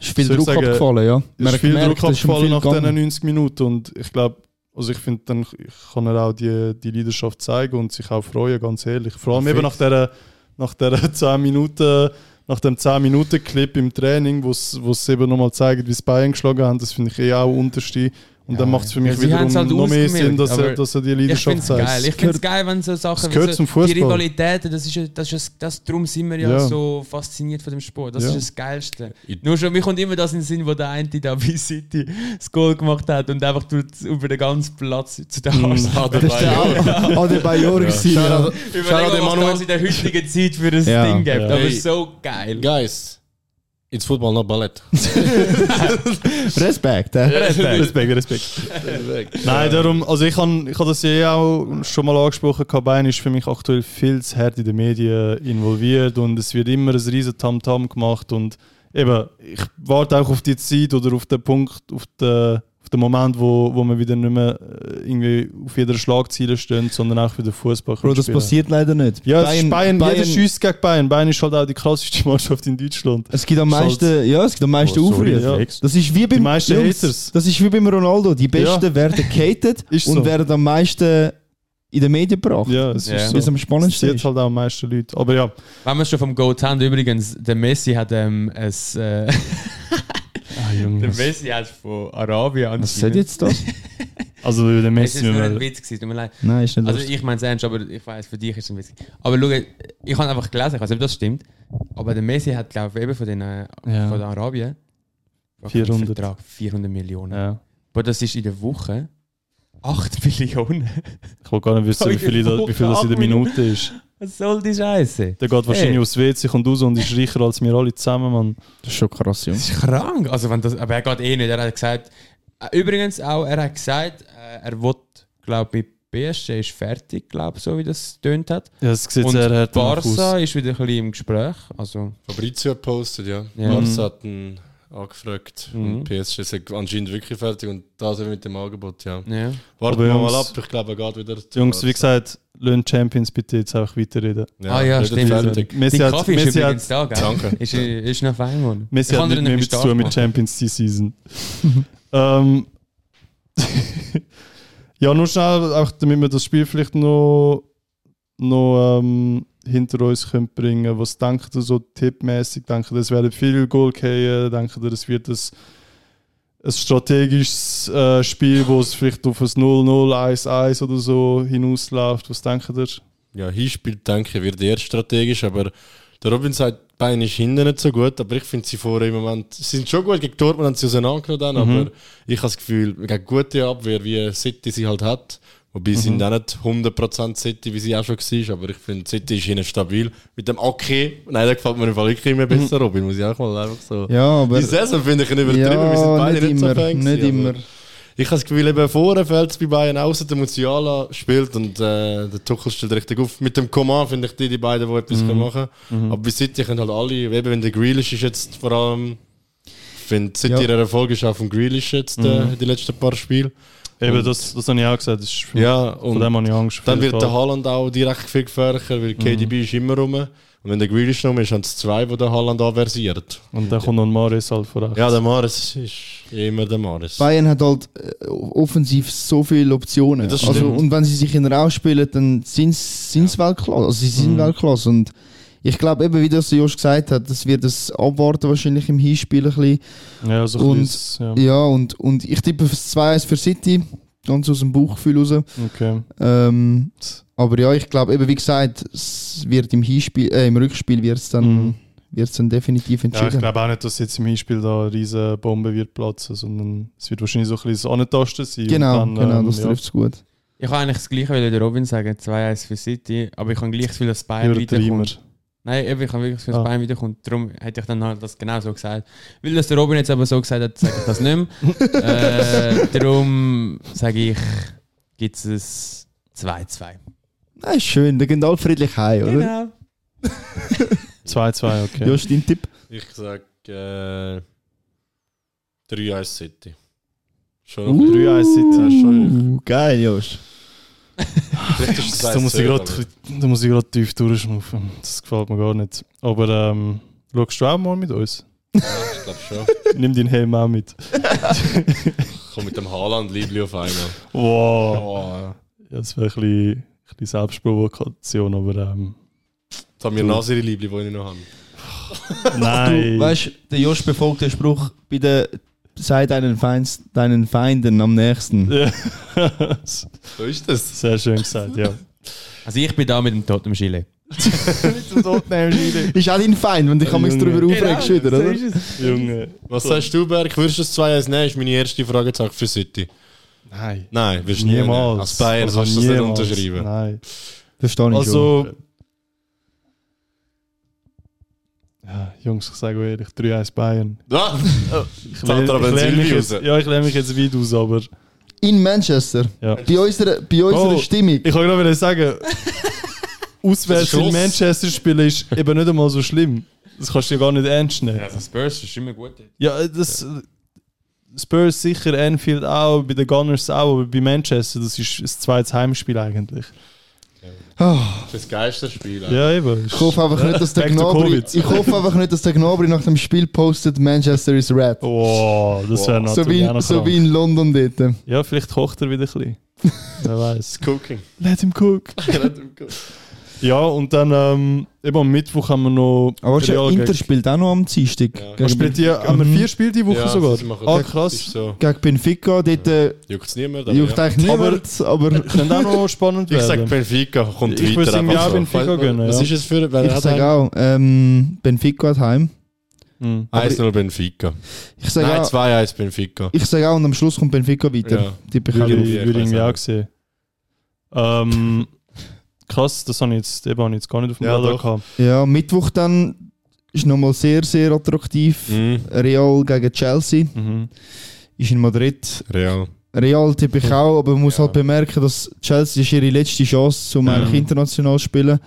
Speaker 6: Ist viel
Speaker 5: Soll ich
Speaker 6: Druck
Speaker 5: sagen,
Speaker 6: abgefallen, ja.
Speaker 5: es ist viel Druck
Speaker 6: es ist schon
Speaker 5: abgefallen
Speaker 6: viel
Speaker 5: nach diesen
Speaker 6: gegangen.
Speaker 5: 90 Minuten und ich glaube, also ich finde dann ich kann er auch die, die Leidenschaft zeigen und sich auch freuen, ganz ehrlich. Vor allem eben nach der nach der 10 Minuten nach dem 10 Minuten Clip im Training, wo es eben nochmal zeigt, wie es Bayern geschlagen haben, das finde ich eh auch unterste und dann macht es für mich
Speaker 4: Ja, sie
Speaker 5: wiederum
Speaker 4: haben's halt
Speaker 5: noch mehr
Speaker 4: ausgemerkt,
Speaker 5: Sinn, dass er,
Speaker 4: aber
Speaker 5: dass er die
Speaker 4: Ich
Speaker 5: Leidenschaft
Speaker 4: finde es
Speaker 5: zeigt.
Speaker 4: geil. Ich
Speaker 5: Es
Speaker 4: finde
Speaker 5: gehört-
Speaker 4: es geil, wenn so Sachen
Speaker 5: es gehört
Speaker 4: so,
Speaker 5: zum Fußball.
Speaker 4: Die Rivalitäten, das ist ja, das ist ja- das, darum sind wir ja,
Speaker 5: Ja.
Speaker 4: so fasziniert von dem Sport. Das
Speaker 5: Ja.
Speaker 4: ist das Geilste.
Speaker 7: Ich-
Speaker 4: Nur schon, mir kommt immer das in den Sinn, wo der eine da bei City das Goal gemacht hat und einfach durch, über den ganzen Platz zu
Speaker 5: Mhm.
Speaker 4: den Haaren.
Speaker 7: Ah,
Speaker 6: Adebayor gewesen, ja.
Speaker 4: Überleg mal, was das in der heutigen Zeit für ein
Speaker 6: Ja.
Speaker 4: Ding gibt.
Speaker 5: Ja.
Speaker 4: Aber
Speaker 7: Hey.
Speaker 4: so geil.
Speaker 7: Guys, it's football, not ballet.
Speaker 6: Respekt, eh?
Speaker 5: Respekt, Respekt. Nein, darum, also ich habe ich hab das ja eh auch schon mal angesprochen, gehabt, Bayern ist für mich aktuell viel zu hart in den Medien involviert und es wird immer ein riesen Tamtam gemacht und eben, ich warte auch auf die Zeit oder auf den Punkt, auf den, auf den Moment, wo, wo man wieder nicht mehr äh, irgendwie auf jeder Schlagzeile steht, sondern auch wieder Fußball
Speaker 6: Bro, das passiert leider nicht.
Speaker 5: Ja, es ist Bayern, jeder
Speaker 6: Bayern-
Speaker 5: Schuss gegen Bayern. Bayern ist halt auch die krasseste Mannschaft in Deutschland.
Speaker 6: Es gibt am
Speaker 5: Schalz.
Speaker 6: meisten, ja, es gibt am meisten
Speaker 5: Oh, sorry,
Speaker 6: Aufreger.
Speaker 5: ja.
Speaker 6: Das ist wie beim
Speaker 5: meisten Haters.
Speaker 6: Das ist wie beim Ronaldo. Die Besten
Speaker 5: Ja.
Speaker 6: werden gehatet
Speaker 5: Ist
Speaker 6: und
Speaker 5: so.
Speaker 6: werden am meisten in den Medien gebracht.
Speaker 5: Ja, es
Speaker 4: Ja.
Speaker 5: ist
Speaker 6: Wie es
Speaker 5: so.
Speaker 6: am
Speaker 5: Es
Speaker 6: spannendsten
Speaker 5: sieht
Speaker 6: ist.
Speaker 5: halt auch am meisten Leute. Aber ja,
Speaker 4: Wenn wir schon vom Goat haben, übrigens, der Messi hat ähm, ein. Äh,
Speaker 5: Ah,
Speaker 4: der Messi hat von Arabien
Speaker 6: Was
Speaker 4: anscheinend.
Speaker 6: sagt jetzt das?
Speaker 5: also der
Speaker 4: Es
Speaker 5: Messi...
Speaker 4: ist nur
Speaker 5: wenn
Speaker 4: ein
Speaker 5: wir-
Speaker 4: Witz gewesen, tut mir leid.
Speaker 6: Nein, ist nicht
Speaker 4: Also
Speaker 6: lustig.
Speaker 4: ich meine es ernst, aber ich weiß, für dich ist es ein Witz. Aber schau, ich habe einfach gelesen, ich weiß nicht, ob das stimmt, aber der Messi hat, glaube ich, eben von den, äh,
Speaker 5: Ja.
Speaker 4: von den Arabien
Speaker 5: 400.
Speaker 4: Vertrag, 400 Millionen.
Speaker 5: Ja.
Speaker 4: Aber das ist in der Woche 8 Millionen.
Speaker 5: Ich will gar nicht wissen, wie viel, da, wie viel das in der Minute ist.
Speaker 4: Was soll die Scheiße?
Speaker 5: Der geht wahrscheinlich
Speaker 4: Hey.
Speaker 5: aufs WC, kommt raus und ist reicher als wir alle zusammen, Mann.
Speaker 6: Das ist schon krass, Junge.
Speaker 4: Das ist krank. Also wenn das, aber er geht eh nicht. Er hat gesagt, äh, übrigens auch, er hat gesagt, äh, er will, glaube ich, PSG ist fertig, glaube ich, so wie das tönt hat.
Speaker 5: Ja, das sieht
Speaker 4: Und
Speaker 5: sehr hart danach
Speaker 4: Barca
Speaker 5: aus.
Speaker 4: ist wieder ein bisschen im Gespräch. Also,
Speaker 7: Fabrizio hat postet, ja.
Speaker 4: Ja.
Speaker 7: Barca hat ihn angefragt.
Speaker 4: Mhm.
Speaker 7: Und PSG ist anscheinend wirklich fertig und das eben mit dem Angebot, ja.
Speaker 4: ja.
Speaker 7: Warten
Speaker 5: Aber
Speaker 7: wir mal
Speaker 5: Jungs-
Speaker 7: ab, ich glaube, er geht wieder. zu
Speaker 5: Jungs, wie
Speaker 7: Barca.
Speaker 5: gesagt, lönt Champions bitte jetzt einfach weiterreden.
Speaker 7: Ja,
Speaker 4: Ah, ja,
Speaker 7: redet
Speaker 4: stimmt.
Speaker 7: Fertig.
Speaker 5: Messi
Speaker 4: Dein
Speaker 5: hat,
Speaker 4: Kaffee ist
Speaker 5: Messi
Speaker 4: übrigens
Speaker 5: hat,
Speaker 4: da, gell?
Speaker 7: Danke.
Speaker 4: Ist, äh, ist noch fein geworden.
Speaker 5: Messi
Speaker 4: Ich
Speaker 5: hat
Speaker 4: kann
Speaker 5: nicht
Speaker 4: dir
Speaker 5: mehr
Speaker 4: nämlich
Speaker 5: mit zu tun mit
Speaker 4: stark
Speaker 5: Champions League Season. ähm, ja, nur schnell, auch damit wir das Spiel vielleicht noch, noch ähm, hinter uns können bringen Was denkt ihr so tippmäßig? Denkt ihr, es werden viele Goal fallen? Denkt ihr, es wird ein, ein strategisches äh, Spiel, wo es vielleicht auf ein 0-0, 1-1 oder so hinausläuft? Was denkt ihr?
Speaker 7: Ja, Hinspiel, denke ich, wird eher strategisch, aber der Robin sagt, Bayern ist hinten nicht so gut, aber ich finde sie vorher im Moment. Sie sind schon gut, gegen Dortmund haben sie auseinandergenommen, dann,
Speaker 6: Mhm.
Speaker 7: aber ich habe das Gefühl, gegen gute Abwehr, wie City sie halt hat, wobei sie
Speaker 6: Mhm.
Speaker 7: sind auch nicht 100% City, wie sie auch schon war, aber ich finde, City ist ihnen stabil. Mit dem Aki, nein, der gefällt mir im Fall wirklich immer besser, Robin, muss ich auch mal einfach so.
Speaker 6: Mhm. Ja, aber.
Speaker 7: Die Saison finde ich ihn übertrieben, wir sind
Speaker 6: Ja,
Speaker 7: beide
Speaker 6: nicht
Speaker 7: nicht, so
Speaker 6: immer.
Speaker 7: Fan gewesen,
Speaker 6: Nicht
Speaker 7: aber-
Speaker 6: immer.
Speaker 7: ich habe das Gefühl, eben vorne fällt es bei Bayern aus, der Musiala spielt und äh, der Tuchel stellt richtig auf. Mit dem Coman finde ich die, die beiden, die etwas können machen können. Aber bei City können halt alle, eben wenn der Grealish ist jetzt vor allem, ich finde City
Speaker 6: Ja.
Speaker 7: ja. ihre Erfolg ist auch vom Grealish jetzt äh, die letzten paar Spiele.
Speaker 5: Eben, das, das habe ich auch gesagt. Das ist für
Speaker 7: Ja,
Speaker 5: Von
Speaker 7: und
Speaker 5: dem habe ich Angst. auf
Speaker 7: dann
Speaker 5: jeden
Speaker 7: wird der
Speaker 5: Fall.
Speaker 7: Haaland auch direkt viel gefährlicher, weil KDB ist immer rum. Und wenn der Grealish rum ist, haben es zwei, die der Haaland anversiert.
Speaker 5: Und dann kommt noch ein Maris halt vor.
Speaker 7: Ja, der Mares ist immer der Mares.
Speaker 6: Bayern hat halt äh, offensiv so viele Optionen.
Speaker 7: Ja, das
Speaker 6: also,
Speaker 7: stimmt.
Speaker 6: und wenn sie sich in Raum spielen, dann sind sie Weltklasse. Also, sie
Speaker 7: Mhm.
Speaker 6: sind Weltklasse. Und ich glaube eben, wie das der Josh gesagt hat, dass wir das abwarten wahrscheinlich im Hinspiel ein bisschen.
Speaker 5: Ja, so
Speaker 6: Und-
Speaker 5: ein bisschen, ja.
Speaker 6: Ja, und, und ich tippe fürs 2-1 für City. Ganz aus dem Bauchgefühl raus.
Speaker 5: Okay.
Speaker 6: Ähm, aber ja, ich glaube eben, wie gesagt, es wird im, Hinspiel, äh, im Rückspiel wird es dann,
Speaker 5: Mhm.
Speaker 6: wird's dann definitiv
Speaker 5: Ja, ich
Speaker 6: entschieden.
Speaker 5: glaube auch nicht, dass jetzt im Hinspiel da eine riesige Bombe wird platzen, sondern es wird wahrscheinlich so ein bisschen das Antasten sein. und
Speaker 6: genau,
Speaker 5: dann,
Speaker 6: genau,
Speaker 5: ähm,
Speaker 6: das
Speaker 5: ja.
Speaker 6: trifft es gut.
Speaker 4: Ich kann eigentlich das Gleiche wie der Robin sagen, 2-1 für City, aber ich habe gleich das Gefühl, dass Bayern
Speaker 5: Übertreiber.
Speaker 4: weiterkommt. Nein, eben, ich habe wirklich das Gefühl, dass
Speaker 5: Ah.
Speaker 4: Bayern wiederkommt. Darum hätte ich dann halt das genau so gesagt. Weil das der Robin jetzt aber so gesagt hat, sage ich das nicht mehr. äh, darum sage ich, gibt es ein 2-2.
Speaker 6: Ah, ist schön, da gehen alle friedlich heim, oder?
Speaker 4: Genau.
Speaker 5: 2-2, okay.
Speaker 6: Josh, dein Tipp?
Speaker 7: Ich sag äh, 3-1 City. Schon
Speaker 6: Uh,
Speaker 5: 3-1 City.
Speaker 7: Ja, schon.
Speaker 6: Uh, geil, Josh.
Speaker 7: Vielleicht ist es
Speaker 5: Da muss, ich
Speaker 7: 1-2,
Speaker 5: grad,
Speaker 7: aber-
Speaker 5: da muss ich gerade tief durchschnaufen. Das gefällt mir gar nicht. Aber ähm, schaust du auch mal mit uns?
Speaker 7: Ja, ich glaube schon.
Speaker 5: Nimm deinen Helm auch mit.
Speaker 7: Komm mit dem Haaland Liebli auf einmal.
Speaker 5: Wow.
Speaker 7: Oh.
Speaker 5: Ja, das wäre ein bisschen, ein bisschen Selbstprovokation, aber ähm,
Speaker 7: Jetzt haben wir Nasiri Liebli, die ich noch habe.
Speaker 5: nein.
Speaker 6: Du weißt, der Josh befolgt den Spruch, bei der, sei deinen, Feind, deinen Feinden am nächsten.
Speaker 5: Ja.
Speaker 7: So ist das.
Speaker 5: Sehr schön gesagt, ja.
Speaker 4: Also ich bin da mit dem Totem Chile.
Speaker 6: Ist auch dein Feind, wenn dich am nächsten darüber aufregst
Speaker 5: Genau,
Speaker 6: wieder, oder?
Speaker 5: Junge.
Speaker 7: Was sagst du, Berg? Würdest du das 2-1 nehmen? Ist meine erste Frage jetzt auch für City.
Speaker 5: Nein.
Speaker 7: Nein, wirst du nie nehmen.
Speaker 5: Niemals.
Speaker 7: Als Bayern
Speaker 5: Also
Speaker 7: kannst du das nicht
Speaker 5: niemals.
Speaker 7: unterschreiben.
Speaker 5: Nein.
Speaker 6: Verstehe ich schon.
Speaker 5: Also. Ja, Jungs, ich sage euch ehrlich, 3-1 Bayern.
Speaker 7: Ah,
Speaker 5: Ich
Speaker 7: Zahlt er aber einen
Speaker 5: lehne mich
Speaker 7: Silvi
Speaker 5: jetzt,
Speaker 7: raus.
Speaker 5: ja, ich lehne mich jetzt weit aus, aber
Speaker 6: In Manchester,
Speaker 5: ja.
Speaker 6: bei unserer, bei unserer
Speaker 5: Oh.
Speaker 6: Stimmung.
Speaker 5: Ich kann gerade wieder sagen, auswärts in
Speaker 7: Schluss.
Speaker 5: Manchester spielen ist eben nicht einmal so schlimm. Das kannst du ja gar nicht ernst nehmen.
Speaker 4: Also Spurs ist immer gut.
Speaker 5: Ja, das Spurs sicher, Anfield auch, bei den Gunners auch, aber bei Manchester, das ist ein zweites Heimspiel eigentlich.
Speaker 7: fürs Geisterspiel. Ja.
Speaker 5: Ja, eben.
Speaker 6: Ich hoffe einfach nicht, dass der
Speaker 5: Back to
Speaker 6: Gnabry,
Speaker 5: Covid.
Speaker 6: ich hoffe einfach nicht, dass der Gnabry nach dem Spiel postet, Manchester is red.
Speaker 5: Oh, das wäre
Speaker 6: so,
Speaker 5: natürlich
Speaker 6: wie,
Speaker 5: auch noch
Speaker 6: so
Speaker 5: krank.
Speaker 6: wie in London dort.
Speaker 5: Ja, vielleicht kocht er wieder ein bisschen. Wer weiß.
Speaker 7: Cooking.
Speaker 5: Let him cook. Ja, und dann ähm, eben am Mittwoch haben wir noch
Speaker 6: Aber
Speaker 5: Real
Speaker 6: Inter
Speaker 5: gegen-
Speaker 6: spielt auch noch am Dienstag.
Speaker 7: Ja.
Speaker 5: Was
Speaker 6: Gegen,
Speaker 5: spielt ihr? Haben wir vier Spiele die Woche
Speaker 7: Ja,
Speaker 5: sogar?
Speaker 7: sie machen-
Speaker 5: Ah,
Speaker 7: Das ist
Speaker 5: krass.
Speaker 7: so.
Speaker 6: gegen Benfica, dort äh,
Speaker 7: Juckt es niemand. aber
Speaker 6: juckt
Speaker 7: ja.
Speaker 6: eigentlich niemand, aber
Speaker 5: Könnte auch noch spannend
Speaker 7: Ich sag
Speaker 5: werden.
Speaker 7: Benfica, kommt
Speaker 5: Ich würd's
Speaker 7: weiter.
Speaker 5: ihm
Speaker 7: einfach
Speaker 5: ja
Speaker 7: so.
Speaker 5: Benfica gönnen,
Speaker 7: Was
Speaker 5: ja.
Speaker 7: ist es für... wer
Speaker 6: ich
Speaker 7: hat
Speaker 6: sage
Speaker 7: einen?
Speaker 6: auch, ähm, Benfica hat heim.
Speaker 5: Hm.
Speaker 7: 1-0 Benfica.
Speaker 6: Ich
Speaker 7: Nein,
Speaker 6: sage auch,
Speaker 7: 2-1 Benfica.
Speaker 6: ich sag auch, und am Schluss kommt Benfica weiter.
Speaker 7: Ja.
Speaker 6: Tippe ich auch
Speaker 5: Würde
Speaker 7: Jury-
Speaker 6: drauf.
Speaker 5: ich,
Speaker 7: ich
Speaker 5: würde ich
Speaker 7: weiß
Speaker 5: irgendwie
Speaker 7: auch
Speaker 5: auch sehen. Ähm, krass, das habe ich jetzt, eben, habe ich jetzt gar nicht auf dem
Speaker 7: Ja,
Speaker 5: Radar
Speaker 7: doch.
Speaker 5: gehabt.
Speaker 6: Ja, Mittwoch dann ist nochmal sehr, sehr attraktiv.
Speaker 7: Mhm.
Speaker 6: Real gegen Chelsea
Speaker 5: Mhm.
Speaker 6: ist in Madrid.
Speaker 7: Real.
Speaker 6: Real tippe ich auch, aber man muss
Speaker 7: Ja.
Speaker 6: halt bemerken, dass Chelsea ist ihre letzte Chance, um
Speaker 5: Ja.
Speaker 6: eigentlich international zu spielen.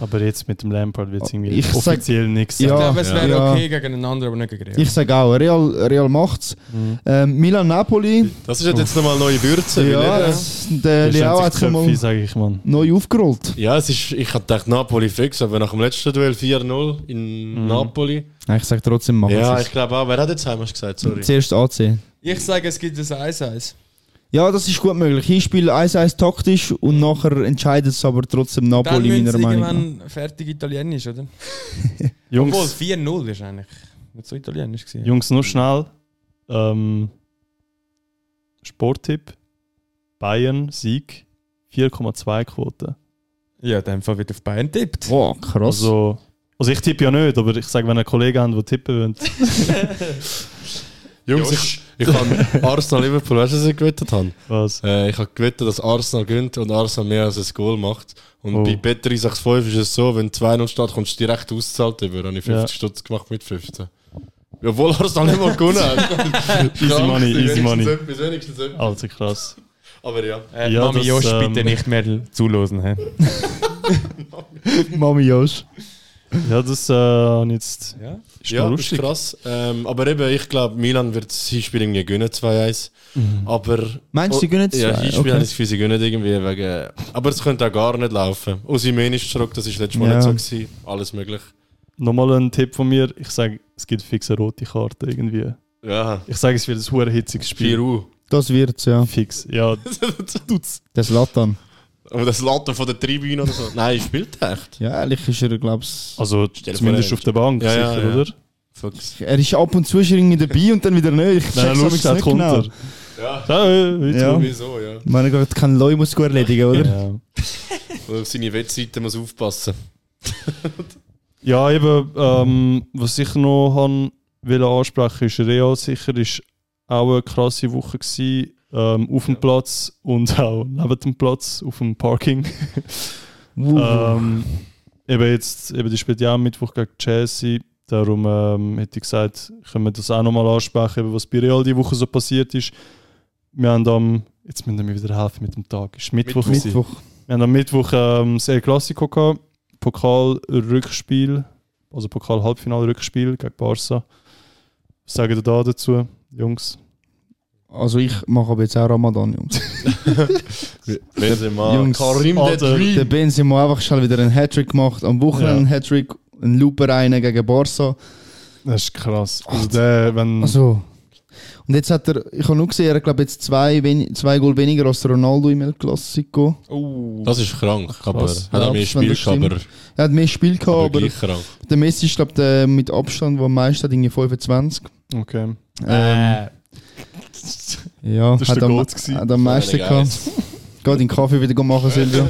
Speaker 5: Aber jetzt mit dem Lampard wird es irgendwie
Speaker 6: Ich sag-
Speaker 5: offiziell nichts.
Speaker 4: Ich
Speaker 6: Ja.
Speaker 4: glaube, es wäre
Speaker 6: Ah, Ja.
Speaker 4: okay gegen einander, aber nicht gegen Real.
Speaker 6: Ich sage auch, Real, Real macht's.
Speaker 7: Mhm.
Speaker 6: Ähm, Milan Napoli,
Speaker 7: Das ist jetzt nochmal neue Würze.
Speaker 6: ja,
Speaker 7: weil, äh,
Speaker 6: das- der Leao hat es mal
Speaker 5: sage ich, Mann.
Speaker 6: neu aufgerollt.
Speaker 7: ja es ist, ich hab gedacht, Napoli fix, aber nach dem letzten Duell 4-0 in Napoli.
Speaker 6: Nein, ich sage trotzdem, machen
Speaker 7: Ja,
Speaker 6: es.
Speaker 7: ich glaube auch. Wer hat jetzt heim, hast du gesagt? Sorry.
Speaker 6: Zuerst AC.
Speaker 4: Ich sage, es gibt ein 1-1.
Speaker 6: Ja, das ist gut möglich. Ich spiele 1-1 taktisch und nachher entscheidet es aber trotzdem
Speaker 4: Dann
Speaker 6: Napoli,
Speaker 4: müssen
Speaker 6: meiner
Speaker 4: sie
Speaker 6: Meinung nach.
Speaker 4: irgendwann fertig italienisch, oder? Obwohl
Speaker 5: Jungs,
Speaker 4: 4-0 ist eigentlich nicht so italienisch gewesen.
Speaker 5: Jungs, nur schnell. Ähm, Sporttipp: Bayern, Sieg, 4,2 Quote.
Speaker 4: Ja, in dem Fall wird auf Bayern tippt.
Speaker 6: Boah, krass.
Speaker 5: Also, Also ich tippe ja nicht, aber ich sage, wenn ihr Kollegen habt, die tippen wollen.
Speaker 7: Jungs, ich, ich habe Arsenal Liverpool, weißt du, was ich gewettet habe?
Speaker 5: Was?
Speaker 7: Äh, ich habe gewettet, dass Arsenal gönnt und Arsenal mehr als ein Goal macht. Und
Speaker 5: Oh.
Speaker 7: bei Bet 365 ist es so, wenn 2-0 steht, kommst du direkt ausgezahlt über. Habe ich 50
Speaker 5: Ja.
Speaker 7: Stutz gemacht mit 15. Obwohl Arsenal nicht mal gewonnen hat.
Speaker 5: Easy money, easy
Speaker 7: wenigstens
Speaker 5: money.
Speaker 7: Etwas, wenigstens etwas.
Speaker 5: Also krass.
Speaker 7: Aber ja.
Speaker 4: Äh,
Speaker 5: Ja,
Speaker 4: Mami
Speaker 5: das,
Speaker 4: Josch,
Speaker 5: ähm,
Speaker 4: bitte nicht mehr zulosen. He?
Speaker 6: Mami Josh.
Speaker 5: Ja, das äh, habe ich jetzt...
Speaker 4: Ja.
Speaker 5: Ist
Speaker 7: ja,
Speaker 5: ja,
Speaker 7: das ist
Speaker 5: lustig.
Speaker 7: krass. Ähm, aber eben, ich glaube, Milan wird das Hinspiel irgendwie gönnen, 2-1.
Speaker 5: Mhm.
Speaker 7: Aber.
Speaker 6: Meinst du, sie gönnen
Speaker 7: Oh, Ja,
Speaker 6: zwei?
Speaker 7: Hinspiel
Speaker 6: Okay.
Speaker 7: habe ich das Gefühl, sie gönnen irgendwie wegen. Aber es könnte auch gar nicht laufen. Osimhen ist zurück, das war letztes Mal
Speaker 6: Ja.
Speaker 7: nicht so. Gewesen. Alles möglich.
Speaker 5: Nochmal ein Tipp von mir. Ich sage, es gibt fix eine rote Karte irgendwie.
Speaker 7: Ja.
Speaker 5: Ich sage, es wird ein hure hitziges Spiel.
Speaker 7: Giroud.
Speaker 6: Das wird's, ja.
Speaker 5: Fix. Ja,
Speaker 6: Das Latan.
Speaker 7: Aber das Latte von der Tribüne oder so. Nein, spielt echt.
Speaker 6: Ja, ehrlich ist er, glaub's.
Speaker 5: also
Speaker 7: Stell dir
Speaker 5: zumindest
Speaker 7: vor,
Speaker 5: auf der Bank,
Speaker 7: Ja, ja,
Speaker 5: sicher,
Speaker 7: ja.
Speaker 5: oder?
Speaker 7: Fucks.
Speaker 6: Er ist ab und zu ist er irgendwie dabei und dann wieder nicht. Ich
Speaker 5: Wenn er
Speaker 6: check's
Speaker 5: Lust
Speaker 6: amigs
Speaker 5: hat,
Speaker 6: nicht
Speaker 5: kommt
Speaker 6: genau.
Speaker 5: er.
Speaker 7: Ja.
Speaker 5: Ja, ja, ja.
Speaker 6: Ja.
Speaker 7: Wieso, ja.
Speaker 6: Man hat keinen Leu muss gut erledigen, oder?
Speaker 5: Ja.
Speaker 7: Und auf seine Webseite muss aufpassen.
Speaker 5: Ja, eben, ähm, was ich noch han will ansprechen ist Real sicher, ist auch eine krasse Woche gewesen, ähm, auf dem Platz und auch neben dem Platz, auf dem Parking.
Speaker 6: Uh.
Speaker 5: ähm, eben jetzt, eben die spielt ja am Mittwoch gegen Chelsea, darum ähm, hätte ich gesagt, können wir das auch nochmal ansprechen, eben, was bei Real die Woche so passiert ist. Wir haben am, jetzt müssen wir mir wieder helfen mit dem Tag, ist Mittwoch. gewesen.
Speaker 6: Mittwoch.
Speaker 5: Wir haben am Mittwoch ähm, das El Clasico gehabt. Pokal-Rückspiel, also Pokal-Halbfinal-Rückspiel gegen Barca. Was sagen ihr da dazu, Jungs?
Speaker 6: Also ich mache aber jetzt auch Ramadan, Jungs.
Speaker 7: Wenn sie mal.
Speaker 6: Jungs,
Speaker 7: Karim der
Speaker 5: Alter.
Speaker 6: Der
Speaker 7: Dream.
Speaker 6: Benzema hat einfach schnell wieder einen Hattrick gemacht. Am Wochenende
Speaker 5: Ja.
Speaker 6: einen Hattrick, einen Looper rein gegen Barca.
Speaker 5: Das ist krass. Also der, wenn...
Speaker 6: Also. Und jetzt hat er, ich habe nur gesehen, er hat glaube jetzt zwei, wen- zwei Goal weniger als der Ronaldo im El Clasico.
Speaker 7: Das ist krank. Aber
Speaker 5: Krass.
Speaker 7: hat auch
Speaker 6: Ja,
Speaker 7: mehr
Speaker 6: das
Speaker 7: Spiel
Speaker 6: stimmt.
Speaker 7: gehabt, aber,
Speaker 6: Er hat mehr Spiel gehabt,
Speaker 7: aber
Speaker 6: aber,
Speaker 7: gleich krank.
Speaker 6: der Messi ist glaube ich der mit Abstand, der am meisten hat, irgendwie 25.
Speaker 5: Okay.
Speaker 7: äh,
Speaker 6: Ähm, ja,
Speaker 5: Äh, Das war
Speaker 6: hat,
Speaker 5: der
Speaker 6: am,
Speaker 5: Gold. gewesen.
Speaker 6: hat am meisten
Speaker 7: Völlig
Speaker 6: gehabt. Geh den Kaffee wieder machen, Silvio.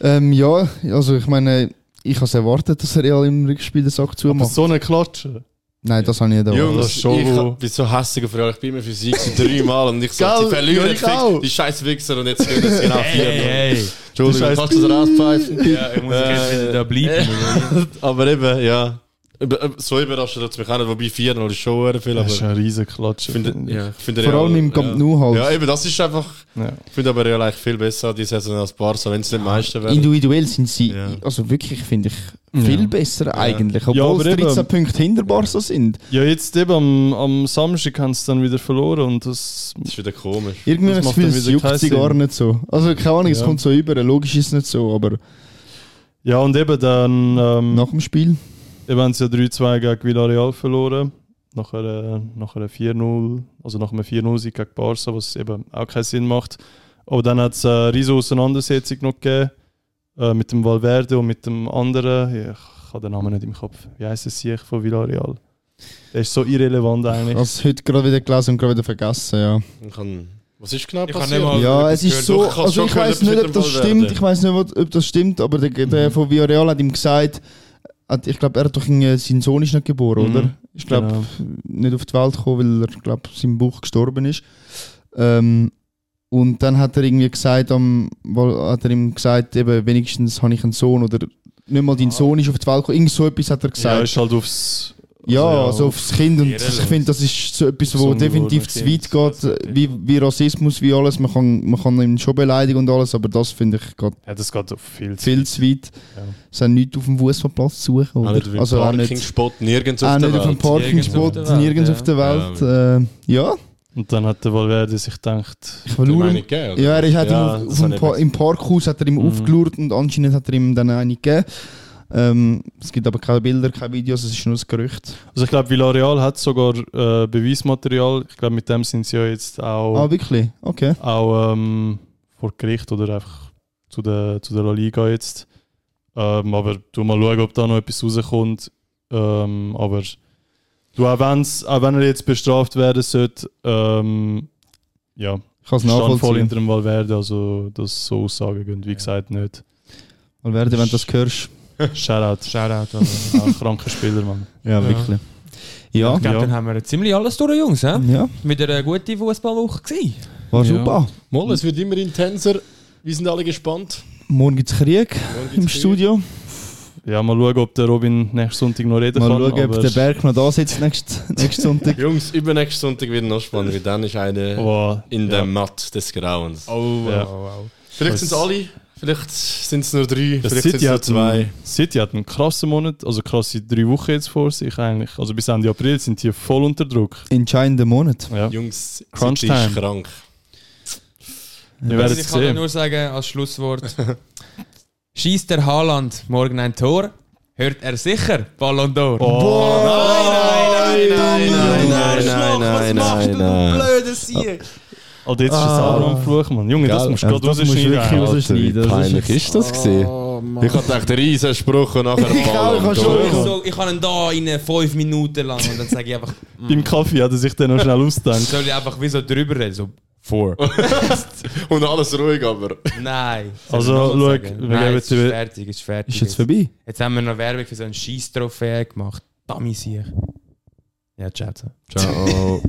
Speaker 6: ähm, ja, also ich meine, ich habe es erwartet, dass er Real im Rückspiel den Sack
Speaker 5: Aber
Speaker 6: zumacht.
Speaker 5: so eine Klatsche.
Speaker 6: Nein, das habe ich nicht
Speaker 5: das
Speaker 6: erwartet.
Speaker 7: Jungs,
Speaker 5: ist
Speaker 7: ich
Speaker 5: schon wohl-
Speaker 7: hab- bin so hässlich auf euch, ich bin mir für sie gewesen, dreimal und ich sag,
Speaker 6: Gell,
Speaker 7: sie verlieren
Speaker 6: ja, ich auch.
Speaker 7: fix, die scheiß Wichser und jetzt gehen es genau vier. Entschuldigung,
Speaker 5: Die scheiß-
Speaker 7: kannst du das rauspfeifen? Äh,
Speaker 4: Ja, ich muss
Speaker 7: Eh,
Speaker 4: jetzt wieder da bleiben.
Speaker 7: aber eben, ja. Über- äh, So überraschend hat es mich auch nicht, wobei 4-0 ist schon verdammt viel, aber
Speaker 5: Das ist
Speaker 7: ich
Speaker 5: eine riesen Klatsche.
Speaker 7: finde, ja, ich finde
Speaker 6: Vor
Speaker 7: Real-
Speaker 6: allem im Camp
Speaker 7: ja.
Speaker 6: Nou halt.
Speaker 7: Ja, eben, das ist einfach,
Speaker 5: Ja.
Speaker 7: ich finde aber Real eigentlich viel besser die Saison als Barca, wenn es nicht Meister wäre.
Speaker 6: Individuell sind sie,
Speaker 7: Ja.
Speaker 6: also wirklich, finde ich, viel
Speaker 5: Ja.
Speaker 6: besser eigentlich. Obwohl
Speaker 5: Ja, aber
Speaker 6: es 13
Speaker 5: eben-
Speaker 6: Punkte hinter Barca sind.
Speaker 5: ja, jetzt eben am, am Samstag haben sie dann wieder verloren und das...
Speaker 7: Das ist wieder komisch.
Speaker 6: Irgendwie
Speaker 5: Das
Speaker 6: habe ich das
Speaker 5: macht
Speaker 6: Gefühl,
Speaker 5: dann
Speaker 6: es
Speaker 5: wieder
Speaker 6: juckt
Speaker 5: keinen
Speaker 6: sie
Speaker 5: Sinn.
Speaker 6: gar nicht so. Also keine Ahnung, es
Speaker 5: Ja. Hm.
Speaker 6: kommt so über, logisch ist es nicht so, aber
Speaker 5: Ja, und eben dann... Ähm,
Speaker 6: nach dem Spiel.
Speaker 5: Eben haben sie ja 3-2 gegen Villarreal verloren. Nach einer, nach einer 4-0, also nach einem 4-0-Sieg gegen Barca, was eben auch keinen Sinn macht. Aber dann hat es eine riesige Auseinandersetzung noch gegeben äh, mit dem Valverde und mit dem anderen. Ich habe den Namen nicht im Kopf. Wie heißt der Sieg von Villarreal? Der ist so irrelevant eigentlich.
Speaker 6: Also heute gerade wieder gelesen und gerade wieder vergessen, ja.
Speaker 7: Ich kann, was ist genau
Speaker 4: Ich kann
Speaker 7: passiert?
Speaker 4: nicht mal-
Speaker 6: Ja,
Speaker 4: ich
Speaker 6: es
Speaker 4: gehört,
Speaker 6: ist so,
Speaker 7: ich hab's
Speaker 6: also
Speaker 7: schon
Speaker 6: ich
Speaker 7: gehört,
Speaker 6: weiß
Speaker 7: ob es
Speaker 6: nicht,
Speaker 7: mit dem
Speaker 6: ob das
Speaker 7: Valverde.
Speaker 6: stimmt, ich weiß nicht, ob ob das stimmt, aber der,
Speaker 5: Hm.
Speaker 6: der von Villarreal hat ihm gesagt, hat, ich glaube, er hat doch irgendwie, sein Sohn ist nicht geboren,
Speaker 5: Mhm.
Speaker 6: oder? Ich glaube,
Speaker 5: Genau.
Speaker 6: nicht auf die Welt gekommen, weil er, glaube sein Buch gestorben ist. Ähm, und dann hat er irgendwie gesagt, am, weil- hat er ihm gesagt, eben, wenigstens habe ich einen Sohn oder nicht mal dein Sohn ist auf die Welt gekommen. Irgend so etwas hat er
Speaker 5: ja,
Speaker 6: gesagt.
Speaker 5: ist halt aufs.
Speaker 6: Ja, also,
Speaker 5: ja,
Speaker 6: aufs Kind. Und
Speaker 4: Irrelevant.
Speaker 6: ich finde, das ist so etwas, wo
Speaker 5: Besonders
Speaker 6: definitiv
Speaker 5: wurde
Speaker 6: zu weit
Speaker 5: Kind.
Speaker 6: geht, wie, wie Rassismus, wie alles. Man kann, man kann ihn schon beleidigen und alles, aber das finde ich geht
Speaker 5: ja, das geht auf viel zu.
Speaker 6: viel zu weit.
Speaker 5: Ja.
Speaker 6: Es hat nichts auf dem Fußballplatz zu suchen.
Speaker 7: Auch
Speaker 6: Oder?
Speaker 7: nicht auf dem
Speaker 6: Also auch nicht,
Speaker 7: Parking-Spot, nirgends
Speaker 6: auch
Speaker 7: auf der
Speaker 6: nicht auf dem
Speaker 7: Welt.
Speaker 6: Parkingspot,
Speaker 4: Nirgends auf der Welt,
Speaker 6: nirgends
Speaker 4: ja.
Speaker 6: auf der Welt. Äh, ja.
Speaker 5: Und dann hat der Valverde sich gedacht,
Speaker 6: Ich
Speaker 7: Die
Speaker 6: verlor
Speaker 7: Meinung
Speaker 6: ihm.
Speaker 7: gegeben, oder?
Speaker 6: Ja, er hat
Speaker 5: Ja,
Speaker 6: ihm auf,
Speaker 7: das
Speaker 6: auf
Speaker 7: hab
Speaker 6: dem
Speaker 7: ich
Speaker 6: pa
Speaker 7: gewusst.
Speaker 6: im Parkhaus hat er ihm aufgelurrt und anscheinend hat er ihm dann eine gegeben. Ähm, es gibt aber keine Bilder, keine Videos, es ist nur ein Gerücht.
Speaker 5: also ich glaube, Villarreal hat sogar äh, Beweismaterial. Ich glaube, mit dem sind sie ja jetzt auch.
Speaker 6: Ah, wirklich? Okay.
Speaker 5: auch ähm, vor Gericht oder einfach zu der, zu der La Liga jetzt. Ähm, aber du mal schauen, ob da noch etwas rauskommt. Ähm, aber du, auch, wenn's, auch wenn er jetzt bestraft werden sollte, ähm, ja,
Speaker 6: Ich kann es
Speaker 5: stand voll hinter
Speaker 6: nachvollziehen.
Speaker 5: dem Valverde, also dass so Aussagen gehen, wie gesagt, nicht.
Speaker 6: Valverde, wenn du das hörst,
Speaker 5: Shoutout.
Speaker 4: Shoutout.
Speaker 5: Ja, kranker Spieler, Mann.
Speaker 6: Ja, wirklich. Ja,
Speaker 4: Ich glaube,
Speaker 5: Ja.
Speaker 4: dann haben wir ziemlich alles durch, Jungs. He?
Speaker 6: ja.
Speaker 4: Mit einer guten Fußballwoche gewesen.
Speaker 6: war
Speaker 7: Ja.
Speaker 6: super.
Speaker 7: Moll, es wird immer intenser. Wir sind alle gespannt.
Speaker 6: Morgen gibt es Krieg
Speaker 7: gibt's
Speaker 6: im
Speaker 7: Krieg.
Speaker 6: Studio.
Speaker 5: Ja, mal schauen, ob der Robin nächsten Sonntag noch reden
Speaker 6: Mal
Speaker 5: kann.
Speaker 6: schauen, ob
Speaker 5: aber-
Speaker 6: der Berg noch da sitzt nächsten nächsten Sonntag.
Speaker 7: Jungs, übernächsten Sonntag wird noch spannend, weil dann ist eine
Speaker 5: Oh,
Speaker 7: in
Speaker 5: ja.
Speaker 7: der Matt des Grauens.
Speaker 4: Oh,
Speaker 5: Ja.
Speaker 4: wow.
Speaker 7: Vielleicht sind es alle, vielleicht sind es nur drei,
Speaker 5: Das
Speaker 7: vielleicht sind es
Speaker 5: City,
Speaker 7: nur
Speaker 5: hat
Speaker 7: zwei.
Speaker 5: einen, City hat einen krassen Monat, also krasse drei Wochen jetzt vor sich eigentlich. Also bis Ende April sind die voll unter Druck.
Speaker 6: Entscheidender Monat.
Speaker 5: Ja.
Speaker 7: Jungs,
Speaker 5: Crunch
Speaker 7: City ist
Speaker 5: Time.
Speaker 7: krank.
Speaker 5: Wir werden
Speaker 4: Also ich
Speaker 5: es
Speaker 4: kann
Speaker 5: sehen.
Speaker 4: nur sagen, als Schlusswort: Schießt der Haaland morgen ein Tor, hört er sicher Ballon d'Or.
Speaker 5: Oh,
Speaker 7: Oh, Nein, nein, nein, nein, nein, nein, nein, nein.
Speaker 4: blödes Sieg?
Speaker 5: Alter, jetzt ist es auch noch ein Fluch, Mann. Junge, das
Speaker 7: Geil.
Speaker 5: musst du gerade
Speaker 6: Ah. das musst du wirklich
Speaker 5: rausschneiden.
Speaker 6: raus-
Speaker 7: Alter, wie
Speaker 6: Das ist
Speaker 7: peinlich
Speaker 6: jetzt-
Speaker 7: ist das gesehen? ich hatte echt einen riesen Spruch und nachher
Speaker 6: Ich auch, ich
Speaker 7: Ballon
Speaker 6: hab
Speaker 7: durch.
Speaker 6: schon-
Speaker 4: So, ich habe ihn da in fünf Minuten lang und dann sage ich einfach,
Speaker 5: Beim Kaffee hat er sich dann noch schnell ausgedacht.
Speaker 4: soll ich einfach wie so drüber reden? So, four.
Speaker 7: Und alles ruhig, aber...
Speaker 4: Nein.
Speaker 5: Also,
Speaker 4: Soll ich noch
Speaker 5: schau,
Speaker 4: sagen?
Speaker 5: wir
Speaker 4: Nein,
Speaker 5: geben
Speaker 4: es ist
Speaker 5: dir-
Speaker 4: fertig, es ist fertig.
Speaker 6: Ist jetzt vorbei?
Speaker 4: Jetzt haben wir noch Werbung für so einen Scheiss-Trophäe gemacht. Dummy sich. Ja, ciao. zusammen.
Speaker 7: Ciao.